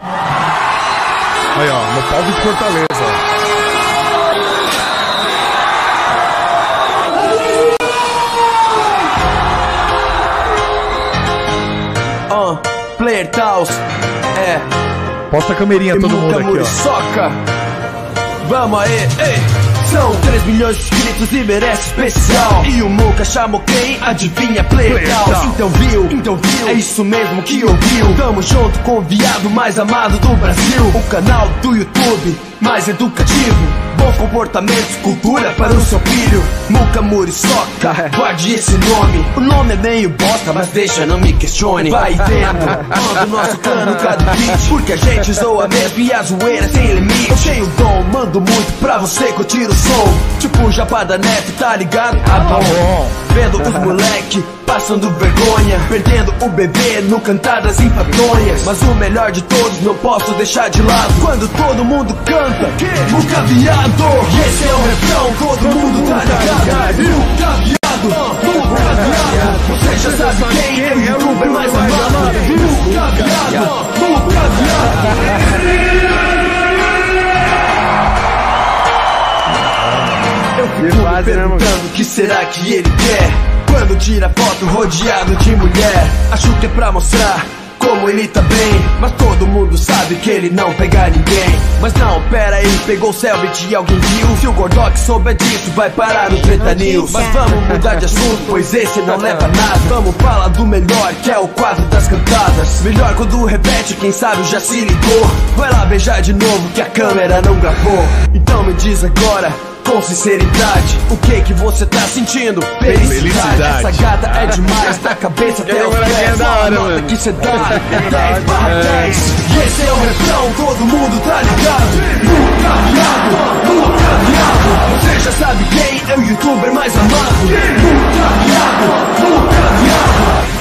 Aí, ó, no palco de Fortaleza. Ah, player Taos, é, ó. Posta a camerinha todo mundo Muca aqui, ó. Muriçoca. Vamos aí, ei. São 3 milhões de inscritos e merece especial. E o Muca chamou quem? Adivinha, Player Taos. Então viu, então viu, é isso mesmo que ouviu. Tamo junto com o viado mais amado do Brasil. O canal do YouTube mais educativo. Bons comportamentos, cultura para o seu filho. Muca Muriçoca, guarde esse nome. O nome é meio bosta, mas deixa, não me questione. Vai vendo, manda o nosso cano cada beat. Porque a gente zoa mesmo e a zoeira sem limite. Eu tenho dom, mando muito pra você curtir o som. Tipo Japada Neve, tá ligado? Tá bom. Vendo os moleque passando vergonha. Perdendo o bebê no cantadas em patonhas. Mas o melhor de todos não posso deixar de lado. Quando todo mundo canta, nunca viado. E esse é o refrão, todo mundo tá ligado. Nunca viado, nunca viado. Você já sabe quem é o youtuber mais amado. Nunca viado, nunca viado. Eu fico me perguntando o que será que ele quer Quando tira foto rodeado de mulher Acho que é pra mostrar como ele tá bem Mas todo mundo sabe que ele não pega ninguém Mas não, pera, ele pegou o Selbit e alguém viu Se o Gordox souber disso, vai parar no Treta News Mas vamos mudar de assunto, pois esse não leva nada Vamos falar do melhor, que é o quadro das cantadas Melhor quando repete, quem sabe já se ligou Vai lá beijar de novo, que a câmera não gravou Então me diz agora com sinceridade, o que que você tá sentindo? Felicidade, essa gata é demais, da cabeça até o pé. Da hora, nota que você dá, 10 barra 10. E esse é o refrão, todo mundo tá ligado. Nunca viado, nunca viado. Você já sabe quem é o youtuber mais amado. Nunca viado, nunca viado.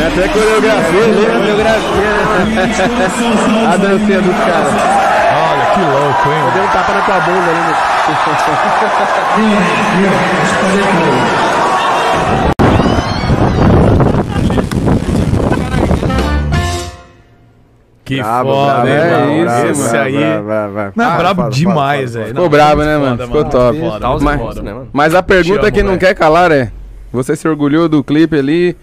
É até coreografia, né? A dancinha dos caras. Olha, que louco, hein? Deu um tapa na tua bunda, né? Que Brabo, foda, bravo, hein, é mano? isso, Esse bravo, aí. bravo, bravo. Não, é brabo demais, velho. velho. Ficou brabo, né, mano? Ficou top. Foda, Taos é mas, foda, né, mano? Mas a pergunta Te amo, que não velho. quer calar é: você se orgulhou do clipe ali,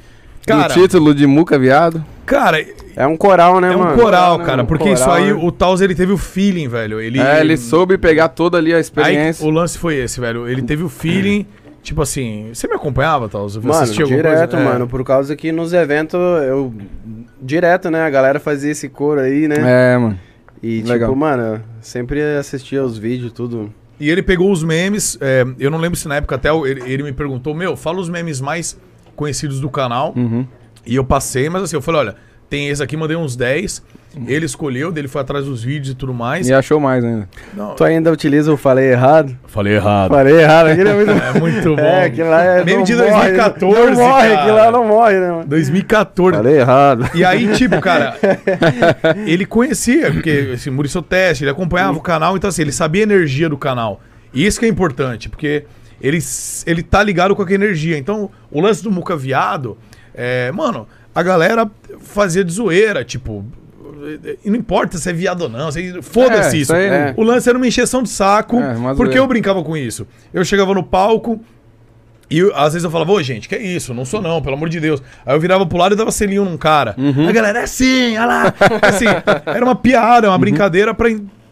Cara. do título de Muca Viado? Cara, É um coral, né, é um mano? coral, né, cara. um porque coral, isso aí, né? o Taos, ele teve o feeling, velho. Ele, É, ele soube pegar toda ali a Aí, experiência. o lance foi esse, velho. Ele teve o feeling, tipo assim... Você me acompanhava, Taos? Você Tipo, Mano, assistia alguma direto, coisa? É. mano. Por causa que nos eventos, eu. Direto, né? A galera fazia esse coro aí, né? É, mano. E, legal. tipo, mano, eu sempre assistia os vídeos, tudo. E ele pegou os memes. é, eu não lembro se na época até o- ele, ele me perguntou: Meu, fala os memes mais conhecidos do canal. Uhum. E eu passei, mas assim, eu falei: Olha, tem esse aqui, mandei uns 10. Ele escolheu, dele foi atrás dos vídeos e tudo mais. E achou mais ainda. Não, Tu ainda utiliza o falei errado? Falei errado. Falei errado, aquele é muito. É muito bom. É, aquele lá é. Meme não de morre, 2014, Não morre, cara. aquele lá não morre, né, mano? 2014. Falei errado. E aí, tipo, cara, ele conhecia, porque esse Muricio Teste, ele acompanhava o canal, então assim, ele sabia a energia do canal. E isso que é importante, porque ele, s- ele tá ligado com aquela energia. Então, o lance do Muca Viado É, mano, a galera fazia de zoeira, tipo. E não importa se é viado ou não, se- foda-se É, isso. isso aí, né? O lance era uma encheção de saco, É, uma porque zoeira. eu brincava com isso. Eu chegava no palco e eu- às vezes eu falava, ô gente, que é isso? Não sou não, pelo amor de Deus. Aí eu virava pro lado e dava selinho num cara. Uhum. A galera, é assim, olha lá. assim, era uma piada, uma Uhum. brincadeira pra,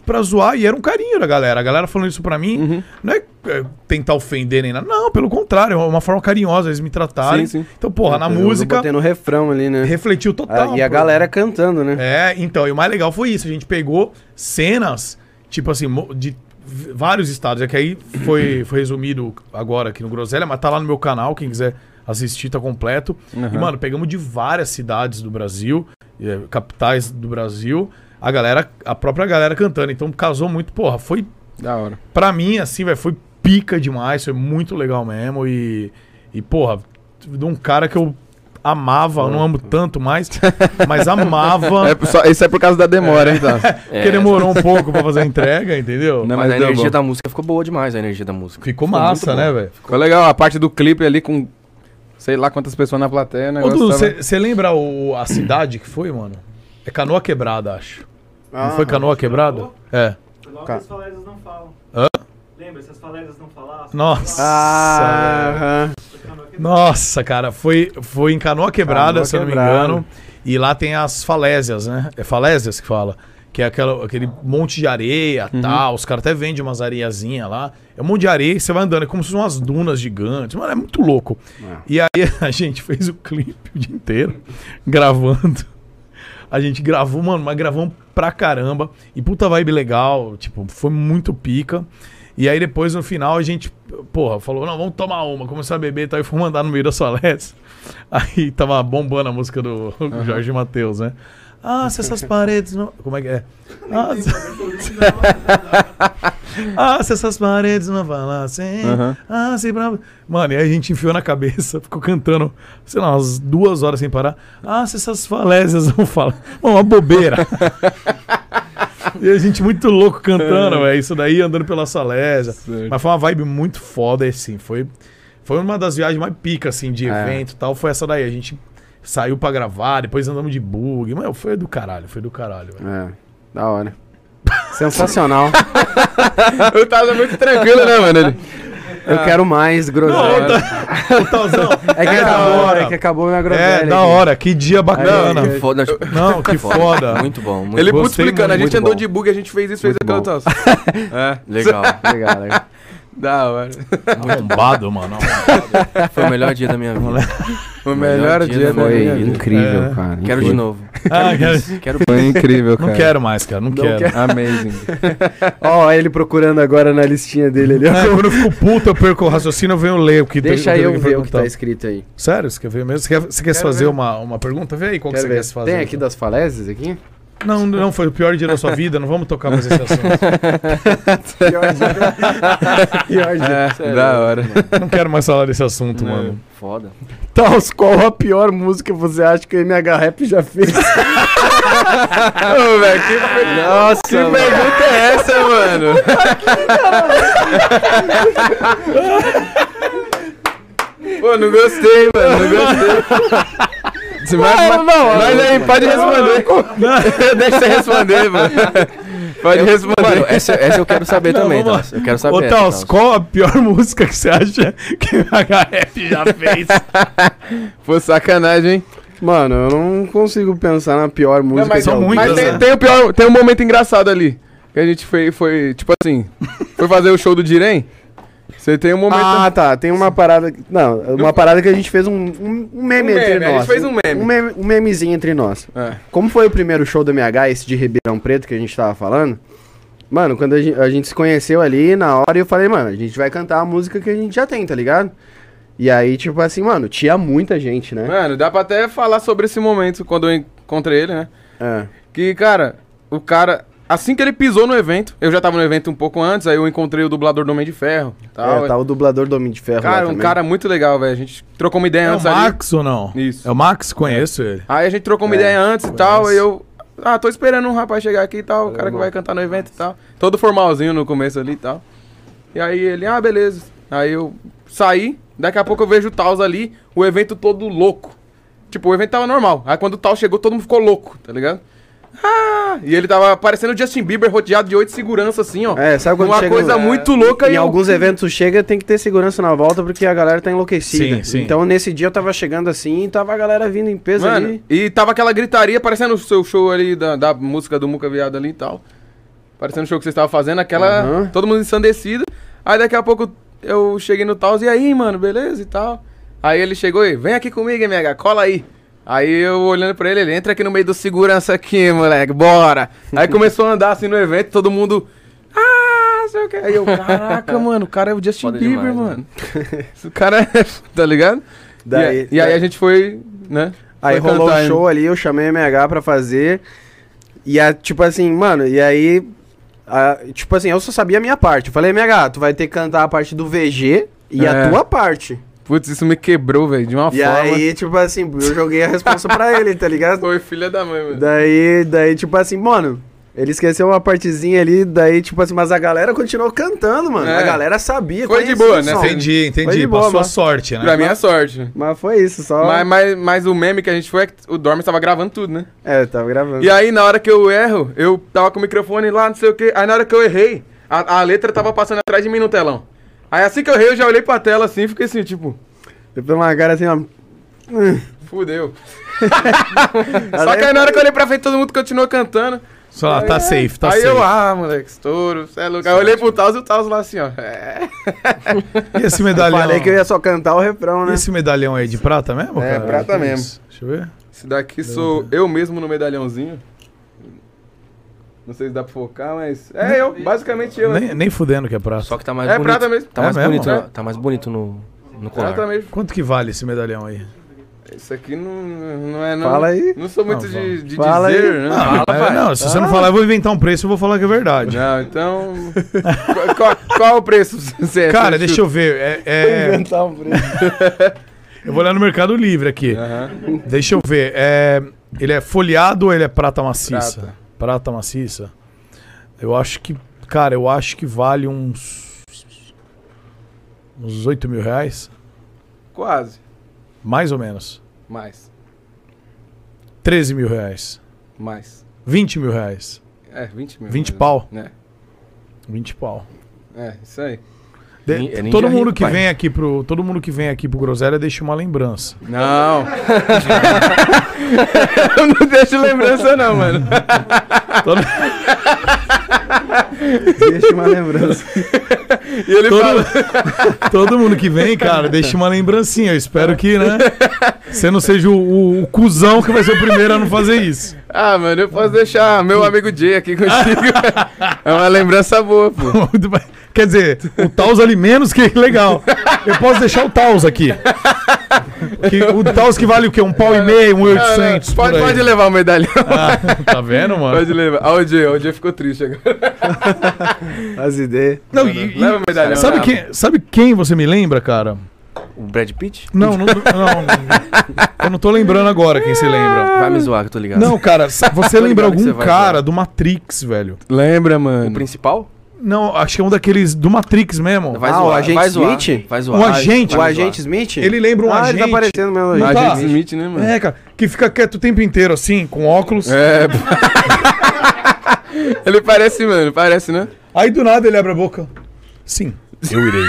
pra zoar e era um carinho da galera. A galera falando isso pra mim, Uhum. não é é, tentar ofender nem nada. Não, pelo contrário, é uma forma carinhosa, eles me tratarem. Sim, sim. Então, porra, na Eu música, botei no refrão ali, né? refletiu total. Ah, e a pô. galera cantando, né? É, então, e o mais legal foi isso. A gente pegou cenas, tipo assim, mo- de v- vários estados. É que aí foi, foi resumido agora aqui no Groselha, mas tá lá no meu canal, quem quiser assistir, tá completo. E, mano, pegamos de várias cidades do Brasil, eh, capitais do Brasil, a galera, a própria galera cantando. Então casou muito, porra, foi Da hora. Pra mim, assim, velho, foi pica demais, foi muito legal mesmo. E, e porra, de um cara que eu amava, eu não amo tanto mais, mas amava. É, só- isso é por causa da demora, hein, tá? Porque demorou um pouco pra fazer a entrega, entendeu? Não, Mas a deu energia bom. da música ficou boa demais, a energia da música. Ficou massa, né, velho? Ficou legal a parte do clipe ali com sei lá quantas pessoas na plateia, o Ô, negócio Dudu, tava- você lembra o- a cidade que foi, mano? É Canoa Quebrada, acho. Ah, não foi Canoa Quebrada? É. Foi logo Cara. que as falésias não falam. Hã? Lembra, se as falésias não falassem, Nossa. Ah, Nossa, cara, foi, foi em Canoa Quebrada, Canoa se eu não me Quebrada. engano. E lá tem as falésias, né? É falésias que fala. Que é aquela, aquele monte de areia Uhum. e tal. Os caras até vendem umas areiazinhas lá. É um monte de areia e você vai andando. É como se fossem umas dunas gigantes. Mano, é muito louco. E aí a gente fez o clipe o dia inteiro, gravando. A gente gravou, mano, mas gravamos pra caramba. E puta vibe legal, tipo, foi muito pica. E aí depois, no final, a gente, porra, falou, não, vamos tomar uma. Começou a beber e tal, e fomos andar no meio da Solés. Aí tava bombando a música do Jorge Matheus, né? Ah, se essas paredes não... Como é que é? Ah, se... ah, se essas paredes não falassem... Aham. Ah, se... pra- Mano, e aí a gente enfiou na cabeça, ficou cantando, sei lá, umas duas horas sem parar. Ah, se essas falésias não falam... Mano, uma bobeira. E a gente muito louco É. cantando, velho. Isso daí andando pela Salésia. Certo. Mas foi uma vibe muito foda, assim. Foi, foi uma das viagens mais pica, assim, de É. evento e tal. Foi essa daí. A gente saiu pra gravar, depois andamos de bug. Mano, foi do caralho, foi do caralho, velho. é. Da hora. Sensacional. Eu tava muito tranquilo, né, mano? Ele- Eu quero mais groselha. Ô, Tauzão, É que acabou, é que acabou minha groselha. É, da aqui. tá hora. Que dia bacana. Aí, Foda, então, Não, que foda. Muito bom, muito Ele muito Gostei explicando, a muito, gente muito andou bom. de bug, a gente fez isso, fez Muito aquilo. bom. tal. é, legal. Legal, legal. da hora. Arrombado, mano. Foi o melhor dia da minha vida. O melhor, Melhor dia dia, da da Foi minha vida. incrível, É. cara. Quero de novo. Ah, É quero- Quero Foi incrível, cara. não quero mais, cara. Não, quero. Amazing. Ó, ele procurando agora na listinha dele ali. ó. É, quando eu fico puto, eu perco o raciocínio, eu venho ler o que Deixa que eu tenho ver o que tá perguntar. escrito aí. Sério? Você quer ver mesmo? Você quer, você quer Quero fazer ver. uma, uma pergunta? Vê aí qual que Quero você ver. quer se fazer. então? Tem aqui das falésias aqui? Não, não, foi o pior dia da sua vida, não vamos tocar mais esse assunto. Pior de- Pior de- É, da hora. Não quero mais falar desse assunto, mano. foda. Taos, qual a pior música você acha que o MH Rap já fez? Ô, velho, que, per- Nossa, que pergunta é essa, mano? Pô, não gostei, mano, não gostei. Você vai, não, mas aí, pode responder. Deixa você responder, mano. Pode responder. Mano, essa, essa eu quero saber Não, também, vamos lá. Taos. Eu quero tá saber. Ô, essa, Taos, Taos. qual a pior música que você acha que o HF já fez? Foi sacanagem, hein? Mano, eu não consigo pensar na pior música. mas de são alguém. muitas, Mas Pois tem, é. tem o pior, tem um momento engraçado ali. Que a gente foi, foi tipo assim, foi fazer o show do Direm. Você tem um momento. Ah, tá. Tem uma parada. que- Não, uma parada que a gente fez um, um, um meme Um meme, entre a gente nós. fez um meme. Um, meme- um memezinho entre nós. É. Como foi o primeiro show do MH, esse de Ribeirão Preto que a gente tava falando? Mano, quando a gen- a gente, se conheceu ali na hora, eu falei, mano, a gente vai cantar a música que a gente já tem, tá ligado? E aí, tipo assim, mano, tinha muita gente, né? Mano, dá pra até falar sobre esse momento quando eu encontrei ele, né? É. Que, cara, o cara. Assim que ele pisou no evento, eu já tava no evento um pouco antes, aí eu encontrei o dublador do Homem de Ferro. Tal, É, tá o dublador do Homem de Ferro. lá Cara, um também. cara muito legal, velho. A gente trocou uma ideia É o antes ali. Max ou não? Isso. É o Max? Conheço ele. Aí a gente trocou uma É, ideia antes e tal, conheço. e eu. Ah, tô esperando um rapaz chegar aqui e tal, o cara que vai cantar no evento e tal. Todo formalzinho no começo ali e tal. E aí ele, ah, beleza. Aí eu saí, daqui a pouco eu vejo o Taus ali, o evento todo louco. Tipo, o evento tava normal. Aí quando o tal chegou, todo mundo ficou louco, tá ligado? Ah! E ele tava parecendo o Justin Bieber rodeado de oito seguranças, assim, ó. É, sabe quando Uma chega coisa no- muito louca Em eu- alguns eventos chega, tem que ter segurança na volta porque a galera tá enlouquecida. Sim, sim. Então nesse dia eu tava chegando assim e tava a galera vindo em peso Mano, ali. e tava aquela gritaria parecendo o seu show ali da, da música do Muca Viado ali e tal. Parecendo o show que vocês estavam fazendo, aquela. Aham. Todo mundo ensandecido. Aí daqui a pouco eu cheguei no Taos, e aí, mano, beleza e tal. Aí ele chegou e vem aqui comigo, MH, cola aí. Aí eu olhando pra ele, ele entra aqui no meio do segurança aqui, moleque, bora. Aí começou a andar assim no evento, todo mundo. Ah, sei o que. Aí eu, caraca, mano, o cara é o Justin Foda Bieber, demais, né? mano. O cara é. Tá ligado? Daí- e, a- e aí daí- a gente foi, né? Aí foi rolou cantar o ainda. show ali, eu chamei a MH pra fazer. E a, tipo assim, mano, e aí. a- tipo assim, eu só sabia a minha parte. Eu falei, MH, tu vai ter que cantar a parte do VG e É. a tua parte. Putz, isso me quebrou, velho, de uma e forma. aí, tipo assim, eu joguei a responsa pra ele, tá ligado? Foi filha da mãe, mano. Daí, daí, tipo assim, mano, ele esqueceu uma partezinha ali, daí, tipo assim, mas a galera continuou cantando, mano. É. A galera sabia. Foi conhecia de boa, o né? som. Entendi, Foi entendi. de boa, Passou a mano. sorte, Pra né? minha sorte. Mas foi isso, só. Mas, mas, mas o meme que a gente foi é que o Dorme tava gravando tudo, né? É, eu tava gravando. E aí, na hora que eu erro, eu tava com o microfone lá, não sei o quê. Aí, na hora que eu errei, a, a letra tava passando atrás de mim no telão. Aí, assim que eu errei, eu já olhei pra tela assim e fiquei assim, tipo, Eu fiz uma cara assim, ó. fudeu. Só que é aí, na hora que eu olhei pra frente, todo mundo continuou cantando. Só lá, tá safe, tá aí safe. eu, ah, moleque, estouro, cê é louco. Aí eu olhei pro Taus e o Taus lá assim, ó. É. E esse Eu medalhão? falei que eu ia só cantar o refrão, E né? Esse medalhão aí de prata mesmo, É, cara? prata Que é mesmo. isso? Deixa eu ver. Esse daqui sou eu mesmo no medalhãozinho. Não sei se dá pra focar, mas. É eu, basicamente eu. né? Nem, nem fudendo que é prata. Só que tá mais É bonito. prata mesmo. Tá É mais mesmo? bonito, É. tá mais bonito no, no colar. Prata mesmo. Quanto que vale esse medalhão aí? Isso aqui não, não é. Não, Fala aí. Não sou muito Não, de, de Fala aí. dizer, né? Ah, mas- não, se você não falar, eu vou inventar um preço e vou falar que é verdade. Não, então. qual, qual- qual o preço? Zé? Cara, deixa eu ver. É, é- eu vou olhar no Mercado Livre aqui. É. Deixa eu ver. É, ele é folheado ou ele é prata maciça? Prata. Prata. maciça. Eu acho que. Cara, eu acho que vale uns. Uns 8 mil reais. Quase. Mais ou menos. Mais. 13 mil reais. Mais. 20 mil reais. É, 20 mil. 20 mais pau. ou menos, Né? 20 pau. É, isso aí. De- Nin- é ninja todo mundo rico, que pai. vem aqui pro todo mundo que vem aqui pro Groselha deixa uma lembrança. Não. eu não deixo lembrança, não, mano. Deixa uma lembrança. E ele fala. Todo, todo mundo que vem, cara, deixa uma lembrancinha. Eu espero que, né? Você não seja o, o- o cuzão que vai ser o primeiro a não fazer isso. Ah, mano, eu posso deixar meu amigo Jay aqui contigo. é uma lembrança boa, pô. Muito bem. Quer dizer, o Taus ali menos que legal. Eu posso deixar o Taus aqui. Que- o Taus que vale o quê? Um pau e meio, um Não, não, 800. pode, por aí. pode levar o medalhão. Ah, tá vendo, mano? Pode levar. Ah, o Jay, o Jay ficou triste agora. As ideias. Não, e- e- Leva o medalhão. sabe, né? quem, sabe quem você me lembra, cara? O Brad Pitt? Não, não, não, não. Eu não tô lembrando agora quem se lembra. Vai me zoar que eu tô ligado. Não, cara, se você lembra ligado que algum você vai cara zoar. do Matrix, velho. Lembra, O mano. principal? Não, acho que é um daqueles do Matrix mesmo. Vai Ah, um o zoar. agente vai zoar. Smith? Vai zoar. O agente. O Vai agente Smith? Tá Ele lembra um ah, agente. ele tá aparecendo mesmo. Não agente tá? Smith. Smith, né, mano? É, cara, que fica quieto o tempo inteiro assim, com óculos. É. ele parece, mano, parece, né? Aí do nada ele abre a boca. Sim. Eu irei.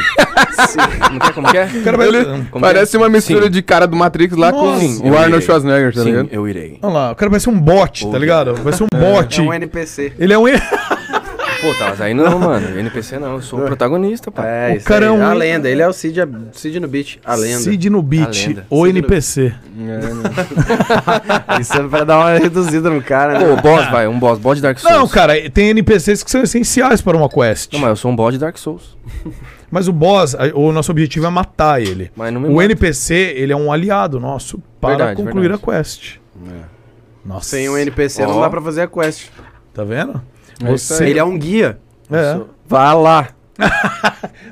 zoar. Não quer como que é? O cara vai. Como Parece que é? uma mistura Sim. de cara do Matrix lá Nossa. com Sim, o eu Arnold irei. Schwarzenegger, tá Sim, ligado? eu irei. Olha lá, o cara vai ser um bot, tá ligado? Vai ser um bot. É um NPC. Ele é um. Pô, tá, mas aí não, mano. NPC não. Eu sou o protagonista, pá. É, isso cara é aí. um- A lenda. Ele é o Cid, Cid no beat. A lenda. Cid no beat, A lenda. ou Cid no- NPC. Isso é pra dar uma reduzida no cara, né? Pô, boss, vai. Um boss. Boss de Dark Souls. Não, cara, tem NPCs que são essenciais para uma quest. Não, mas eu sou um boss de Dark Souls. Mas o boss, a- o nosso objetivo é matar ele. Mas não me O mata. NPC, ele é um aliado nosso para Verdade, concluir verdade. a quest. Nossa. É. Sem um NPC não Ó. dá pra fazer a quest. Tá vendo? isso aí. Você. Ele é um guia. É. Vá lá.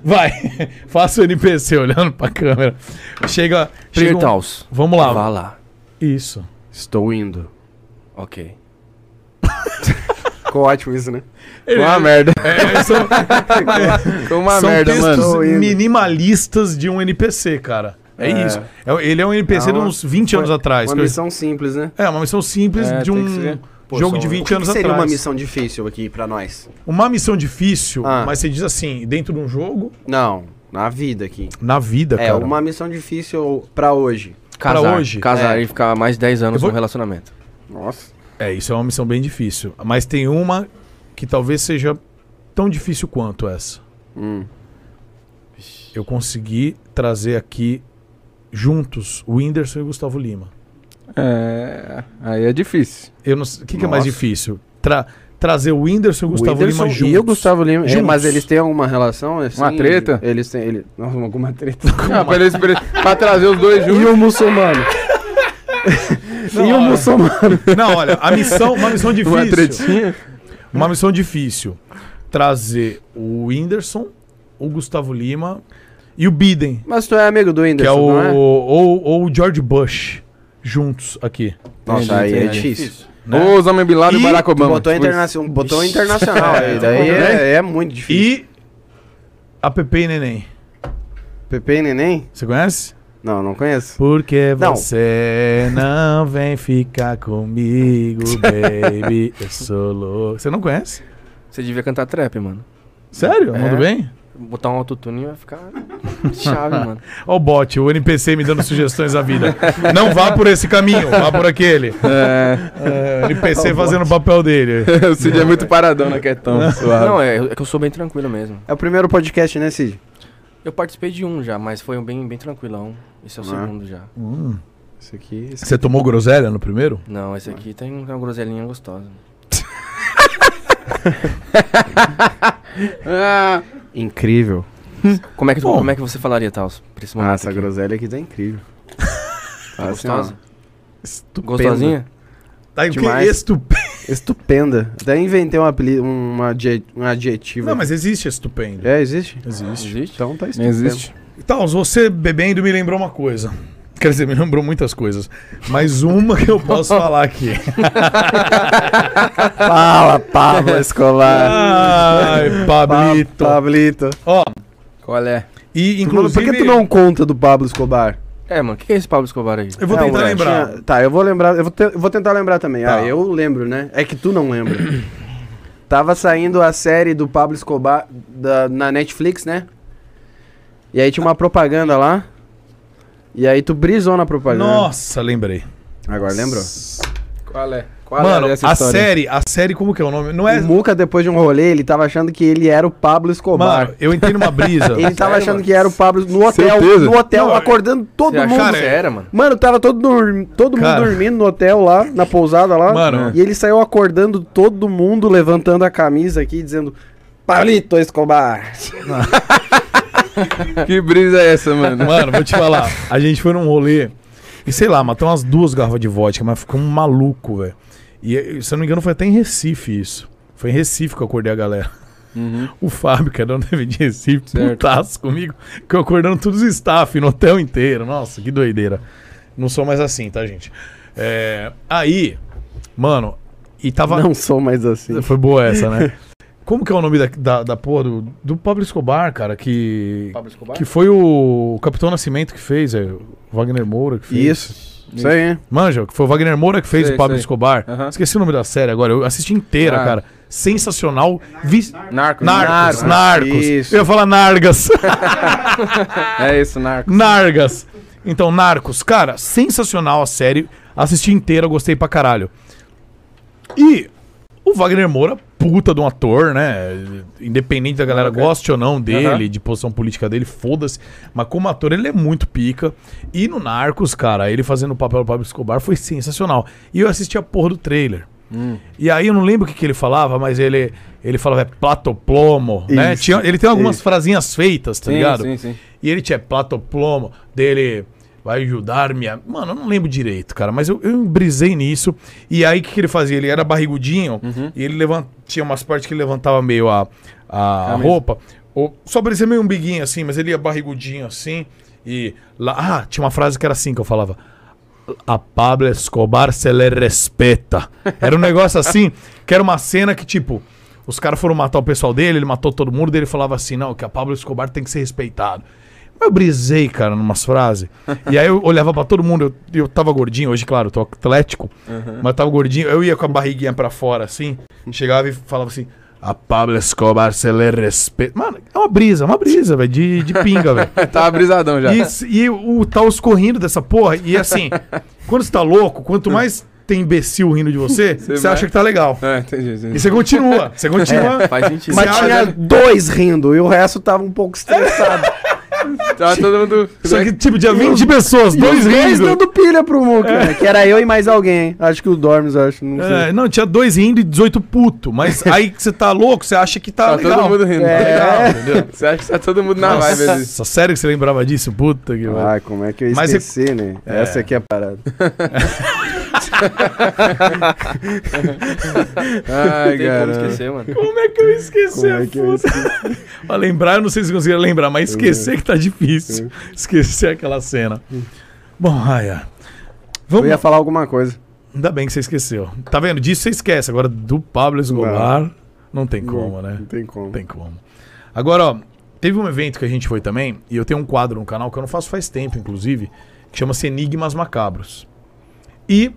Vai, faça o NPC olhando pra câmera. Chega. chega Primeiro um- Taos. Vamos lá. Vá lá. Isso. Estou indo. Ok. Ficou ótimo isso, né? Com uma merda. É, são Com uma são merda, textos mano. Tô indo. minimalistas de um NPC, cara. É, É. isso. É- ele é um NPC de uma- uns 20 anos foi atrás. Uma Ah, que eu- missão simples, né? É, uma missão simples É, de tem um que ser. Pô, jogo só- de 20 o que anos que seria atrás. uma missão difícil aqui pra nós? Uma missão difícil, Ah. mas você diz assim, dentro de um jogo, Não, na vida aqui. na vida, É, cara. uma missão difícil pra hoje. Pra Casar. hoje? Casar É. e ficar mais 10 anos Eu vou- num relacionamento. Nossa. É, isso é uma missão bem difícil. Mas tem uma que talvez seja tão difícil quanto essa. Hum. Eu consegui trazer aqui juntos o Whindersson e o Gustavo Lima. É. Aí é difícil. Eu não sei- o que, que é mais Nossa. difícil? Tra- trazer o Whindersson e o O Gustavo Whindersson Lima juntos. E o Gustavo Lima. Juntos. É, Mas eles têm alguma relação? É assim? Uma treta? Eles têm. Ele... Nossa, alguma treta. Ah, pra, eles- pra eles- pra trazer os dois juntos. E o muçulmano? Não, e o olha. muçulmano? Não, olha, a missão, uma missão Uma difícil. tretinha. Uma missão difícil. Trazer o Whindersson, o Gustavo Lima e o Biden, Mas tu é amigo do que é Whindersson, o não é? ou, ou o George Bush juntos aqui. Nossa, aí é Entendi. difícil. né? Ô, Osama Bin Laden e E Barack Tu Obama. botou, Os- interna... um botão internacional aí. Daí é, é muito difícil. E a Pepe e Neném. Pepe e Neném? Você conhece? Não, não conheço. Porque Não. você não vem ficar comigo, baby. Eu sou louco. Você não conhece? Você devia cantar trap, mano. Sério? Manda bem? Botar um autotune e vai ficar chave, mano. Ó o bot, o NPC me dando sugestões da vida. Não vá por esse caminho, vá por aquele. É, o NPC fazendo o papel dele. o Cid é muito paradão, né? Quietão, suave. Não, é, é que eu sou bem tranquilo mesmo. É o primeiro podcast, né, Cid? Eu participei de um já, mas foi um bem, bem tranquilão. Esse é o Ah. segundo já. Hum. Isso aqui. tá Isso Você tomou groselha no primeiro? Não, esse aqui tem uma groselinha gostosa. Ah, Incrível. Como é que, tu- Bom. Ah, como é que você falaria, Taos, pra esse momento? Nossa, a aqui? groselha aqui tá incrível. Tá assim, ó, Gostosa? Gostosinha? Tá que Demais. estupendo. estupenda. Até inventei um, apeli... um, adje- um adjetivo. Não, mas existe estupendo. É, existe? Existe. Existe? Então tá não estupendo. existe. Então, você bebendo me lembrou uma coisa. Quer dizer, me lembrou muitas coisas. Mas uma que eu posso falar aqui. Fala, Pablo Escolar. Ai, Pablito. Ah, Pablito. Pablito. Ó, Qual é? e Tu não- inclusive. Por que tu não conta do Pablo Escobar? É, mano, o que, que é esse Pablo Escobar aí? Eu vou Não, tentar eu lembrar. tinha- Tá, eu vou lembrar, eu vou, te- eu vou tentar lembrar também. Tá. Ah, eu lembro, né? É que tu não lembra. Tava saindo a série do Pablo Escobar da- na Netflix, né? E aí tinha uma propaganda lá. E aí tu brisou na propaganda. Nossa, lembrei. Agora lembrou? Qual é? Qual Mano, é essa a história? série, a série, como que é o nome? Não é. O Muca, depois de um rolê, ele tava achando que ele era o Pablo Escobar. Mano, eu entrei numa brisa. ele tava achando que era o Pablo no hotel, Certeza? no hotel, Não, acordando todo Você acha mundo. cara, que você era, mano? Mano, tava todo, dorm- todo Cara. mundo dormindo no hotel lá, na pousada lá. Mano. E ele saiu acordando todo mundo, levantando a camisa aqui, dizendo: Pablito Escobar. Que brisa é essa, mano? Mano, vou te falar. A gente foi num rolê e sei lá, matou umas duas garrafas de vodka, mas ficou um maluco, velho. E eh, se eu não me engano, foi até em Recife isso. Foi em Recife que eu acordei a galera. O Fábio, que era um TV de Recife, Certo. putaço comigo, que eu acordando todos os staff no hotel inteiro. Nossa, que doideira. Não sou mais assim, tá, gente? É, aí, mano, e tava. Não sou mais assim. Foi boa essa, né? Como que é o nome da, da, da porra do, do Pablo Escobar, cara? Que, Pablo Escobar? que foi o Capitão Nascimento que fez, é, o Wagner Moura que fez. Isso. Isso aí, hein? Manja, que foi o Wagner Moura que fez Sei, o Pablo sei. Escobar. Aham. Esqueci o nome da série agora, eu assisti inteira, Ah. cara. Sensacional. Vi- Narcos. Narcos, Narcos. Isso. Eu ia falar Nargas. É isso, Narcos. Nargas. Então, Narcos, cara, sensacional a série. Assisti inteira, gostei pra caralho. E o Wagner Moura, puta de um ator, né? Independente da galera goste ou não dele, Aham. de posição política dele, foda-se. Mas como ator, ele é muito pica. E no Narcos, cara, ele fazendo o papel do Pablo Escobar foi sensacional. E eu assisti a porra do trailer. Hum. E aí eu não lembro o que, que ele falava, mas ele, ele falava é platoplomo, né? Isso, Tinha, ele tem algumas frasinhas feitas, tá Sim, ligado? sim, sim. E ele tinha platoplomo dele. Vai ajudar-me a. Mano, eu não lembro direito, cara, mas eu, eu brisei nisso. E aí o que, que ele fazia? Ele era barrigudinho e ele levant... tinha umas partes que ele levantava meio a, a Ah, mesmo. roupa. Ou... Só parecia meio um biguinho assim, mas ele ia barrigudinho assim. E lá. Ah, tinha uma frase que era assim que eu falava. A Pablo Escobar se le respeta. Era um negócio assim, que era uma cena que, tipo, os caras foram matar o pessoal dele, ele matou todo mundo, daí ele falava assim, não, que a Pablo Escobar tem que ser respeitado. Mas eu brisei, cara, numas frases. E aí eu olhava pra todo mundo, eu, eu tava gordinho, hoje, claro, eu tô atlético, mas eu tava gordinho, eu ia com a barriguinha pra fora, assim, chegava e falava assim, a Pablo Escobar se lhe respeita. Mano, é uma brisa, é uma brisa, velho, de, de pinga, velho. Tava Tá brisadão já. E, s- e o tal escorrindo dessa porra. E assim, quando você tá louco, quanto mais tem imbecil rindo de você, você, vai- acha que tá legal. É, entendi, E entendi. você continua, você continua. Faz sentido. Tá Mas- Mas tinha dois rindo e o resto tava um pouco estressado. Tava tá todo mundo. Só que, tipo, dia 20 pessoas, dois Dois rindo. dando pilha pro Muca. né? Que era eu e mais alguém. Acho que o Dormes, acho. Não sei. É, não, tinha dois rindo e 18 puto. Mas aí que você tá louco, você acha que tá Tava legal. todo mundo rindo. Tá legal, É. entendeu? Você acha que tá todo mundo na vibe ali. Ah, Nossa, sério que você lembrava disso? Puta que pariu. Ai, como é que eu Mas é- esqueci, né? Essa aqui é a parada. Ai, Tem como cara. esquecer, mano. Como é que eu esqueci Como a é que eu puta? Pra lembrar, eu não sei se conseguiram lembrar, mas esquecer que tá difícil. Esquecer aquela cena. Bom, Raya. Hum. Eu Vamos... ia falar alguma coisa. Ainda bem que você esqueceu. Tá vendo? Disso você esquece. Agora, do Pablo Escobar, não, tem como, né? Não tem como. Não tem como. Agora, ó, teve um evento que a gente foi também, e eu tenho um quadro no canal que eu não faço faz tempo, inclusive, que chama-se Enigmas Macabros. E,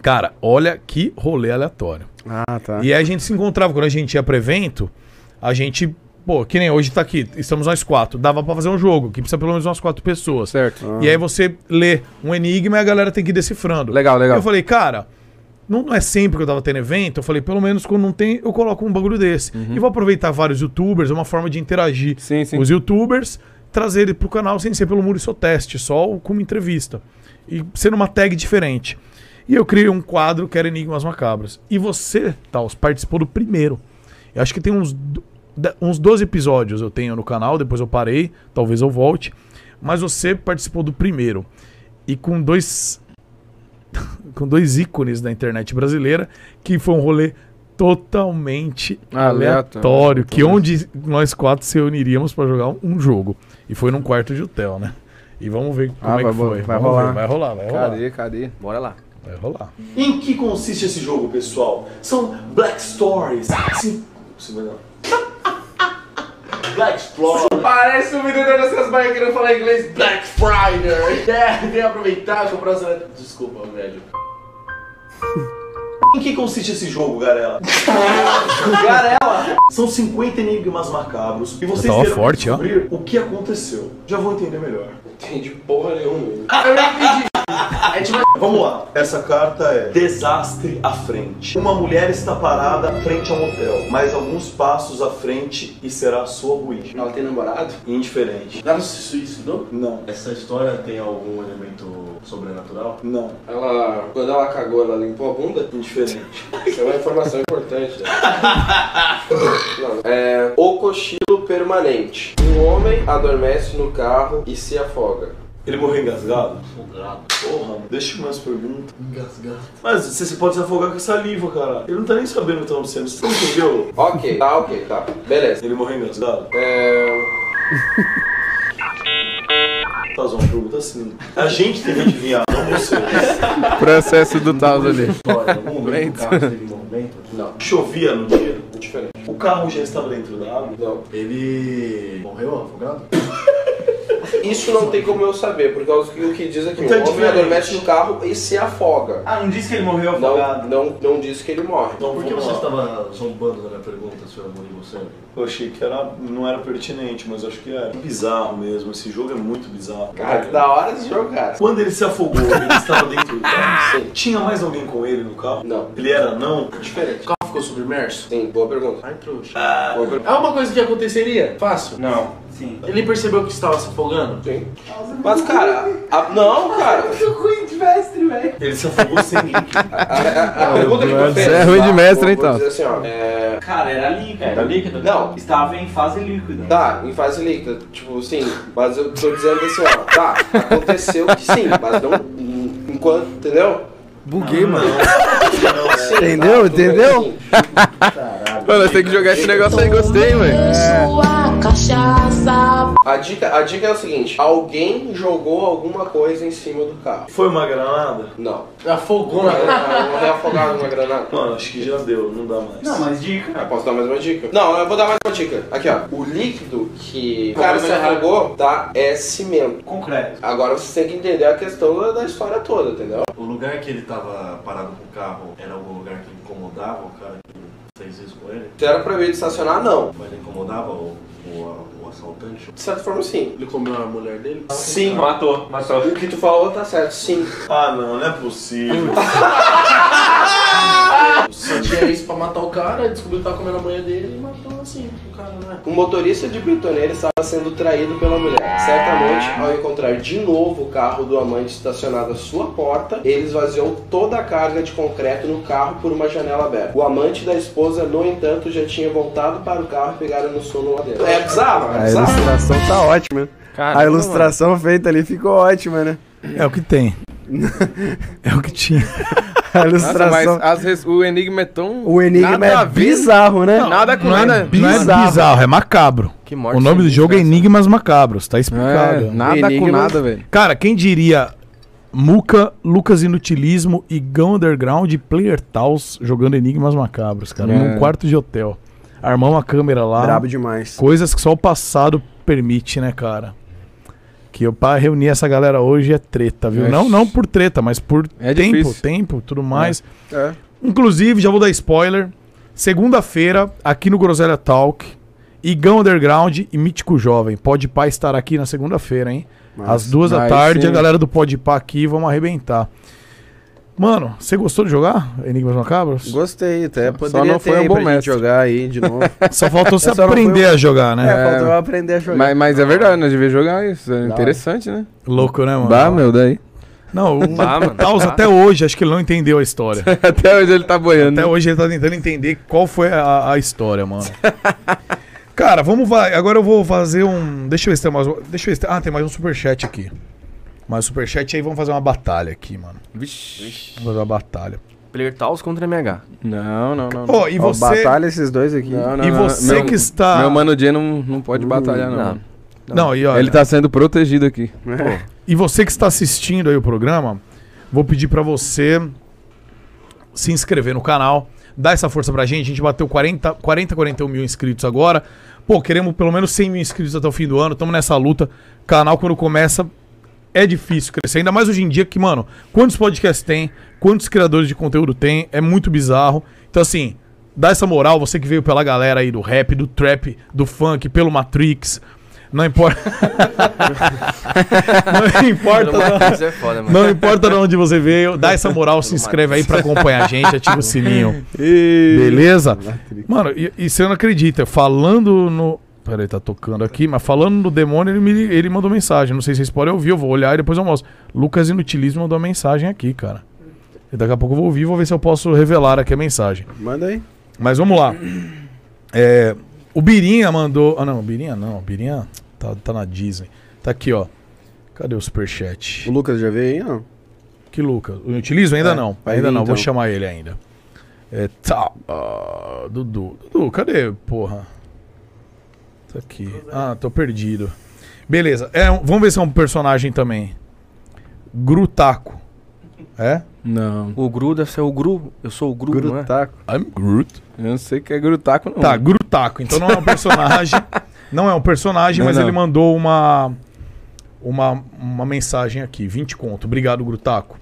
cara, olha que rolê aleatório. Ah, tá. E aí a gente se encontrava, quando a gente ia pro evento, a gente, pô, que nem hoje tá aqui, estamos nós quatro, dava pra fazer um jogo, que precisa pelo menos umas quatro pessoas. Certo. E aí você lê um enigma e a galera tem que ir decifrando. Legal, legal. Eu falei, cara, não não é sempre que eu tava tendo evento, eu falei, pelo menos quando não tem, eu coloco um bagulho desse. E vou aproveitar vários youtubers, é uma forma de interagir Uhum. Sim, sim. com os youtubers, trazer ele pro canal sem ser pelo muro e só teste, só com uma entrevista. E sendo uma tag diferente. E eu criei um quadro que era Enigmas Macabros. E você, Taos, participou do primeiro. Eu acho que tem uns, do- de- uns 12 episódios eu tenho no canal, depois eu parei, talvez eu volte. Mas você participou do primeiro. E com dois. com dois ícones da internet brasileira, que foi um rolê totalmente Aleatório. aleatório. Que onde nós quatro se uniríamos pra jogar um- um jogo. E foi num quarto de hotel, né? E vamos ver como Ah, é vai que bo- foi. vai Vamos rolar. ver, Vai rolar, vai rolar. Cadê, cadê? Bora lá. Vai rolar. Em que consiste esse jogo, pessoal? São Black Stories. Sim. Black Stories. Parece um menino dessas baias querendo falar inglês Black Friday. É, vem aproveitar, comprar essa... Desculpa, velho. Em que consiste esse jogo, Garela? Garela! São 50 enigmas macabros e vocês tava terão forte, que descobrir o que aconteceu. Já vou entender melhor. Ah, Entendi porra nenhuma. Vamos lá. Essa carta é Desastre à frente. Uma mulher está parada frente a um hotel, mas alguns passos à frente e será a sua ruína. Ela tem namorado? Indiferente. Nada se suicidou? Não, Essa história tem algum elemento sobrenatural? não, Ela, quando ela cagou, ela limpou a bunda? indiferente. Isso é uma informação importante. Né? Não, é o cochilo permanente. Um homem adormece no carro e se afoga. Ele morreu engasgado? Afogado. Porra, deixa eu mais perguntas. Engasgado. Mas você se pode se afogar com saliva, cara. Ele não tá nem sabendo o que tá acontecendo. Você não entendeu? Ah. Ok, tá, ok, tá. Beleza. Ele morreu engasgado? É... Faz uma pergunta assim. A gente tem que adivinhar, não você. Processo do Taus ali. História, algum um momento, o carro teve movimento. Não, Chovia no dia. diferente. O carro já estava dentro da água. Não. Ele morreu afogado? Isso não tem como eu saber, por causa que o que diz aqui, Então é um homem diferente. adormece no carro e se afoga. Ah, não disse que ele morreu Não, afogado. não, não diz que ele morre. Então, Por que vamos você lá. estava zombando da minha pergunta, senhor Murilo Sandro? Eu achei que era, não era pertinente, mas acho que era. Bizarro mesmo, esse jogo é muito bizarro. Cara, que da hora de jogar. Quando ele se afogou, ele estava dentro do carro. Sim, Tinha mais alguém com ele no carro? Não. Ele era não? diferente. O carro ficou submerso? Sim, boa pergunta. Ai, trouxa. Boa pergunta. É uma coisa que aconteceria? Fácil. Não. Ele percebeu que estava se afogando? Sim. Mas, cara, a- não, cara. Ele se afogou sem líquido. A, a- a pergunta que tu fez. Você é ruim de tá? mestre, Vou- então. vou dizer assim, ó, é, Cara, era líquido. Era líquido? Não. Estava em fase líquida. Tá, em fase líquida, tipo, sim, mas eu tô dizendo assim, ó, tá, aconteceu que sim, mas não em- enquanto, entendeu? Buguei, mano. Sim, Entendeu? tá, tudo bem, Entendeu? sim. Mano, nós temos que jogar esse negócio aí, gostei, mano. Sua cachaça. A dica, a dica é o seguinte: alguém jogou alguma coisa em cima do carro. Foi uma granada? Não. Afogou Uma granada, uma reafogada numa granada. Mano, acho que já deu, não dá mais. Não, mas dica. Eu posso dar mais uma dica? Não, eu vou dar mais uma dica. Aqui, ó. O líquido que o cara se arrancou, tá? É cimento. Concreto. Agora você tem que entender a questão da- da história toda, entendeu? O lugar que ele tava parado com o carro era algum lugar que incomodava o cara que fez isso com ele? Se era proibido estacionar, não. Mas ele incomodava o, o, o assaltante? De certa forma, sim. Ele comeu a mulher dele? Sim. Ah, Matou, matou. O que tu falou tá certo, sim. Ah, não, não é possível. Só tinha é isso pra matar o cara, descobriu que tava comendo a manhã dele e matou assim, o cara, né? Um motorista de britoneiro estava sendo traído pela Ah. mulher. Certa noite, ao encontrar de novo o carro do amante estacionado à sua porta, ele esvaziou toda a carga de concreto no carro por uma janela aberta. O amante da esposa, no entanto, já tinha voltado para o carro e pegaram no sono lá dentro. É Ah, bizarro, é A bizarro. ilustração tá ótima. Caramba, a ilustração feita ali ficou ótima, né? É o que tem. é o que tinha. A Nossa, mas ilustração. as res- o enigma é tão. O enigma nada a é ver. bizarro, né? Nada com Não nada. é, bizarro. não é bizarro, é macabro. Que morte o nome do jogo é Enigmas Macabros, tá explicado. É, nada com Enigmas- nada, velho. Cara, quem diria Muca, Lucas Inutilismo, Igão Underground e Player Taos jogando Enigmas Macabros, cara, É. num quarto de hotel. Armamos a câmera lá. Brabo demais. Coisas que só o passado permite, né, cara? Que eu pra reunir essa galera hoje é treta, viu? É. Não, não por treta, mas por tempo, difícil. tempo, tudo mais. É. Inclusive, já vou dar spoiler. Segunda-feira, aqui no Groselha Talk, Igão Underground e Mítico Jovem. Pode Pá estar aqui na segunda-feira, hein? Às duas da Aí tarde, sim. a galera do Pode Pá aqui, vamos arrebentar. Mano, você gostou de jogar Enigmas Macabros? Gostei, até poderia não ter foi um aí bom pra gente mestre. jogar aí de novo. Só faltou você Só não foi aprender um- a jogar, né? É, faltou eu aprender a jogar. Mas, mas é verdade, nós devemos jogar isso. É interessante, né? Louco, né, Ah. mano? Bah, meu, daí. Não, o Ah, mano, Taus tá. até hoje, acho que ele não entendeu a história. Até hoje ele tá boiando. Até hoje ele tá tentando entender qual foi a, a história, mano. Cara, vamos vai. Agora eu vou fazer um. Deixa eu ver se tem mais um. Deixa eu ver se tem... Ah, tem mais um superchat aqui. Mais um superchat aí, vamos fazer uma batalha aqui, mano. Vixe. Vamos fazer uma batalha. Player Taos contra MH. Não, não, não. Ó, e Ó, você- Batalha esses dois aqui. Uh, Não, não, E não, você meu- que está- Meu mano Jay não, não pode batalhar, não. não. Não, e olha. Ele tá sendo protegido aqui. E você que está assistindo aí o programa, vou pedir pra você se inscrever no canal, dar essa força pra gente. A gente bateu 40, 40 41 mil inscritos agora. Pô, queremos pelo menos 100 mil inscritos até o fim do ano. Estamos nessa luta. Canal, quando começa, é difícil crescer. Ainda mais hoje em dia que, mano, quantos podcasts tem, quantos criadores de conteúdo tem, é muito bizarro. Então, assim, dá essa moral. Você que veio pela galera aí do rap, do trap, do funk, pelo Matrix. Não importa. não importa. Pelo Matrix não. é foda, mano. não importa de onde você veio. Dá essa moral, se inscreve aí pra acompanhar a gente, ativa o sininho. Beleza? Mano, e, e você não acredita, falando no. Peraí, tá tocando aqui, mas falando do demônio, ele, me, ele mandou mensagem. Não sei se vocês podem ouvir, eu vou olhar e depois eu mostro. Lucas Inutilismo mandou uma mensagem aqui, cara. E daqui a pouco eu vou ouvir e vou ver se eu posso revelar aqui a mensagem. Manda aí. Mas vamos lá. É, o Birinha mandou. Ah, não, o Birinha não. O Birinha tá, tá na Disney. Tá aqui, ó. Cadê o superchat? O Lucas já veio aí, não? Que Lucas? O Inutilismo ainda É, não. vai Ainda vir, não, vou então. chamar ele ainda. É, tá. ah, Dudu. Dudu, cadê, porra? Tá aqui. Ah, tô perdido. Beleza. É, um- vamos ver se é um personagem também. Grutaco. É? Não. O Gru deve ser o Gru. Eu sou o Gru, não tá- é? Grutaco. I'm Groot. Eu não sei o que é grutaco, não. Tá, Grutaco. Então não é um personagem. não é um personagem, Não, mas não. ele mandou uma, uma, uma mensagem aqui. 20 conto. Obrigado, Grutaco.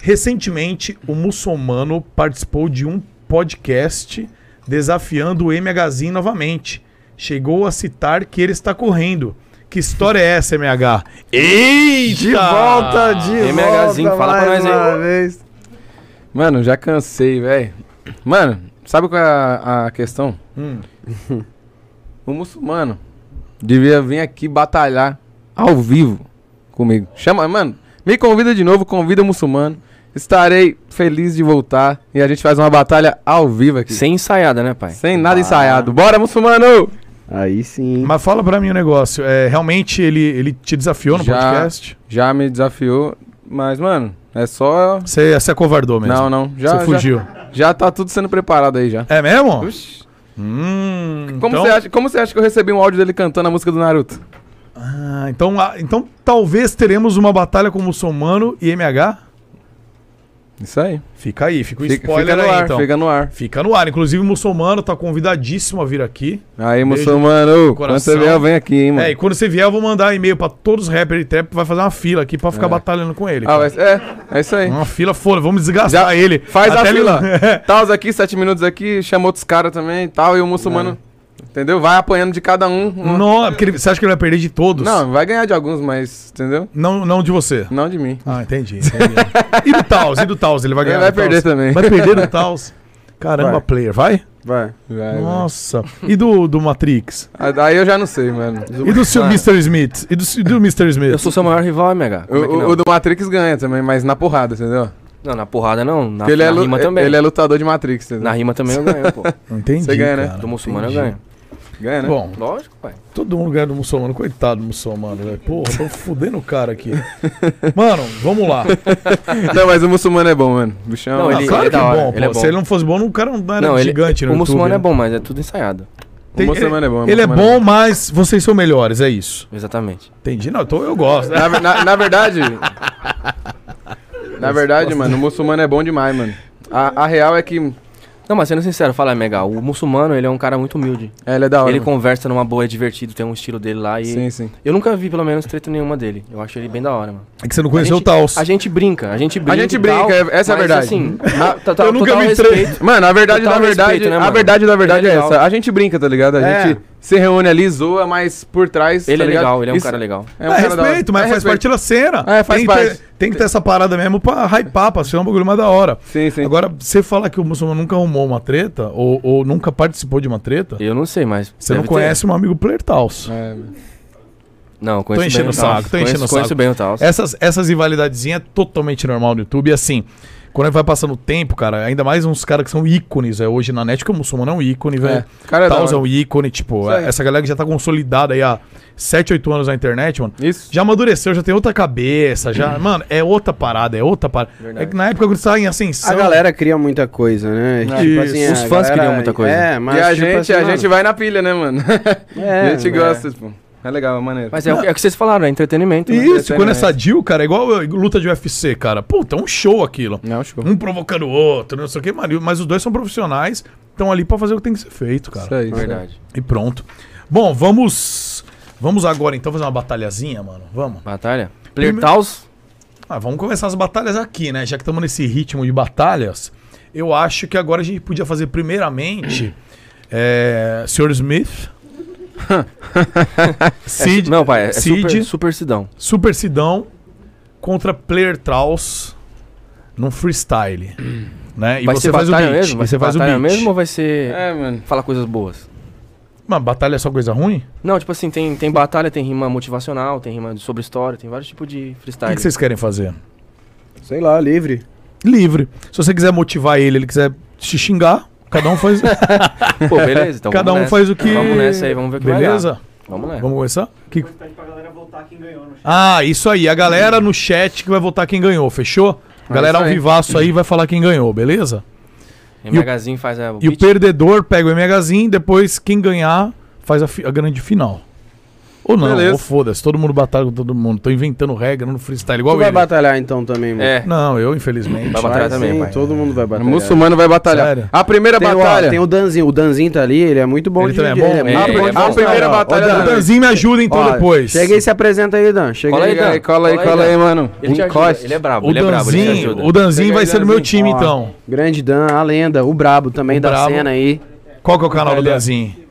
Recentemente, o muçulmano participou de um podcast desafiando o MHzinho novamente. Chegou a citar que ele está correndo. Que história é essa, MH? Eita! De volta, de MHzinho, volta. fala pra mais nós aí. uma vez. Mano, já cansei, velho. Mano, sabe qual é a, a questão? Hum. O muçulmano devia vir aqui batalhar ao vivo comigo. Chama, mano, me convida de novo, convida o muçulmano. Estarei feliz de voltar e a gente faz uma batalha ao vivo aqui. Sem ensaiada, né, pai? Sem nada Ah. ensaiado. Bora, muçulmano! Aí sim. Mas fala pra mim o negócio. É, realmente ele, ele te desafiou no Já- podcast? Já me desafiou, mas, mano, é só. Você se acovardou mesmo? Não, não. Já, Você fugiu. Já, já tá tudo sendo preparado aí já. É mesmo? Oxi. Hum, Como, então- você acha, como você acha que eu recebi um áudio dele cantando a música do Naruto? Ah, então, ah, então talvez teremos uma batalha com o muçulmano e MH? Isso aí. Fica aí, fica o Fica- spoiler fica no aí, ar, então. fica no ar. Fica no ar. Inclusive, o muçulmano tá convidadíssimo a vir aqui. Aí, Beijo muçulmano, no quando coração. você vier, vem aqui, hein, mano. É, e quando você vier, eu vou mandar e-mail pra todos os rappers de trap, vai fazer uma fila aqui pra ficar É. batalhando com ele. Ah, cara. vai ser- é, é isso aí. Uma fila foda, vamos desgastar Já ele. Faz Até a ele- fila. Taus aqui, sete minutos aqui, chama outros caras também e tal, e o muçulmano, É. entendeu? Vai apanhando de cada um. um- Não, é porque ele- você acha que ele vai perder de todos? Não, vai ganhar de alguns, mas, entendeu? Não, não de você. Não de mim. Ah, entendi. entendi. e do Taos, e do Taos, ele vai Ele ganhar. vai do Taos? perder também. Vai perder do Taos. Caramba, Vai. player, vai? Vai. Vai, Nossa. E do, do Matrix? vai. Ah, Aí eu já não sei, mano. E do seu Mr. Smith? E do, e do Mr. Smith? Eu sou seu maior rival, MH. O, Como é que o- não? o do Matrix ganha também, mas na porrada, entendeu? Não, na porrada não. Na, Porque ele, na é lu- rima também. ele é lutador de Matrix, entendeu? Na rima também eu ganho, pô. Entendi. Você ganha, né? cara, Do muçulmano eu entendi. ganho. Ganha, né? Bom, Lógico, pai. todo mundo ganha do muçulmano. Coitado do muçulmano, velho. Porra, tô fudendo o cara aqui. Mano, vamos lá. Não, mas o muçulmano é bom, mano. O Bichão. Não, Ah, ele- claro é que da é hora, bom, pô. ele é bom. Se ele não fosse bom, o cara não era Não, ele, gigante no o YouTube. muçulmano né? é bom, mas é tudo ensaiado. Tem- o muçulmano é bom. o Ele é muçulmano bom, mas vocês são melhores, é isso. Exatamente. Entendi. Não, então eu gosto. É. Na, ver- na- na verdade. na verdade, mano, o muçulmano é bom demais, mano. A, a real é que. Não, mas sendo sincero, fala, MH, o muçulmano, ele é um cara muito humilde. É, ele é da hora. Ele mano. conversa numa boa, é divertido, tem um estilo dele lá e... Sim, sim. Eu nunca vi, pelo menos, treta nenhuma dele. Eu acho ele bem da hora, mano. É que você não A conheceu gente- o Taos. A gente brinca, a gente brinca. gente e brinca, tal, é- essa é a mas, verdade. Assim, Eu nunca vi treta. respeito. Mano, a verdade Total da verdade. respeito, né, a mano? verdade da verdade Ele é, é legal. essa. A gente brinca, tá ligado? A É. gente se reúne ali, zoa, mas por trás. Ele tá é ligado? legal, ele é um Isso- cara legal. É, um cara da hora. respeito, mas É faz respeito. parte da cena. É, tem, faz Que parte. ter, tem que ter essa parada mesmo pra hypar, pra ser um bagulho mais da hora. Sim, sim. Agora, você fala que o muçulmano nunca arrumou uma treta, ou, ou nunca participou de uma treta, Eu não sei, mas... você não deve ter. conhece um amigo player Taos. É, mano. Não, conheço enchendo bem o saco, tô Taos. enchendo Conheço- o Conheço saco. bem o Taos. Essas, essas rivalidadezinhas é totalmente normal no YouTube. E assim, quando vai passando o tempo, cara, ainda mais uns caras que são ícones é, hoje na net, que o muçulmano é um ícone, velho. cara Tá é da Taos é hora. um ícone, tipo, Isso aí. essa galera que já tá consolidada aí há 7, 8 anos na internet, mano. Isso. Já amadureceu, já tem outra cabeça, já. Hum. Mano, é outra parada, é outra parada. É que na época quando você tá em ascensão. A galera cria muita coisa, né? Isso. a Os fãs galera- criam muita coisa. É, mas e a tipo gente, assim, a mano, gente vai na pilha, né, mano? É, a gente né? gosta, tipo. É legal, é maneiro. Mas é, o- é o que vocês falaram, é entretenimento. né? Isso, quando é sadio, cara, é igual eh, luta de UFC, cara. Puta, é um show aquilo. Não, show. Um provocando o outro, não sei o que, mano. Mas os dois são profissionais, estão ali pra fazer o que tem que ser feito, cara. Isso aí, é Verdade. E pronto. Bom, vamos. Vamos agora então fazer uma batalhazinha, mano. Vamos. Batalha? Player Primeiro- Taos? Ah, vamos começar as batalhas aqui, né? Já que estamos nesse ritmo de batalhas, eu acho que agora a gente podia fazer primeiramente. é, Sr. Smith. Sid, Não, pai, é Cid. super, super Sidão. Super Sidão contra Player Traus num freestyle. né? E vai você ser faz o batalha beat. mesmo? Vai e ser você faz o batalha beat. mesmo ou vai ser... É, mano. Falar coisas boas? Uma batalha é só coisa ruim? Não, tipo assim, tem, tem batalha, tem rima motivacional, tem rima sobre história, tem vários tipos de O freestyle. que, que vocês querem fazer? Sei lá, livre. Livre. Se você quiser motivar ele, ele quiser te xingar, cada um faz, Pô, beleza, então cada um vamos nessa. faz o que. Vamos nessa aí, vamos ver o que vai Beleza? dar. É. Vamos nessa. Vamos começar? Que- Depois pede pra galera votar quem ganhou no chat. Ah, isso aí. A galera no chat que vai votar quem ganhou, fechou? É A galera isso ao aí. vivaço aí vai falar quem ganhou, beleza? MHzinho faz a... E o perdedor pega o MHzinho, depois quem ganhar faz a, fi- a grande final. Ou não, Beleza. ou foda-se, todo mundo batalha com todo mundo. Tô inventando regra no freestyle igual Tu vai ele. batalhar então também, mano. É, Não, eu, infelizmente. Vai batalhar também, Sim, pai. todo mundo vai O batalhar. muçulmano vai batalhar. Sério? A primeira Tem, batalha. Ó, tem o Danzinho. O Danzinho tá ali, ele é muito bom Ele também é bom? ele É, muito ele bom é de bom. a freestyle, primeira ó. batalha Ó, O Danzinho me ajuda então ó, depois. Chega aí e se apresenta aí, Dan. Chega Cola aí. aí, Cola aí, cola aí, Cola aí, cola aí, Dan. mano. Ele te ajuda, Encosta. ele é brabo, O ele é brabo, ele te Danzinho, ajuda. o Danzinho vai ser do meu time Ó, então. Grande Dan, a lenda, o brabo também O da brabo. cena aí. Qual que é o canal do Danzinho?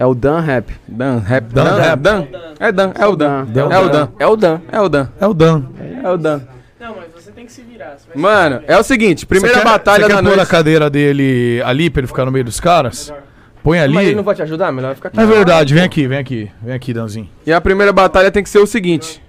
É o Dan Rap. Dan, rap. Dan, Dan, rap. Dan. É Dan, é o Dan. Dan. É o Dan. É o Dan. É o Dan. É o Dan. É o Dan. Não, mas você tem que se virar. Você vai Mano, é o seguinte, primeira Você quer- batalha você quer da pôr noite. a cadeira dele ali pra ele ficar no meio dos caras? Põe Mas ali. ele não vai te ajudar? Melhor ficar aqui. É verdade, vem aqui, vem aqui. Vem aqui, Danzinho. E a primeira batalha tem que ser o seguinte.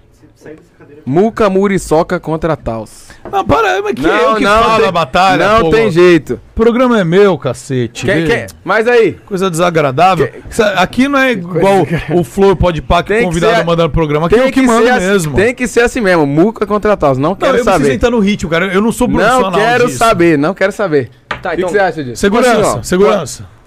Muca Muriçoca contra Taos. Não, para, mas que eu que falo a batalha, Não pô. é? tem jeito. O programa é meu, cacete. Quer- vê? quer- mas aí, Coisa desagradável. Isso Aqui não é igual o Flow pode pá que Tem que convidado ser- a mandar no programa. Aqui tem é o que, que ser manda assim, mesmo. tem que ser assim mesmo. Muca contra Taos, não Não, quero eu preciso saber. entrar no ritmo, cara. Eu não sou profissional Não quero disso. saber, não quero saber. O Tá, que que então... você acha disso? Segurança, Assim, ó, segurança.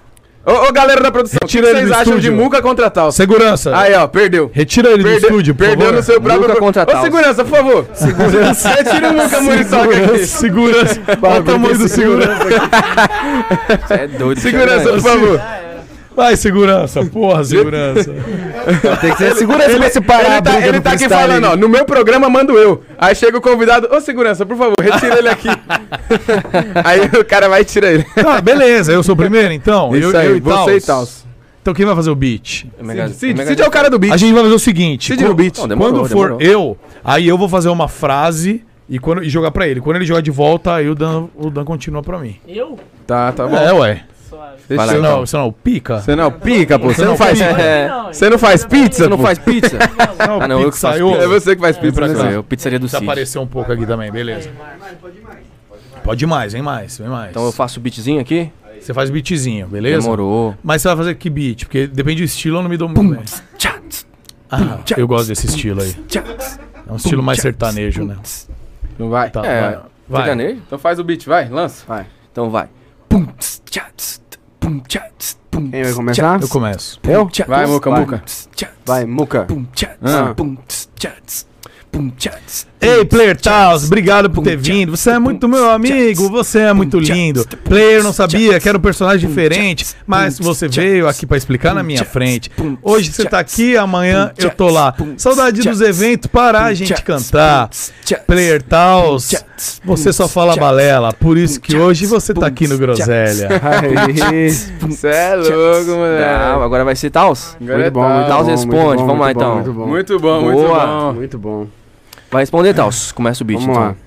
Ô, ô, galera da produção, o que Retira ele vocês do acham de estúdio. Muca Contratal? Segurança. Aí, ó, perdeu. Retira ele Tá. do Perdeu- estúdio, por Perdeu favor. no seu próprio... Muca Ô, segurança, por favor. Segurança. Retira o Muca Muriçoca aqui. Segurança. Olha o tamanho do segurança. Você é doido. Segurança, por favor. Vai, segurança. Porra, segurança. Tem que ser segurança ele, pra separar Ele a tá, briga ele do tá aqui freestyle falando, aí. ó, no meu programa mando eu. Aí chega o convidado, ô segurança, por favor, retira ele aqui. aí o cara vai e tira ele. Tá, beleza. Eu sou o primeiro, então. Isso eu, aí, eu você e tals. Então quem vai fazer o beat? Mega- Cid, Cid, Mega- Cid é o cara do beat. A gente vai fazer o seguinte. Cid no beat. Não, demorou, quando for demorou. eu, aí eu vou fazer uma frase e, quando, e jogar pra ele. Quando ele jogar de volta, aí o Dan, o Dan continua pra mim. Eu? Tá, tá bom. É, ué. Deixa Você eu- não, você não pica? Você não é pica, pô. Você Não não faz. pica. É. Não, Você não faz pizza? Você não pô. faz pizza? Não, Ah, não, eu que faço saiu. pizza. É você que faz pizza, pra né, cá. Cid? Eu, pizzaria do Precisa Cid. aparecer um pouco aqui também, beleza. Pode mais, vem mais, vem mais. Então eu faço o beatzinho aqui? Você faz beatzinho, beleza? Demorou. Mas você vai fazer que beat? Porque depende do estilo, eu não me dou muito bem. Tchá, Ah, eu gosto desse estilo aí. tchá. É um estilo mais sertanejo, né? Não vai. Tá, É, vai. vai. sertanejo? Então faz o beat, vai, lança. Vai. Então vai. Pum, tss, tchá, tss, t- pum, tchá, tss, pum, Quem vai tss, começar? Eu começo. tchá, Eu? pum, tchá, Vai, tss, Muca, pum, Muca. tss, tchá, tss, Vai, Muca. Pum, tchá, tss, Ah. pum, tss, tchá, tss, pum, tchá, tss, Ei, pum, Player tss, Taos, obrigado por ter vindo. Você é muito meu amigo, você é muito lindo. Player não sabia que era um personagem diferente, mas você veio aqui pra explicar na minha frente. Hoje você tá aqui, amanhã eu tô lá. Saudade dos eventos para a gente cantar. Player Taos, você só fala balela, por isso que hoje você tá aqui no Groselha. Você é louco, Não, moleque. agora vai ser Taos. Agora é Muito bom, Taos. muito Taos bom, responde, muito vamos lá bom, então. Muito bom, muito Muito bom, muito Boa. bom. bom. Muito bom. Vai responder Taos. Começa o beat. Vamos lá. então.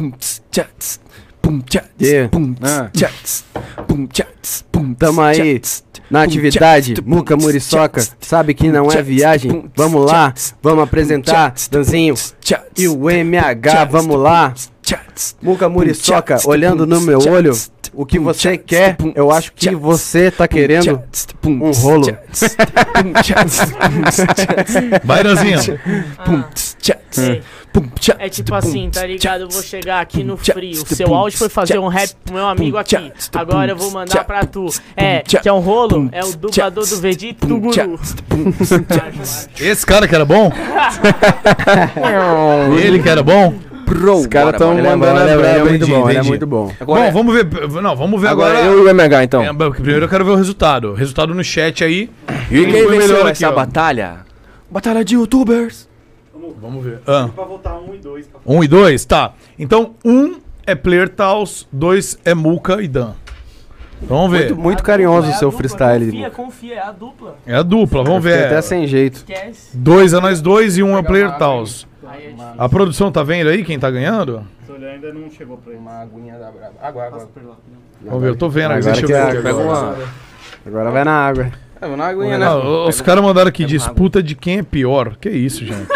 Pum, tss, tchá, tss, pum, tchá, tss, Yeah. pum, tss, Ah. tchá, tss, pum, tchá, tss, pum, tss, Tamo tchá, aí. tss, Na atividade, Muca Muriçoca, sabe que não é viagem. Vamos lá, vamos apresentar Danzinho tchá, tss, e o MH, vamos lá. tchá, tss, Muca Muriçoca, olhando no meu olho, o que você quer, eu acho que você tá querendo. um rolo. Vai, Danzinho. É tipo assim, tá ligado? Eu vou chegar aqui no frio. Seu áudio foi fazer um rap pro meu amigo aqui. Agora eu vou mandar pra tu. É, que é um rolo? É o dublador do Vegeta e do Guru. Esse cara que era bom? Ele que era bom? Pro. Os caras tão Ele é bom, mandando ele é- a ele é braba, muito entendi, bom, ele é entendi. muito bom. Bom, vamos ver. Não, vamos ver Agora agora. eu e o MH, então. É, mas primeiro eu quero ver o resultado. Resultado no chat aí. E Quem quem foi melhor venceu aqui, essa ó? batalha? Batalha de youtubers. Vamos ver. Ah, Pra voltar um e dois. Pra... um e dois, tá. Então, um é Player Taos, dois é Muca e Dan. Então, vamos ver. Muito, muito carinhoso o É a né? seu dupla, freestyle. Confia, Muca. confia, é a dupla. É a dupla, vamos Fiquei ver. até sem jeito. Esquece. Dois é nós dois e um é Player Taos. Aí é difícil. A produção tá vendo aí quem tá ganhando? Esse olhar ainda não chegou pra ele. Uma aguinha da braba. Água, água. Vamos ver, eu tô vendo aqui. Agora Deixa eu que ver é aqui água. agora. Agora vai na água. É, uma aguinha, né? Ah, os caras mandaram aqui, disputa de quem é pior. Que isso, gente.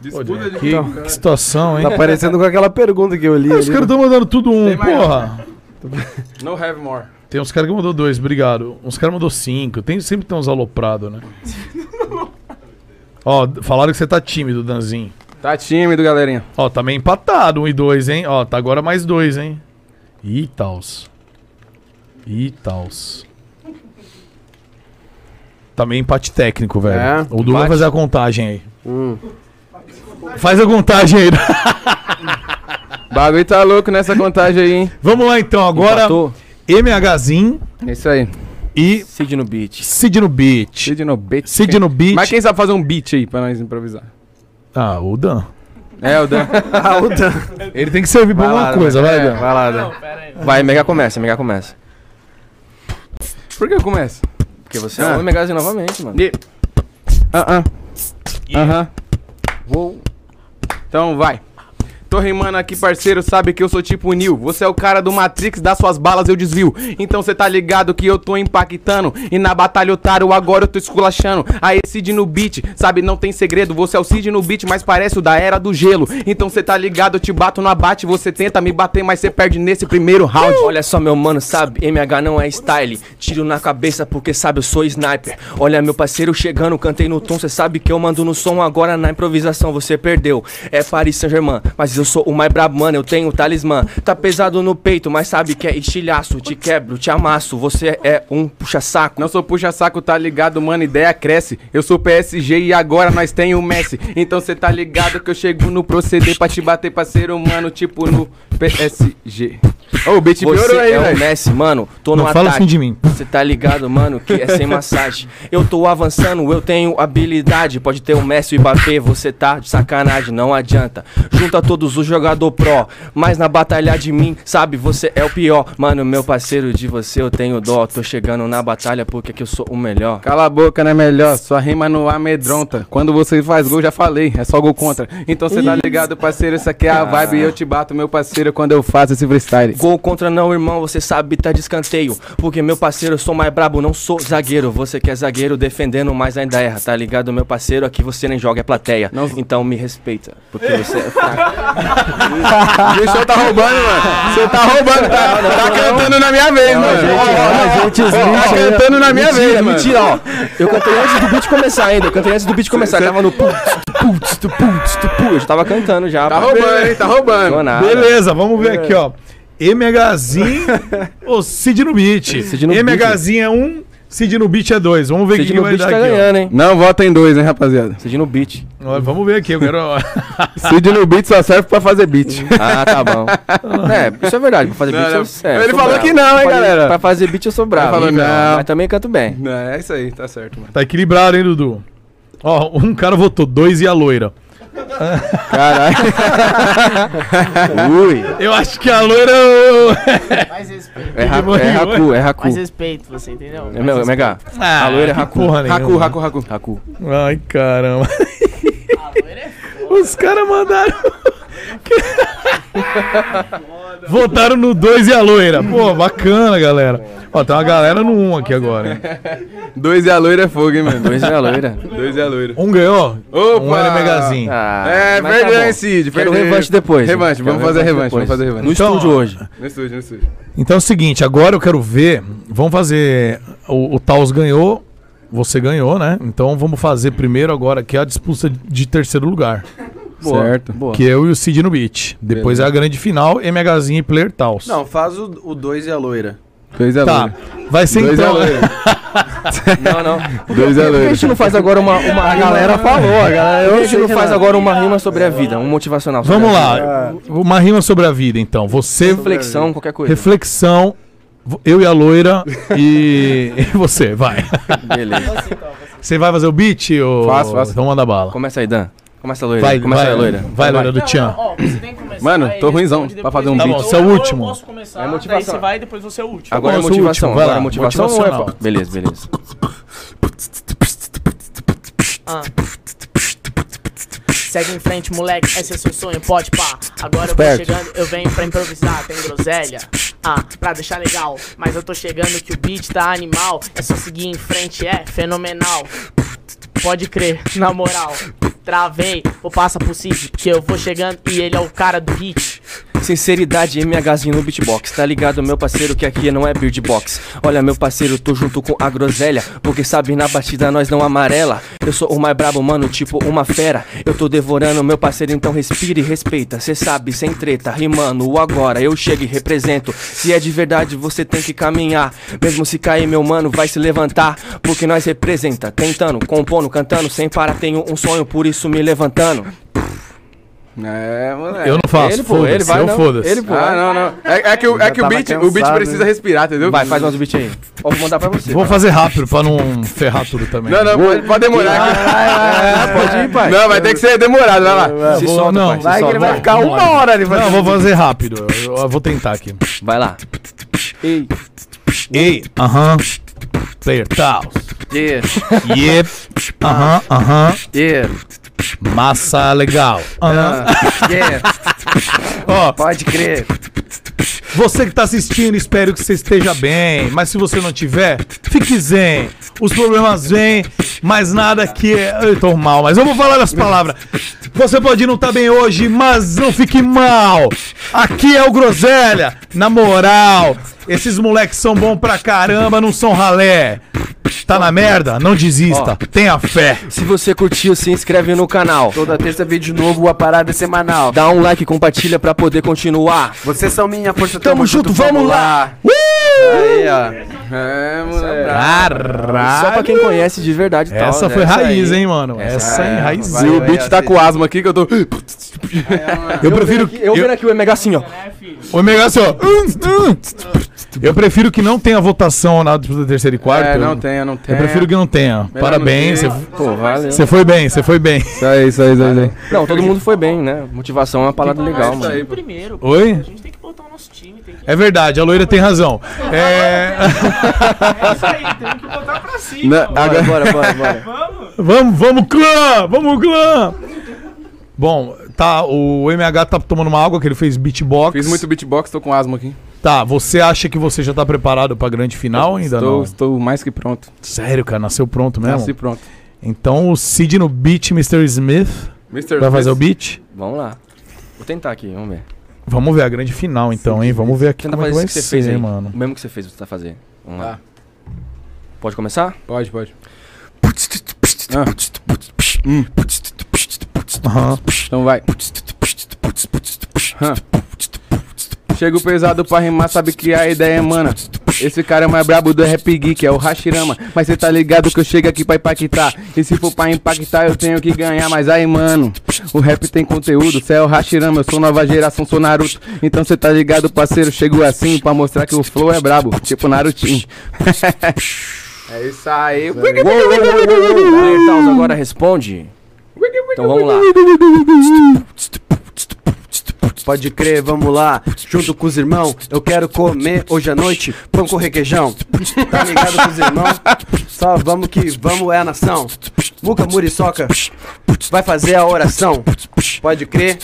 Disputa de quem Que situação, hein? Ah, Tá parecendo com aquela pergunta que eu li. Os ali né? caras no- estão mandando tudo um, Tem mais, porra. No have more. Tem uns caras que mandou dois, obrigado. Uns caras mandou cinco. Tem, sempre tem uns aloprados, né? Ó, d- falaram que você tá tímido, Danzinho. Tá tímido, galerinha. Ó, tá meio empatado, um e dois, hein? Ó, tá agora mais dois, hein? Ih, tals. Ih, tals. Tá meio empate técnico, velho. É, o Dudu vai empate. fazer a contagem aí. Hum. Faz a contagem aí. Bagulho tá louco nessa contagem aí, hein? Vamos lá então, agora. Empatou. MHzinho É isso aí. e Cid no beat. Sid no beat. Cid no beat. Sid no beat. Mas quem sabe fazer um beat aí pra nós improvisar? Ah, o Dan. É, o Dan. Ah, o Dan. Ele tem que servir pra Vai alguma lá, coisa, vai, é. Dan. Vai lá, Dan. Não, pera aí. Vai, MH começa, MH começa. Por que eu começo? Porque você é o Ah. MHzinho novamente, mano. E... Ah, ah. Aham. Vou. Então vai. Tô rimando aqui, parceiro, sabe que eu sou tipo o Neo. Você é o cara do Matrix, das suas balas eu desvio. Então cê tá ligado que eu tô impactando. E na batalha otário agora eu tô esculachando. Aí Cid no beat, sabe, não tem segredo. Você é o Cid no beat, mas parece o da era do gelo. Então cê tá ligado, eu te bato no abate. Você tenta me bater, mas cê perde nesse primeiro round. Olha só, meu mano, sabe? MH não é style. Tiro na cabeça porque sabe, eu sou sniper. Olha, meu parceiro chegando, cantei no tom. Cê sabe que eu mando no som agora na improvisação. Você perdeu. É Paris Saint-Germain, mas eu eu sou o mais brabo, mano, eu tenho o talismã. Tá pesado no peito, mas sabe que é estilhaço. Te quebro, te amasso, você é um puxa-saco. Não sou puxa-saco, tá ligado, mano, ideia cresce. Eu sou PSG e agora nós tem o Messi. Então cê tá ligado que eu chego no proceder pra te bater, parceiro, mano, tipo no PSG. Ô, o beat piorou Você aí, é o velho. Messi, mano. Tô Não no fala ataque. assim de mim. Você tá ligado, mano, que é sem massagem. Eu tô avançando, eu tenho habilidade. Pode ter o Messi e o Mbappé, você tá de sacanagem, não adianta. Junta todos os jogador pró, mas na batalha de mim, sabe, você é o pior. Mano, meu parceiro, de você eu tenho dó. Tô chegando na batalha porque é que eu sou o melhor. Cala a boca, né, melhor? Sua rima não amedronta. Quando você faz gol, já falei, é só gol contra. Então cê tá ligado, parceiro, isso aqui é a vibe e eu te bato, meu parceiro, quando eu faço esse freestyle. Gol contra não, irmão, você sabe tá de escanteio. Porque, meu parceiro, eu sou mais brabo, não sou zagueiro. Você que é zagueiro defendendo, mas ainda erra, tá ligado, meu parceiro? Aqui você nem joga, é plateia. Então me respeita, porque você é fraco. Bicho, tá roubando, mano. Você tá roubando, tá, tá cantando na minha vez, mano. Ó, ó, ó, ó, tá cantando na minha mentira, vez, mano. Mentira, ó. Eu cantei antes do beat começar ainda. Eu cantei antes do beat começar. cê- Tava no putz, tu, putz, tu, putz, tu, putz. Eu já tava cantando já. Tá pô. roubando, hein? Tá roubando. Tô nada. Beleza, vamos ver aqui, ó. MHzinho ou Cid no Beat? Cid no Beat. MHzinho é um, Cid no Beat é dois. Vamos ver o que, que tá vai dar aqui. ó. Não vota em dois, hein, rapaziada. Cid no beat. Olha, Vamos ver aqui, eu quero. Cid no beat só serve pra fazer beat. Ah, tá bom. É, isso é verdade. Pra fazer Não, beat não. eu é, Ele sou falou que não, hein, Pra fazer- galera? Pra fazer beat eu sou bravo. falou, Ih, não. Mas também canto bem. Não, é isso aí, tá certo, mano. Tá equilibrado, hein, Dudu? Ó, um cara votou dois e a loira. Caralho. Ui. Eu acho que a loira. é o- Mais respeito. É Haku, é Haku, é Haku. Mais respeito, você entendeu? É meu, é mega. Ah, a loira é que Haku. porra nenhuma. Haku, Haku, Haku. Ai, caramba. Os caras mandaram. Votaram no 2 e a loira. Pô, bacana, galera. Ó, tem uma galera no 1 um aqui agora. hein? Dois e a loira é fogo, hein, mano. Dois e a loira. Dois e a loira. Um ganhou. Opa! Um era megazinho. Ah. é, mas tá perdeu, bom. hein, Cid? Quero perdeu. revanche depois. Revanche, Quero vamos fazer revanche revanche, vamos depois. fazer revanche. No estúdio hoje. No estúdio, no estúdio. Então é o seguinte, agora eu quero ver. Vamos fazer. O, o Taos ganhou. Você ganhou, né? Então vamos fazer primeiro agora aqui a disputa de terceiro lugar. Boa, Certo. boa. Que é eu e o Cid no beat. Depois Beleza. é a grande final, MHzinho e Player Taos. Não, faz o 2 dois e a loira. Dois a Tá. Vai ser Dois então. a loira. Não, não. Dois Por que a gente não faz agora uma. uma A galera falou, a galera- Por eu que a gente sei não que faz não. agora uma rima sobre a vida, um motivacional. sobre Vamos a lá. Uma rima sobre a vida, então. Você. Reflexão, qualquer coisa. Reflexão. vo- Eu e a loira e, e você, vai. vida. Beleza. Você vai fazer o beat? Ou... Faço, faço. Então manda bala. Começa aí, Dan. Começa a loira. Vai, começa vai, a loira. vai, loira do Não, Tchan. não, Mano, tô ruimzão pra fazer um Tá beat. Ah. bom, você é o último. Posso começar, É daí motivação. você vai e depois você é o último. Agora é Nossa, o último, motivação. vai Agora lá, é motivação ou é motivacional. pau? Beleza, beleza. Segue em frente, moleque, esse é seu sonho, pode pá. Agora eu vou Esperto. chegando, eu venho pra improvisar, tem groselha. Ah, pra deixar legal, mas eu tô chegando que o beat tá animal. É só seguir em frente, é fenomenal. Pode crer, na moral. Travei, ou passa por Cid, porque eu vou chegando e ele é o cara do hit. Sinceridade, MHzinho no beatbox. Tá ligado, meu parceiro, que aqui não é beatbox. Olha, meu parceiro, tô junto com a groselha. Porque sabe, na batida nós não amarela. Eu sou o mais brabo, mano, tipo uma fera. Eu tô devorando, meu parceiro, então respira e respeita. Cê sabe, sem treta, rimando o agora. Eu chego e represento. Se é de verdade, você tem que caminhar. Mesmo se cair, meu mano, vai se levantar. Porque nós representa, tentando, compondo, cantando. Sem parar, tenho um sonho, por isso me levantando. É, moleque. Eu não faço, Ele, pô, ele foda-se, vai, eu não. foda-se. Ele, pô. Ah, não, não. É, é que, o, é Já que o tava beat, o beat cansado, precisa né? respirar, entendeu? Vai, faz mais um beat aí. Ó, vou mandar pra você. Vou fazer rápido pra não ferrar tudo também. Não, não, pode, pode demorar. pode ir, pai. Não, vai ter que ser demorado, vai lá. Vou- não, Vai que ele vai ficar Vamos uma lá. hora ali Não, vou fazer rápido. Eu, eu vou tentar aqui. Vai lá. Ei. Ei, aham. Player Taos. Yeah. Yep. Aham, aham. Yeah. Massa legal. Aham. Ó, Pode crer. Você que tá assistindo, espero que você esteja bem. Mas se você não tiver, fique zen. Os problemas vêm, mas nada que. é- Eu tô mal, mas eu vou falar as palavras. Você pode não estar bem hoje, mas não fique mal. Aqui é o Groselha, na moral. Esses moleques são bons pra caramba, não são ralé. Tá na merda? Não desista. Tenha fé. Se você curtiu, se inscreve no canal. Toda terça vídeo novo, a parada semanal. Dá um like e compartilha pra poder continuar. Vocês são minha força. Tamo junto, vamos lá! Aí, ó. É, moleque. Caralho. Só É pra quem conhece de verdade e tal, Essa né? foi Isso raiz, aí. hein, mano? Essa é, enraizou. E o beat tá com asma aqui que eu tô. Eu prefiro. Eu vendo aqui o MH assim, ó. O Mega assim, ó. Eu prefiro que não tenha votação na do terceiro e quarto. É, não tenha, não tenha. Eu prefiro que não tenha. Melhor Parabéns. não Você ter. Pô, valeu. você foi bem, você foi bem. Isso aí, isso aí, isso aí. Não, todo mundo foi bem, né? Motivação é uma palavra legal, mano. Primeiro, pô. Oi? A gente tem que botar o nosso time. Tem que... É verdade, a loira tem razão. É. É isso aí, tem que botar pra cima. Na- mano. agora- Bora, bora, bora. Vamos, vamos, clã! Vamos, clã! Bom, tá, o MH tá tomando uma água que ele fez beatbox. Fiz muito beatbox, tô com asma aqui. Tá, você acha que você já tá preparado pra grande final ainda estou, não? estou mais que pronto. Sério, cara, nasceu pronto mesmo? Nasci pronto. Então o Cid no beat, Mr. Smith, Mr. vai fazer o Smith. beat? Vamos lá. Vou tentar aqui, vamos ver. Vamos ver a grande final então, hein? Vamos ver aqui Tenta como é que vai fazer isso que você ser, fez aí, hein, mano. O mesmo que você fez, você tá fazendo. Vamos lá. Pode começar? Pode, pode. Ah. Aham. Então vai. Chega o pesado pra rimar, sabe criar ideia, mana. Esse cara é mais brabo do Rap Geek, é o Hashirama. Mas cê tá ligado que eu chego aqui pra impactar. E se for pra impactar, eu tenho que ganhar. Mas aí, mano, o rap tem conteúdo. Cê é o Hashirama, eu sou nova geração, sou Naruto. Então cê tá ligado, parceiro, chego assim pra mostrar que o flow é brabo, tipo Narutinho. é isso aí. Player Então, Taus agora responde. Então vamos lá. Pode crer, vamos lá. Junto com os irmãos, Então, eu quero comer hoje à noite pão com requeijão. Tá ligado com os irmãos? Só vamos que vamos é a nação. Muca Muriçoca vai fazer a oração. Pode crer,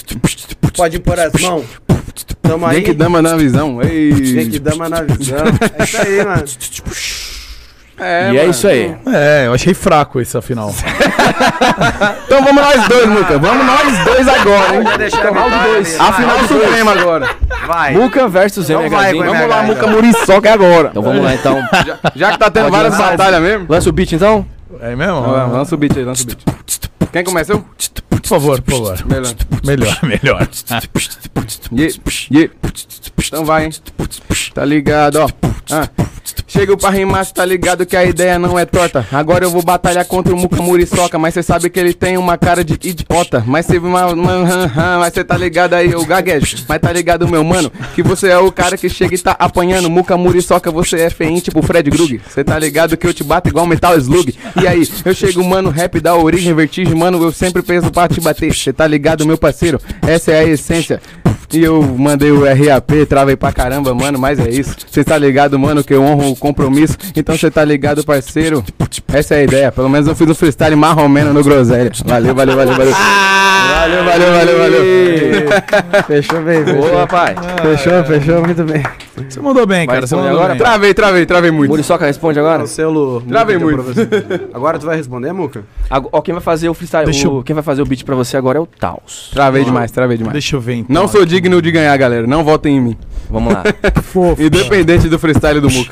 pode pôr as mãos. Tamo aí. Nem então, que dama na visão. Ei. Tem que dama na visão. É isso aí, mano. e é isso aí. É, eu achei fraco essa final. Então vamos nós dois, Muca. Vamos nós dois agora, hein? Vou deixar Então, round vitória, dois. vai, A final round suprema agora. Vai. Muca versus Então vai, MHzinho. vai, Vamos lá, vai. Muca. Muca Muriçoca é agora. Então vamos lá, então. Já que tá tendo Pode várias lançar. batalhas mesmo. Lança o beat, então. É mesmo? Vamos, lança o beat aí, lança o beat. Quem começa? Eu? Por favor, por favor. Melhor. Melhor, melhor. Yeah, yeah. Então vai, hein? Tá ligado, ó. Ah. Chego pra rimar, cê tá ligado que a ideia não é torta. Agora eu vou batalhar contra o Muca Muriçoca, mas cê sabe que ele tem uma cara de idiota. Mas cê uma, uma- hã, hã, mas cê tá ligado aí, o gaguejo. Mas tá ligado, meu mano, que você é o cara que chega e tá apanhando. Muca Muriçoca, você é feinho tipo Fred Grug. Cê tá ligado que eu te bato igual Metal Slug. E aí, eu chego, mano, rap da origem, vertigem, mano, eu sempre peso pra te bater. Cê tá ligado, meu parceiro? Essa é a essência. E eu mandei o RAP, travei pra caramba, mano, mas é isso. Cê tá ligado, mano, que eu honro o compromisso. Então cê tá ligado, parceiro. Essa é a ideia. Pelo menos eu fiz um freestyle marromeno no Groselha. Valeu, valeu, valeu, valeu. Valeu, valeu, valeu, valeu. Fechou bem, fechou. Boa, pai. Fechou, fechou, muito bem. Você mandou bem, cara. Você mandou agora? bem. Travei, travei, travei muito. Muriçoca responde agora. Marcelo, Travei deu muito. pra você. Agora tu vai responder, Muca? Ago- Ó, quem vai fazer o freestyle, Deixa o- quem vai fazer o beat pra você agora é o Taos. Travei demais, travei demais. Deixa eu ver então. Não sou digno de ganhar, galera. Não votem em mim. Vamos lá. fofo. Independente do freestyle do Muca.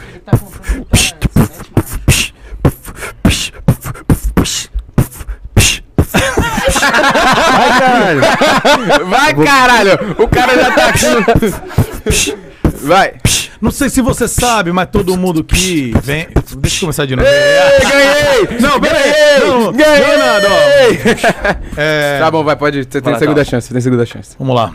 Vai, caralho. Vai, caralho! O cara já tá aqui. Vai. Não sei se você sabe, mas todo mundo que vem. Deixa eu começar de novo. É. Ei, É, ganhei! Não, ganhei! Não, ganhei! nada, É, Tá bom, vai, pode. Você tem lá, segunda tá. chance, você tem segunda chance. Vamos lá.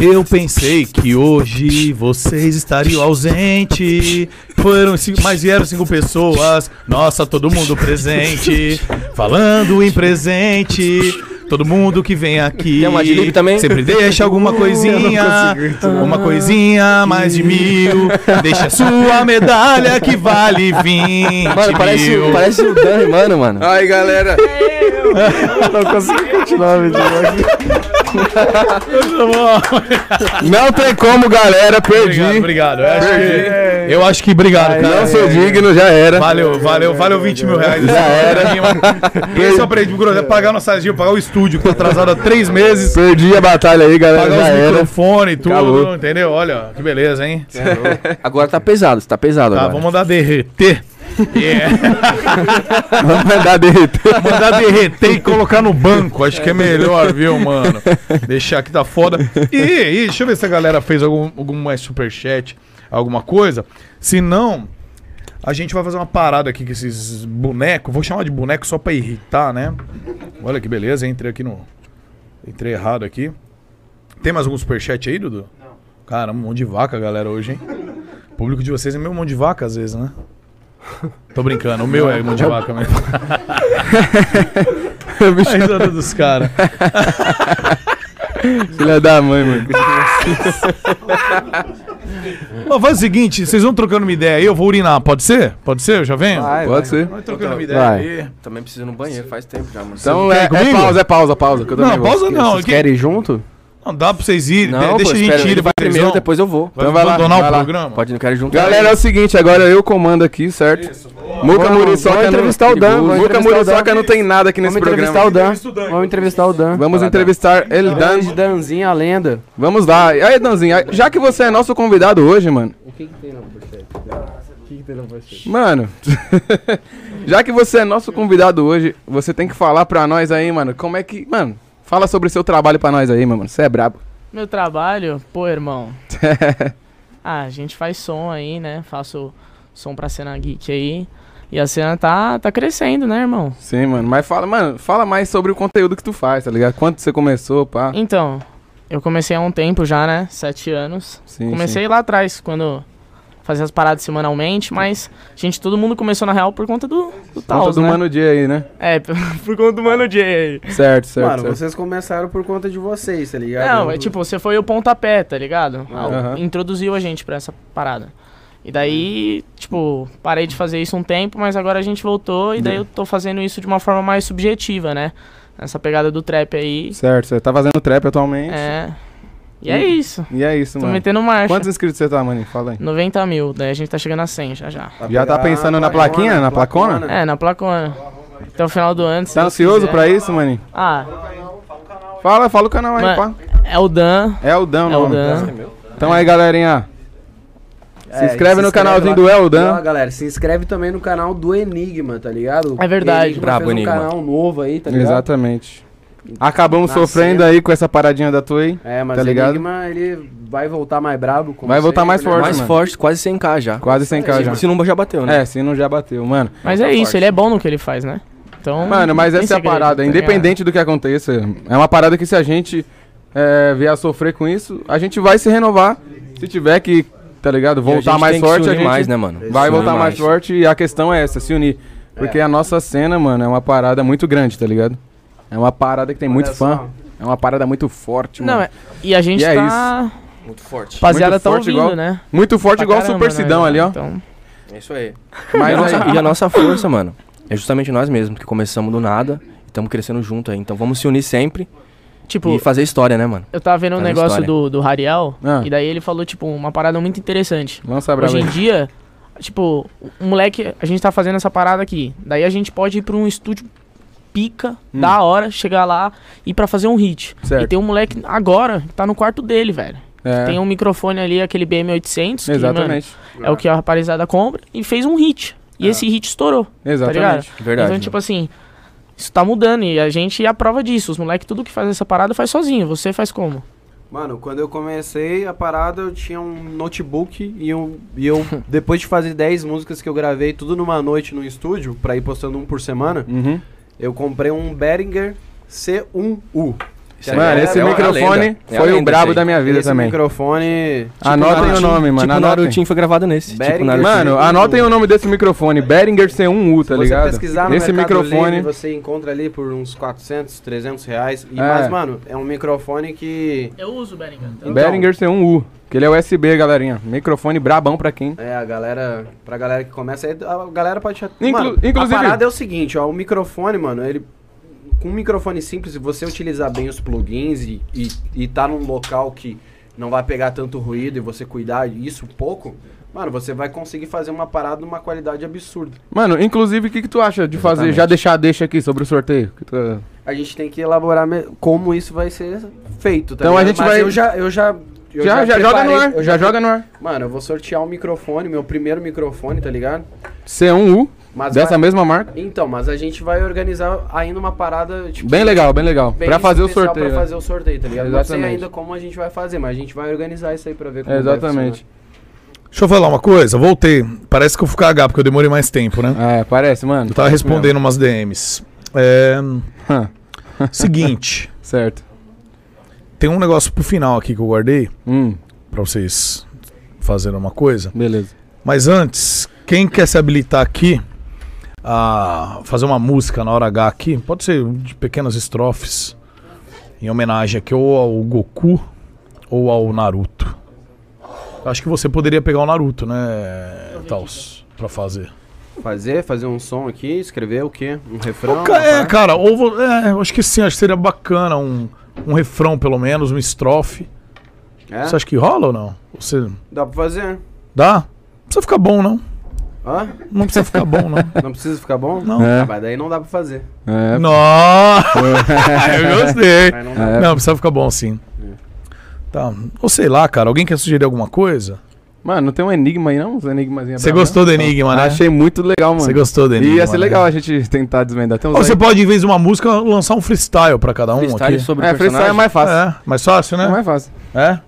Eu pensei que hoje vocês estariam ausente. Foram cinco, mas vieram cinco pessoas. Nossa, todo mundo presente. Falando em presente. Todo mundo que vem aqui. Tem uma de loop também? Sempre deixa alguma coisinha. Uma coisinha mais de mil. Deixa a sua medalha que vale 20 Mano, parece, mil. parece o Ah, Dan, mano, mano. Aí, galera. Não consigo continuar, me Não tem como, galera. Perdi. Obrigado, obrigado. Eu acho que, eu acho que obrigado, Aí, cara. É. não sou digno, né? já era. Valeu, valeu, valeu 20 mil reais. Já era. E isso eu aprendi pro Groselha pagar nossa agenda, pagar o estúdio, que tá atrasado há três meses. Perdi a batalha aí, galera. Pagar já os era. microfones e tudo, Acabou. entendeu? Olha, que beleza, hein? Agora tá pesado, tá pesado Tá, agora. vamos mandar derreter. É. Vamos mandar derreter. Mandar derreter e colocar no banco. Acho que é melhor, viu, mano? Deixar que tá foda. E, e deixa eu ver se a galera fez algum, algum mais superchat, alguma coisa. Se não, a gente vai fazer uma parada aqui com esses bonecos. Vou chamar de boneco só pra irritar, né? Olha que beleza, entrei aqui no. Entrei errado aqui. Tem mais algum superchat aí, Dudu? Não. Caramba, um monte de vaca, galera, hoje, hein? O público de vocês é meio um monte de vaca às vezes, né? Tô brincando, o meu é um monte de vaca mesmo. bicho. A risada dos caras. Filha da mãe, mano. Ó, faz o seguinte, vocês vão trocando uma ideia aí, eu vou urinar, pode ser? Pode ser? Eu já venho? Pode ser. Vai trocando uma ideia Vai. aí. Também preciso ir no banheiro, faz tempo já, mano. Então Você é, quer ir é comigo? pausa, é pausa, pausa. que eu também Não, vou. pausa não. Vocês que- querem ir junto? Não, dá pra vocês irem, Não, de- deixa pô, a gente espera, ir, ele vai depois vocês primeiro, vão. depois eu vou. Vai Então vai lá, abandonar vai o lá. programa. Pode, não quero juntar. Galera, é o seguinte, agora eu comando aqui, certo? Muca Vamos- Muriçoca. vamos não- entrevistar o Dan, vamos Muca entrevistar o Muriçoca Dan. não tem nada aqui nesse Vamos entrevistar programa. o Dan. Vamos entrevistar o Dan. Vamos Fala, Dan. entrevistar ele, Dan. Grande Danzinho, a lenda. Vamos lá. E aí, Danzinho, aí- já que você é nosso convidado hoje, mano. O que, tem na pochete? O que, tem na pochete? Mano, já que você é nosso convidado hoje, você tem que falar pra nós aí, mano, como é que. Mano, fala sobre o seu trabalho pra nós aí, meu mano. Você é brabo. Meu trabalho, pô, irmão. ah, a gente faz som aí, né? Faço som pra cena geek aí. E a cena tá, tá crescendo, né, irmão? Sim, mano. Mas fala, mano, fala mais sobre o conteúdo que tu faz, tá ligado? Quanto você começou, pá. Então, eu comecei há um tempo já, né? Sete anos. Sim, comecei lá atrás, quando fazia as paradas semanalmente, mas, gente, todo mundo começou na real por conta do, do Conta Taos, do né? Mano Dia aí, né? É, por conta do Mano J. Certo, certo. Mano, certo. vocês começaram por conta de vocês, tá ligado? Não, é tipo, você foi o pontapé, tá ligado? Ah, Aham. Introduziu a gente pra essa parada. E daí, tipo, parei de fazer isso um tempo, mas agora a gente voltou e daí eu tô fazendo isso de uma forma mais subjetiva, né? Essa pegada do trap aí. Certo, você tá fazendo trap atualmente. É. E é isso. E é isso, Tô mano. metendo marcha. Quantos inscritos você tá, mano? Fala aí. 90 mil, daí a gente tá chegando a 100 já já. Já tá pensando na plaquinha, na placona? né? É, na placona. Até o final do ano. se Ah. Tá Deus ansioso quiser. pra isso, maninho? Ah, Fala, fala o canal aí, Mano, pá. é o Dan. É o Dan, É o não. Dan. Então aí, galerinha. É, Se inscreve no canalzinho do El Dan. Ó, galera, se inscreve também no canal do Enigma, tá ligado? É verdade. Enigma Brabo, fez um Enigma. canal novo aí, tá ligado? Exatamente. Acabamos Nascendo. sofrendo aí com essa paradinha da tua aí. É, mas Tá o ligado? Enigma, ele vai voltar mais brabo. como Vai voltar sempre, mais né? forte, Mais mano. forte, quase 100k já. Quase 100k já. Se não já bateu, né? É, se não já bateu, mano. Mas é isso, ele é bom no que ele faz, né? Então. Tá Mano, mas não tem essa é a segredo, parada. tá ligado? Independente do que aconteça, é uma parada que se a gente é, vier a sofrer com isso, a gente vai se renovar. Se tiver que, tá ligado? E a Voltar gente mais tem que forte, se a unir gente mais, né, mano? vai Se voltar unir mais forte e a questão é essa, se unir. Porque a nossa cena, mano, é uma parada muito grande, tá ligado? É uma parada que tem muito fã. É uma parada muito forte, mano. Não, é- e a gente E é tá. Muito forte. Rapaziada, Muito tá forte ouvindo, igual- né? Muito forte Pra igual o caramba, Super né, Sidão ali, ó. Então, É isso aí. E a Mas é nossa- aí- e a nossa força, mano, é justamente nós mesmos, que começamos do nada e estamos crescendo junto aí. Então vamos se unir sempre tipo, e fazer história, né, mano? eu tava vendo um Faz negócio história. do, do Rariel, Ah. e daí ele falou, tipo, uma parada muito interessante. Lança a brava Hoje aí. em dia, tipo, o moleque, a gente tá fazendo essa parada aqui. Daí a gente pode ir pra um estúdio pica, da hora, chegar lá e pra fazer um hit. Hum. Certo. E tem um moleque agora, que tá no quarto dele, velho. É, Tem um microfone ali, aquele BM800, que, mano, Exatamente. Ah. é o que a rapaziada compra, e fez um hit. E esse hit estourou. Exatamente. Verdade. Então, tipo assim, isso tá mudando e a gente é a prova disso. Os moleques, tudo que faz essa parada, faz sozinho. Você faz como? Mano, quando eu comecei a parada, eu tinha um notebook e eu, e eu depois de fazer 10 músicas que eu gravei tudo numa noite no estúdio, pra ir postando um por semana, Uhum. eu comprei um Behringer C1U. Isso aí Mano, é- esse é uma microfone lenda. É uma foi o lenda brabo isso aí. da minha vida Esse também. Ah, microfone... anotem o nome, mano. Tipo, o anotem. Narutinho foi gravado nesse. Behringer. Tipo, Narutinho. Mano, anotem o nome desse microfone. Behringer C1U, tá Se ligado? Você pesquisar no Esse Mercado microfone. Livre, você encontra ali por uns 400, 300 reais. E, É. Mas, mano, é um microfone que... Eu uso então. o Behringer. então. Behringer C1U. Que ele é USB, galerinha. Microfone brabão pra quem. É, a galera, pra galera que começa aí, a galera pode... Inclu- mano, inclusive- a parada é o seguinte, ó, o microfone, mano, ele... com um microfone simples, se você utilizar bem os plugins e, e, e tá num local que não vai pegar tanto ruído e você cuidar disso um pouco, mano, você vai conseguir fazer uma parada numa qualidade absurda. Mano, inclusive, o que, que tu acha de fazer? Exatamente. Já deixar a deixa aqui sobre o sorteio? Que tu- A gente tem que elaborar me- como isso vai ser feito, tá Então a ligado? gente vai- Eu já. Eu já eu Já- já joga no ar, eu já joga no ar. Mano, eu vou sortear um microfone, meu primeiro microfone, tá ligado? C1U, Mas dessa vai- mesma marca. Então, mas a gente vai organizar ainda uma parada. tipo, Bem legal, bem legal. Pra fazer o especial sorteio, Pra é. fazer o sorteio, tá ligado? Não sei Exatamente. ainda como a gente vai fazer, mas a gente vai organizar isso aí pra ver como né? É, vai exatamente. Deixa eu falar uma coisa, voltei. Parece que eu fui cagar, porque eu demorei mais tempo, né? É, parece, mano. Eu tava respondendo umas DMs. É. Seguinte. certo. Tem um negócio pro final aqui que eu guardei. Pra vocês fazerem uma coisa. Hum, Beleza. Mas antes, quem quer se habilitar aqui a fazer uma música na hora H aqui, pode ser de pequenas estrofes, em homenagem aqui ou ao Goku ou ao Naruto. Acho que você poderia pegar o Naruto, né, Taos, pra fazer. Fazer, fazer um som aqui, escrever o quê? Um refrão? Ca- É, cara, ou vo- é, eu acho que sim, acho que seria bacana um, um refrão pelo menos, uma estrofe. É? Você acha que rola ou não? Você Dá pra fazer? dá? Não precisa ficar bom não. Hã? Não precisa ficar bom não. Não precisa ficar bom? Não. Ah, É. mas daí não dá pra fazer. É. Nossa! eu gostei. Mas Não, não dá. precisa ficar bom assim. É. Tá. Ou sei lá, cara. Alguém quer sugerir alguma coisa? Mano, não tem um enigma aí, não? Os enigmazinhos Você É brabo, gostou não? do enigma, né? Ah, Achei muito legal, mano. Você gostou do E enigma, ia ser né? legal a gente tentar desvendar. Tem uns Ou você aí- pode, em vez de uma música, lançar um freestyle pra cada um Freestyle aqui. sobre o É, freestyle personagem? é mais fácil. É, mais fácil, né? É mais fácil. É?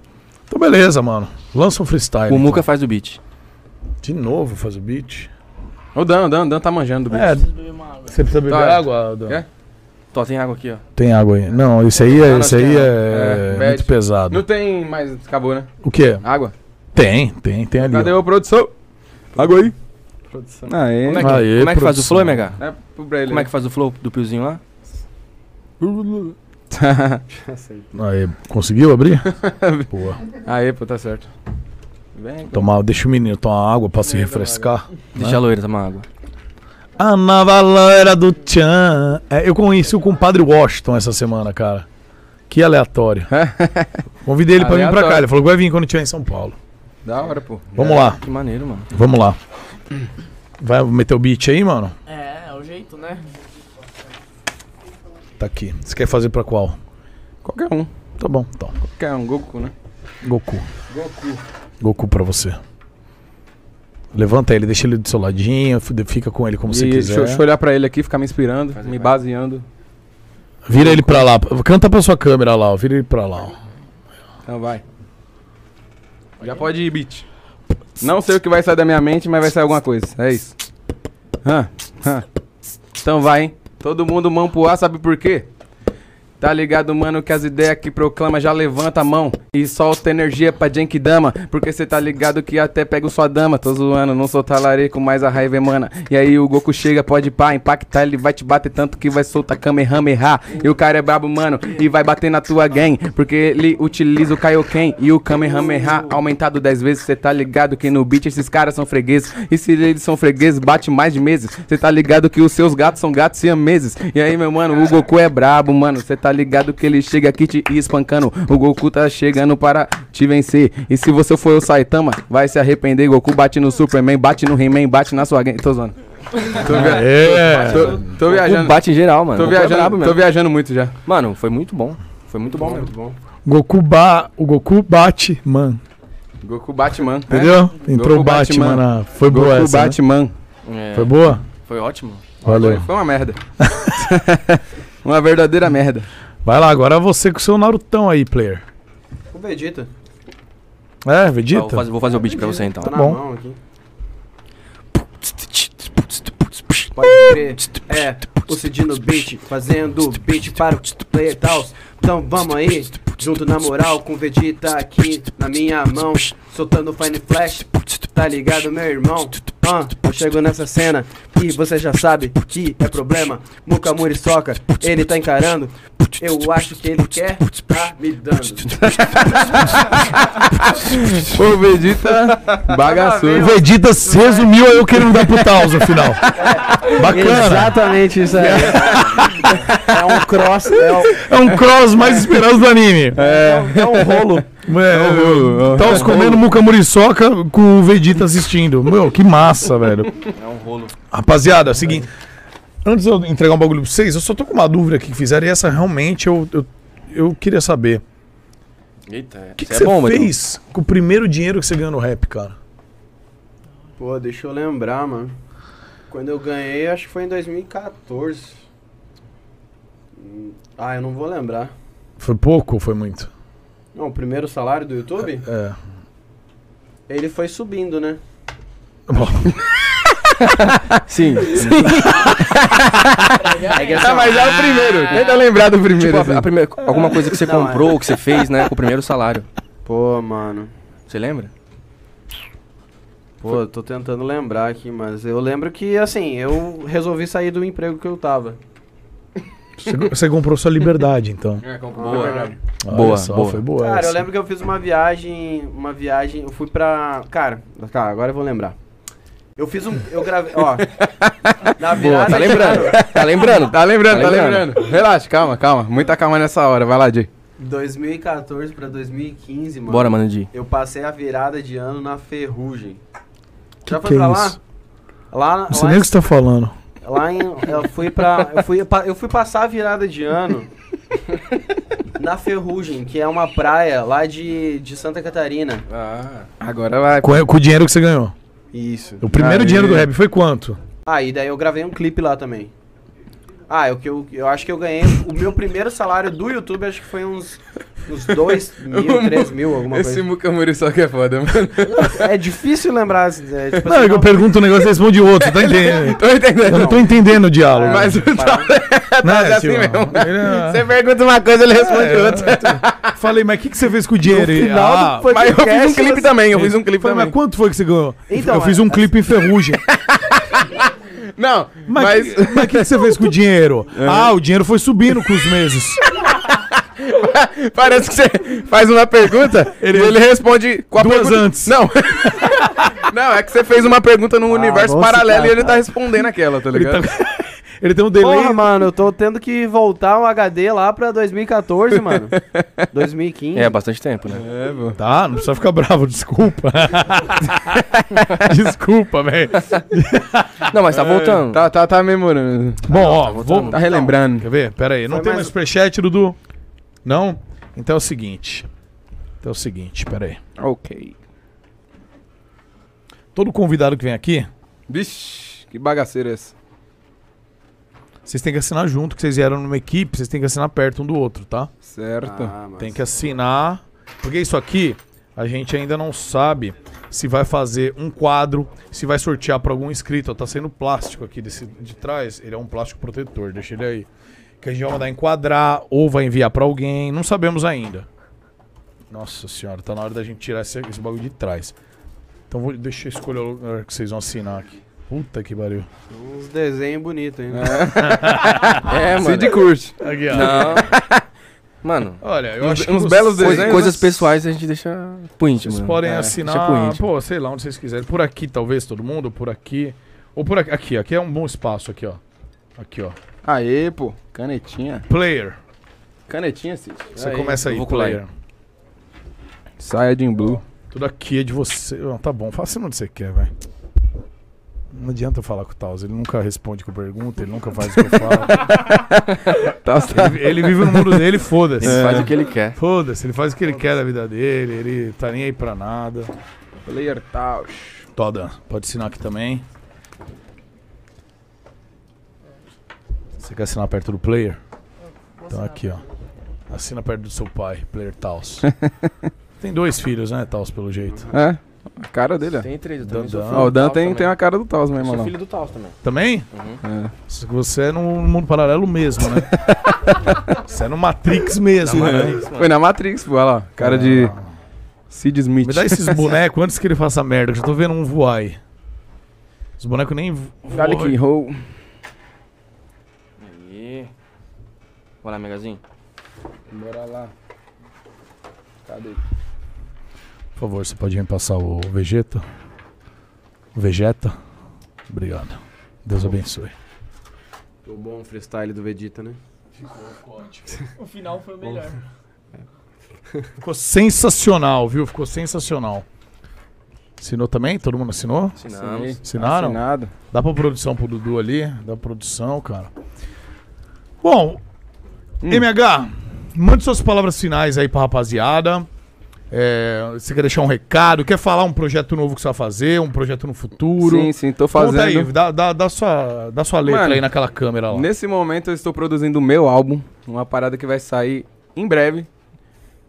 Então beleza, mano. Lança um freestyle. O Muca então. faz o beat. De novo faz o beat? O Dan, o Dan, o Dan tá manjando do beat. É, você precisa beber Tá. água, Dan? Quer? Tá Tó, tem água aqui, ó. Tem água aí. Não, esse aí Não, é, não esse tem aí água. é, bad. muito pesado. Não tem mais, acabou, né? O quê? Água. Tem, tem, tem ali. Cadê ó. a produção? Água aí. Produção. Como é que, Aê, como é que faz o produção. flow, MH? É pro Braille, Como é né? que faz o flow do piozinho lá? Aí, conseguiu abrir? Boa. Aí, pô, tá certo. Vem. Tomar, deixa o menino tomar água pra se refrescar. Deixa a loira tomar água. A nova loira do Tchan. É, eu conheci o compadre Washington essa semana, cara. Que aleatório. Convidei ele pra vir pra cá. Aleatório. Ele falou que vai vir quando estiver em São Paulo. Da hora, pô. Vamos lá. Que maneiro, mano. Vamos lá. Vai meter o beat aí, mano? É, é o jeito, né? Tá aqui. Você quer fazer pra qual? Qualquer um. Tá bom, então. Qualquer um, Goku, né? Goku. Goku. Goku pra você. Levanta ele, deixa ele do seu ladinho, f- fica com ele como E você deixa, quiser. eu- deixa eu olhar pra ele aqui, ficar me inspirando, me baseando. Vira ele pra lá. Canta pra sua câmera lá, ó. Vira ele pra lá, ó. Então vai. Já pode ir, beat. Não sei o que vai sair da minha mente, mas vai sair alguma coisa. É isso. Hã, hã. Então vai, hein? Todo mundo mão pro ar, sabe por quê? Tá ligado, mano, que as ideias que proclama já levanta a mão e solta energia pra Genkidama. Porque cê tá ligado que até pega sua dama. Tô zoando, não sou talarico, mas a raiva emana. E aí o Goku chega, pode pá, impactar, ele vai te bater tanto que vai soltar Kamehameha. E o cara é brabo, mano, e vai bater na tua gang. Porque ele utiliza o Kaioken e o Kamehameha aumentado 10 vezes. Cê tá ligado que no beat esses caras são fregueses. E se eles são fregueses, bate mais de meses. Cê tá ligado que os seus gatos são gatos siameses. E aí, meu mano, o Goku é brabo, mano. Cê tá ligado que ele chega aqui te espancando. O Goku tá chegando para te vencer. E se você for o Saitama, vai se arrepender. Goku bate no Superman, bate no He-Man, bate na sua gang. Tô zoando. Tô, via- É. tô- tô viajando. O bate em geral, mano. Tô Goku é viajando, brabo mesmo. tô viajando muito já. Mano, foi muito bom. Foi muito bom mesmo. Goku ba... O Goku bate, mano. Goku Batman. né? Entendeu? Entrou Goku o Batman na- foi boa Goku essa, né? Batman. É. Foi boa? Foi ótimo. Valeu. Foi uma merda. uma verdadeira merda. Vai lá, agora é você com o seu Narutão aí, player. O Vegeta. É, Tá, Vegeta? Vou fazer, vou fazer o beat pra você então. Tá na bom. mão aqui. Pode crer. É, o Cidino Beat, fazendo o beat para o player tal. Então vamos aí, junto na moral com o Vegeta aqui na minha mão, soltando Fine Flash. Tá ligado, meu irmão? Ah, eu chego nessa cena e você já sabe que é problema. Muca Muriçoca, ele tá encarando. Eu acho que ele quer, tá me dando. O Vegeta bagaçou. O Vegeta se resumiu a eu querendo dar pro Taos no final. Bacana. Exatamente isso aí. É um cross. É um, É um cross mais esperado do anime. É, é um rolo. É, tá os comendo muca muriçoca com o Vegeta assistindo. Meu, que massa, velho. É um rolo. Rapaziada, é o seguinte. Antes de eu entregar um bagulho pra vocês, eu só tô com uma dúvida aqui que fizeram e essa realmente eu, eu, eu queria saber. Eita, é O que, que você então. fez com o primeiro dinheiro que você ganhou no rap, cara? Pô, deixa eu lembrar, mano. Quando eu ganhei, acho que foi em 2014. Hum, Ah, eu não vou lembrar. Foi pouco ou foi muito? Não, o primeiro salário do YouTube? É. Ele foi subindo, né? Sim. tá- Ah, mas é o primeiro. Tenta lembrar do primeiro. assim. Tipo, a- a primeira- alguma coisa que você Não, é. comprou, que você fez, né? Com o primeiro salário. Pô, mano. Você lembra? Pô, eu tô tentando lembrar aqui, mas eu lembro que, assim, eu resolvi sair do emprego que eu tava. Você, você comprou sua liberdade, então. É, comprou. Boa. verdade. Olha Boa, só, boa. foi boa Cara, essa. eu lembro que eu fiz uma viagem, uma viagem, eu fui pra, cara, tá, agora eu vou lembrar. Eu fiz um, eu gravei, ó, na Boa, virada tá de lembrando. ano, Tá lembrando, tá lembrando, Tá tá lembrando. lembrando. Relaxa, calma, calma. Muita calma nessa hora. Vai lá, Jay. 2014 pra 2015, mano. Bora, mano, Di. Eu passei a virada de ano na Ferrugem. Já foi que é pra lá? isso? Lá, Não sei lá nem o que você tá falando. Lá em. Eu fui pra. Eu fui, pa- eu fui passar a virada de ano na Ferrugem, que é uma praia lá de, de Santa Catarina. Ah. Agora vai. Com, com o dinheiro que você ganhou. Isso. O primeiro Aí. dinheiro do rap foi quanto? Ah, e daí eu gravei um clipe lá também. Ah, eu, que eu, eu acho que eu ganhei. O meu primeiro salário do YouTube acho que foi uns. Uns 2 mil, 3 mil, alguma Esse coisa. Mucamuri só que é foda, mano. É difícil lembrar. É, tipo Não, é assim, que eu pergunto um negócio e responde outro, tá entendendo? Tô entendendo. Eu não tô entendendo o diálogo. Mas o Não é, é assim tio? mesmo. Ele é- Você pergunta uma coisa, ele responde É, outra. Falei, mas o que, que você fez com o dinheiro? Ah, No final do podcast, Mas eu fiz um clipe você- também, eu fiz um clipe Falei, também. Mas quanto foi que você ganhou? Então, eu fiz um é- clipe em ferrugem. Não, Mas mas. o que, que você fez com o dinheiro? Ah, o dinheiro foi subindo com os meses. Parece que você faz uma pergunta ele, ele responde com a Duas pergunta. antes. Não. Não, é que você fez uma pergunta Ah, num universo nossa, paralelo cara. e ele tá respondendo aquela, tá ligado? Ele tem um Porra, mano, eu tô tendo que voltar o HD lá pra 2014, mano. 2015. É, bastante tempo, né? É, pô. Tá, não precisa ficar bravo, desculpa. desculpa, velho. Não, É. mas tá voltando. Tá, tá, tá memorando. Bom, ó, vou... voltando. Tá relembrando. Quer ver? Pera aí, não Foi tem mais mais- superchat, Dudu? Não? Então é o seguinte. Então é o seguinte, pera aí. Ok. Todo convidado que vem aqui, Vixe, que bagaceira é essa? vocês têm que assinar junto, que vocês vieram numa equipe, vocês têm que assinar perto um do outro, tá? Certo. Ah, Tem que assinar. Porque isso aqui, a gente ainda não sabe se vai fazer um quadro, se vai sortear para algum inscrito. Ó, tá saindo plástico aqui desse, de trás. Ele é um plástico protetor, deixa ele aí. Que a gente vai mandar enquadrar ou vai enviar para alguém. Não sabemos ainda. Nossa senhora, tá na hora da gente tirar esse, esse bagulho de trás. Então vou, deixa eu escolher o lugar que vocês vão assinar aqui. Puta que pariu. Uns desenhos bonitos, hein? É, mano. Cid curte. Aqui, ó. Não. Mano, Olha, eu Uns- acho que uns vocês- belos coi- desenhos, né? coisas mas- pessoais a gente deixa pro íntimo. Vocês né? podem É, Deixa pro assinar, íntimo. pô, sei lá, onde vocês quiserem. Por aqui, talvez, todo mundo, por aqui. Ou por aqui. Aqui, aqui é um bom espaço, aqui, ó. Aqui, ó. Aê, pô. Canetinha. Player. Canetinha, Cid. Você começa aí, eu vou colar aí. player. Saia de blue. Tudo aqui é de você. Não, tá bom, faça onde você quer, velho. Não adianta eu falar com o Taus, ele nunca responde com pergunta, ele nunca faz o que eu falo. Tá, tá. Ele, ele vive no mundo dele, foda-se. Ele faz o que ele quer. Foda-se, ele faz o que ele quer da vida dele, ele tá nem aí pra nada. Player Tausch. Toda, pode assinar aqui também. Você quer assinar perto do player? Então aqui, ó. Assina perto do seu pai, player Taos. Tem dois filhos, né, Taos, pelo jeito. É. A cara dele, ó. Tem três, eu também Dan- sou Dan. filho Ó, Ah, o do Dan Taos tem, também. tem a cara do Taos Eu mesmo, sou lá. é filho do Taos também. Também? Uhum. É. Só que Você é num mundo paralelo mesmo, né? Você é no Matrix mesmo, né? é. Foi na Matrix, pô, olha lá. Cara Ah. de Sid Smith. Me dá esses bonecos antes que ele faça merda, que eu já tô vendo um voar aí. Os bonecos nem vo- Olha voam. que roll. Aí. Vai lá, Megazinho. Bora lá. Cadê? Por favor, você pode me passar o Vegeta? Tá O Vegeta? Obrigado. Deus abençoe. Ficou bom o freestyle do Vegeta, né? Ficou, ficou ótimo. O final foi o melhor. Ficou sensacional, viu? Ficou sensacional. Assinou também? Todo mundo assinou? assim. Assinamos. Sim. Assinaram? Assinado. Dá pra produção pro Dudu ali? Dá pra produção, cara. Bom, Hum. MH, mande suas palavras finais aí pra rapaziada. É, você quer deixar um recado? Quer falar um projeto novo que você vai fazer? Um projeto no futuro? Sim, sim, tô Conta aí, fazendo. dá, dá, dá sua, dá sua letra Mano, aí naquela câmera lá. Nesse momento eu estou produzindo o meu álbum, uma parada que vai sair em breve.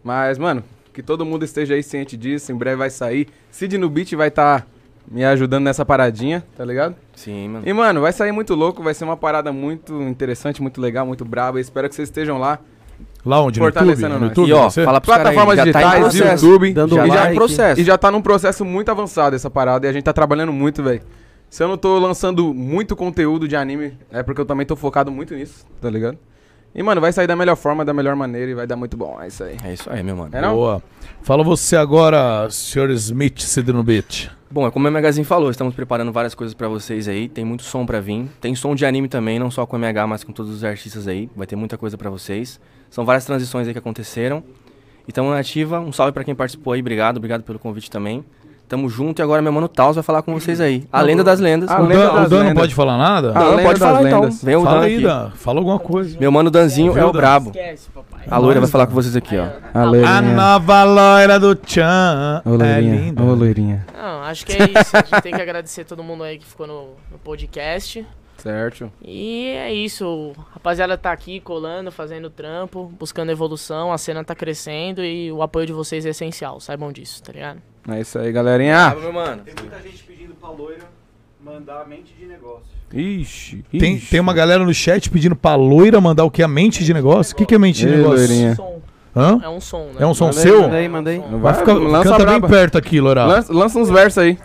Mas, mano, que todo mundo esteja aí ciente disso, em breve vai sair. Sid no Beat vai estar me ajudando nessa paradinha, tá ligado? Sim, mano. E, mano, vai sair muito louco, vai ser uma parada muito interessante, muito legal, muito braba. Eu espero que vocês estejam lá. Lá onde? No YouTube? Fortalecendo No nós. YouTube, e ó, você? fala pros plataformas caras aí, já tá em digitais, processo, YouTube, dando e, já, like. e já tá num processo muito avançado essa parada e a gente tá trabalhando muito, velho. Se eu não tô lançando muito conteúdo de anime, é porque eu também tô focado muito nisso, tá ligado? E, mano, vai sair da melhor forma, da melhor maneira e vai dar muito bom. É isso aí. É isso aí, meu mano. É não? Boa. Fala você agora, Sr. Smith Cidino Beach. Bom, é como o MHzinho falou, estamos preparando várias coisas pra vocês aí, tem muito som pra vir, tem som de anime também, não só com o MH, mas com todos os artistas aí, vai ter muita coisa pra vocês. São várias transições aí que aconteceram. E tamo na ativa, um salve pra quem participou aí, obrigado, obrigado pelo convite também. Tamo junto e agora meu mano Taus vai falar com vocês aí. A lenda das lendas. O Dan- o Dan Ah, não pode falar nada? Ah, não, pode falar então. é Vem o Dan Fala aí, aqui. Dan. Fala alguma coisa. Meu mano Danzinho Vem é o o Dan. brabo. A loira vai Nós, falar Dan. com vocês aqui, ó. A A nova loira do Tchan. É. Ô, é loirinha, linda. ô, loirinha. Não, acho que é isso. A gente tem que agradecer todo mundo aí que ficou no, no podcast. Certo. E é isso. O rapaziada tá aqui colando, fazendo trampo, buscando evolução. A cena tá crescendo e o apoio de vocês é essencial. Saibam disso, tá ligado? É isso aí, galerinha. meu mano. Tem muita gente pedindo pra loira mandar mente de negócio. Ixi, Tem, tem uma galera no chat pedindo pra loira mandar o que? A mente de negócio? O que, que é mente de Ei, negócio? loirinha. Hã? É um som, né? É um som Manda aí, seu? manda aí, manda aí. Vai, ficar- Lança canta a bem braba. perto aqui, Ah. Loura. Lança, lança uns versos aí.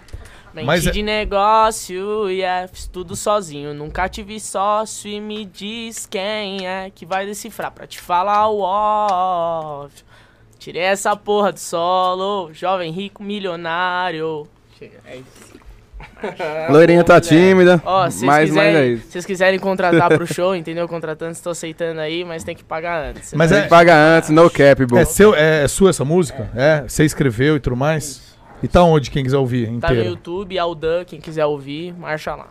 Mente Mas é- de negócio, e yeah, fiz tudo sozinho. Nunca tive sócio e me diz quem é que vai decifrar pra te falar o óbvio. Tirei essa porra do solo, jovem rico milionário. Chega, é isso. Loirinha tá tímida, Ó, se mas- mas vocês quiserem, é isso. se vocês quiserem contratar pro show, entendeu? Contratando, estou aceitando aí, mas tem que pagar antes. Mas senão- é- Paga antes, no cap, bro. É, seu, é, é sua essa música? É? Você escreveu e tudo mais? E tá onde quem quiser ouvir Tá no inteiro? YouTube, Aldan, quem quiser ouvir, marcha lá.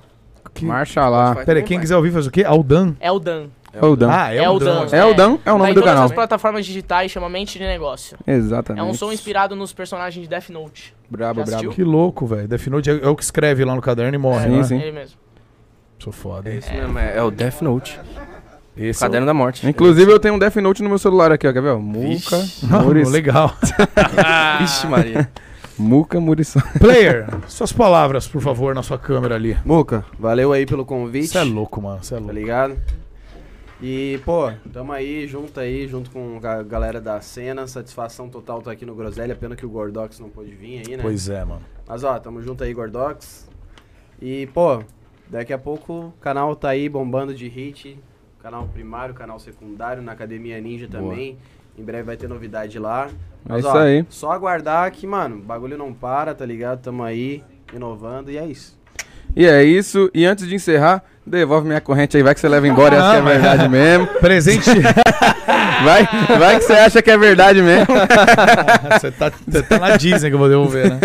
Que- Marcha lá. Pera aí, quem quiser ouvir faz o quê? Aldan? É o Dan. É o Dan. Ah, é o Dan. É o Dan, é o Tá nome em do todas canal. as plataformas digitais, chama Mente de Negócio. Exatamente. É um som inspirado nos personagens de Death Note. Brabo, Já assistiu? Que louco, velho. Death Note é, é o que escreve lá no caderno e morre, né? Ele mesmo. Sou foda. É isso mesmo, é, é o Death Note. Esse Caderno é o- da Morte. Inclusive, eu tenho um Death Note no meu celular aqui, ó. Quer ver? ó? Muca, Vixe. Muris. Legal. Vixe, Maria. Muca, Murição. Player, suas palavras, por favor, na sua câmera ali. Muca, valeu aí pelo convite. Você é louco, mano. Você é louco. Tá ligado? E, pô, tamo aí, junto aí, junto com a galera da cena. Satisfação total tá aqui no Groselha. Pena que o Gordox não pôde vir aí, né? Pois é, mano. Mas, ó, tamo junto aí, Gordox. E, pô, daqui a pouco o canal tá aí bombando de hit. Canal primário, canal secundário, na Academia Ninja Boa. também. Em breve vai ter novidade lá. isso aí. Só aguardar que, mano, o bagulho não para, tá ligado? Tamo aí, inovando e é isso. E é isso. E antes de encerrar, devolve minha corrente aí. Vai que você leva embora e acha que é Não, mas- verdade mesmo. Presente. Vai, vai que você acha que é verdade mesmo. Você tá, você tá na Disney que eu vou devolver, né?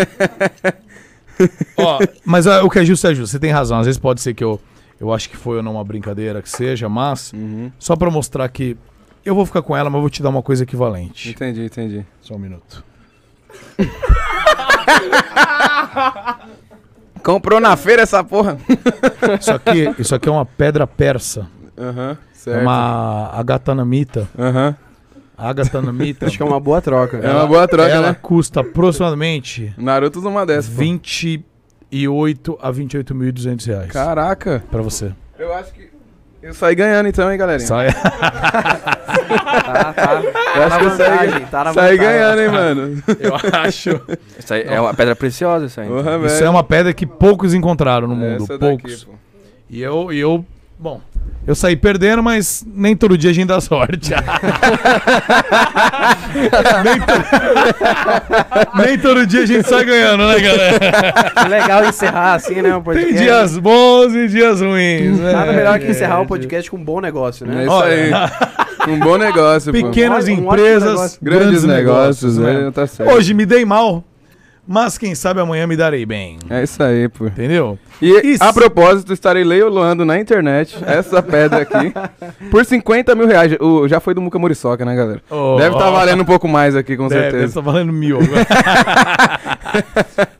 Ó, mas ah, o que é justo é justo. Você tem razão. Às vezes pode ser que eu, eu acho que foi ou não uma brincadeira que seja, mas Uhum. só pra mostrar que eu vou ficar com ela, mas eu vou te dar uma coisa equivalente. Então. Entendi, entendi. Só um minuto. Comprou na feira essa porra. Isso aqui, isso aqui é uma pedra persa. Aham, É certo. uma agatanamita. Aham. Agatanamita. Acho que é uma boa troca. É uma boa troca, ela né? custa aproximadamente Naruto usa uma dessas. pô. 28 a 28.200 reais. Caraca. Pra você. Eu acho que. Eu saí ganhando então, hein, galerinha? Sai. Tá, tá. Eu acho que eu saí, vantagem, tá na saí vantagem. ganhando, hein, mano. Eu acho. Essa aí é uma pedra preciosa, essa aí. Porra, Isso velho. é uma pedra que poucos encontraram no mundo. Essa daqui, poucos. pô. e eu, e eu Bom, eu saí perdendo, mas nem todo dia a gente dá sorte. nem, to- nem todo dia a gente sai ganhando, né, galera? É Legal encerrar assim, né? O Tem podcast. dias bons e dias ruins. né? Nada melhor que encerrar o podcast com um bom negócio, né? É isso aí. Um bom negócio, pô. Pequenas Um ótimo empresas, negócio. Grandes negócios, né? é, tá certo. Hoje me dei mal, mas quem sabe amanhã me darei bem. É isso aí, pô. Entendeu? E a propósito, estarei leiloando na internet essa pedra aqui por 50 mil reais. O, já foi do Muca Muriçoca, né, galera? Oh. Deve estar valendo um pouco mais aqui, com Deve, certeza. deve tá valendo mil agora.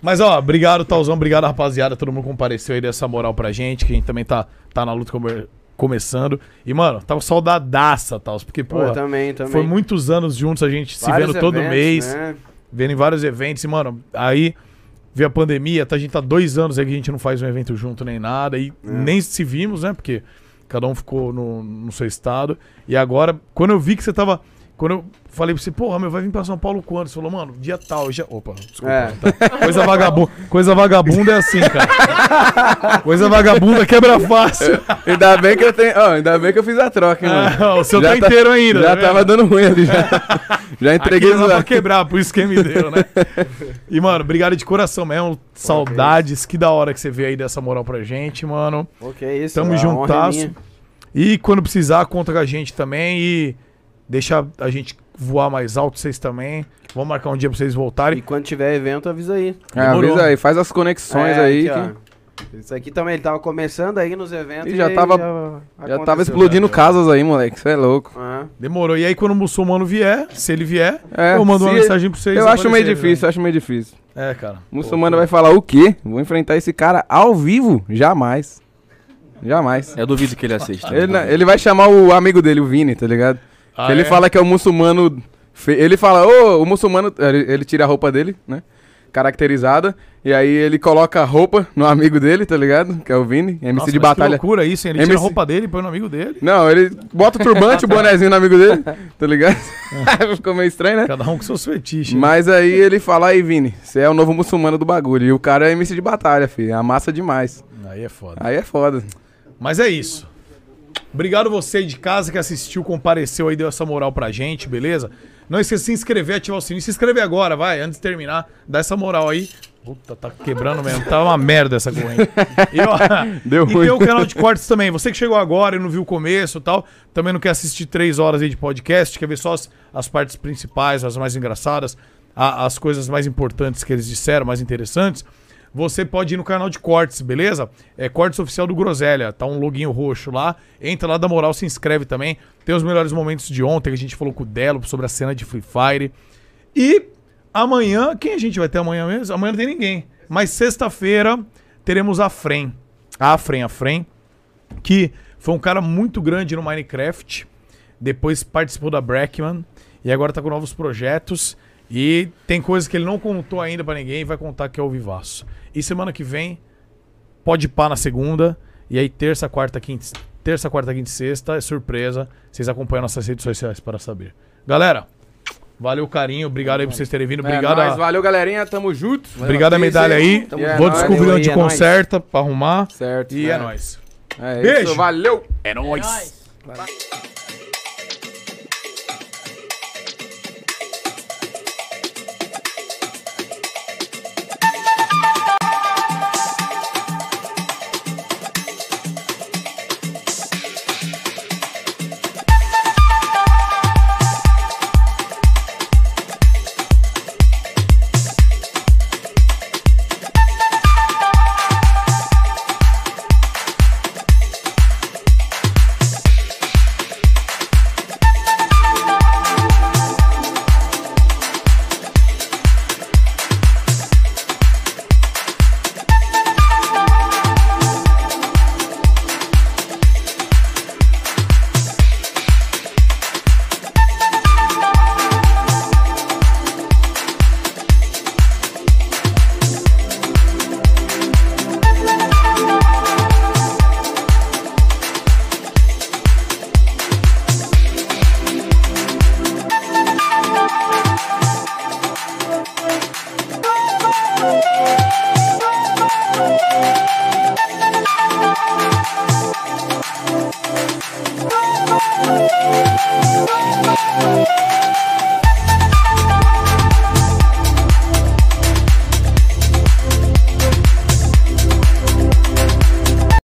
Mas, ó, obrigado, Talzão. Obrigado, rapaziada. Todo mundo compareceu aí dessa moral pra gente. Que a gente também tá, tá na luta come- começando. E, mano, tava saudadaça, Tals. Porque, pô, eu também, também. foi muitos anos juntos, a gente se Vários vendo todo eventos, mês. né? Vendo em vários eventos. E, mano, aí veio a pandemia. Tá, a gente tá dois anos aí que a gente não faz um evento junto nem nada. É. E nem se vimos, né? Porque cada um ficou no, no seu estado. E agora, quando eu vi que você tava... Quando eu falei pra você, porra, meu, vai vir pra São Paulo quando? Você falou, mano, dia tal. Eu já... Opa, desculpa. É. tá. Coisa, vagabu... Coisa vagabunda é assim, cara. Coisa vagabunda quebra fácil. Ainda bem que eu tenho. ó, ainda bem que eu fiz a troca, hein, mano. Ah, o seu Já tá inteiro ainda, Já tá tava vendo? dando ruim ali. Já, já entreguei Aquilo lá pra os quebrar, por isso que me deu, né? E, mano, obrigado de coração mesmo. Saudades. Que da hora que você veio aí dessa moral pra gente, mano. Ok, é isso. Tamo a honra é juntasso. minha. E quando precisar, conta com a gente também. E deixa a gente voar mais alto, vocês também. Vou marcar um dia pra vocês voltarem. E quando tiver evento, avisa aí. É, avisa aí, faz as conexões É, aí. aqui, que- ó. Isso aqui também, ele tava começando aí nos eventos. E já aí tava- Já, Já tava aconteceu. né? explodindo casas aí, moleque. Isso é louco. Demorou. E aí, quando o muçulmano vier, se ele vier, É, eu mando uma se- mensagem pra vocês. Eu acho meio aparecerem, difícil, eu acho meio difícil. né? É, cara. O muçulmano vai falar o quê? Vou enfrentar esse cara ao vivo? Jamais. Jamais. Eu duvido que ele assista. Ele, na- ele vai chamar o amigo dele, o Vini, tá ligado? Ah, Que ele é? fala que é o muçulmano. fe- Ele fala, ô, o muçulmano. Ele, ele tira a roupa dele, né? Caracterizada. E aí ele coloca a roupa no amigo dele, tá ligado? Que é o Vini, MC Nossa, de mas batalha. Que loucura isso, hein? Ele tira MC a roupa dele e põe no amigo dele. Não, ele bota o turbante, o bonezinho no amigo dele, tá ligado? Ficou meio estranho, né? Cada um com seus fetiches. né? Mas aí ele fala, aí, Vini, você é o novo muçulmano do bagulho. E o cara é MC de batalha, filho. Amassa demais. Aí é foda. Aí é foda. Mas é isso. Obrigado você de casa que assistiu, compareceu aí, deu essa moral pra gente, beleza? Não esqueça de se inscrever, ativar o sininho. Se inscreve agora, vai, antes de terminar. Dá essa moral aí. Puta, tá quebrando mesmo. Tá uma merda essa corrente. E, ó, Deu e ruim. tem o canal de cortes também. Você que chegou agora e não viu o começo e tal, também não quer assistir três horas aí de podcast, quer ver só as, as partes principais, as mais engraçadas, a- as coisas mais importantes que eles disseram, mais interessantes, você pode ir no canal de cortes, beleza? É Cortes Oficial do Groselha, tá um loginho roxo lá. Entra lá, dá moral, se inscreve também. Tem os melhores momentos de ontem, que a gente falou com o Delo sobre a cena de Free Fire. E amanhã, quem a gente vai ter amanhã mesmo? Amanhã não tem ninguém. Mas sexta-feira teremos a Frem. A Frem, a Frem, que foi um cara muito grande no Minecraft. Depois participou da Brackman. E agora tá com novos projetos. E tem coisas que ele não contou ainda pra ninguém e vai contar que é o Vivaço. E semana que vem, pode pá na segunda. E aí, terça, quarta, quinta, terça, quarta, quinta e sexta, é surpresa. Vocês acompanham nossas redes sociais para saber. Galera, valeu o carinho, obrigado aí por vocês terem vindo. Obrigado, É, a- nóis, valeu, galerinha. Tamo junto. obrigado a medalha aí. Tamo junto. Vou É descobrir nóis. onde É nóis. conserta pra arrumar. Certo. E é é. nóis. É isso, Beijo. valeu. É nóis. Valeu.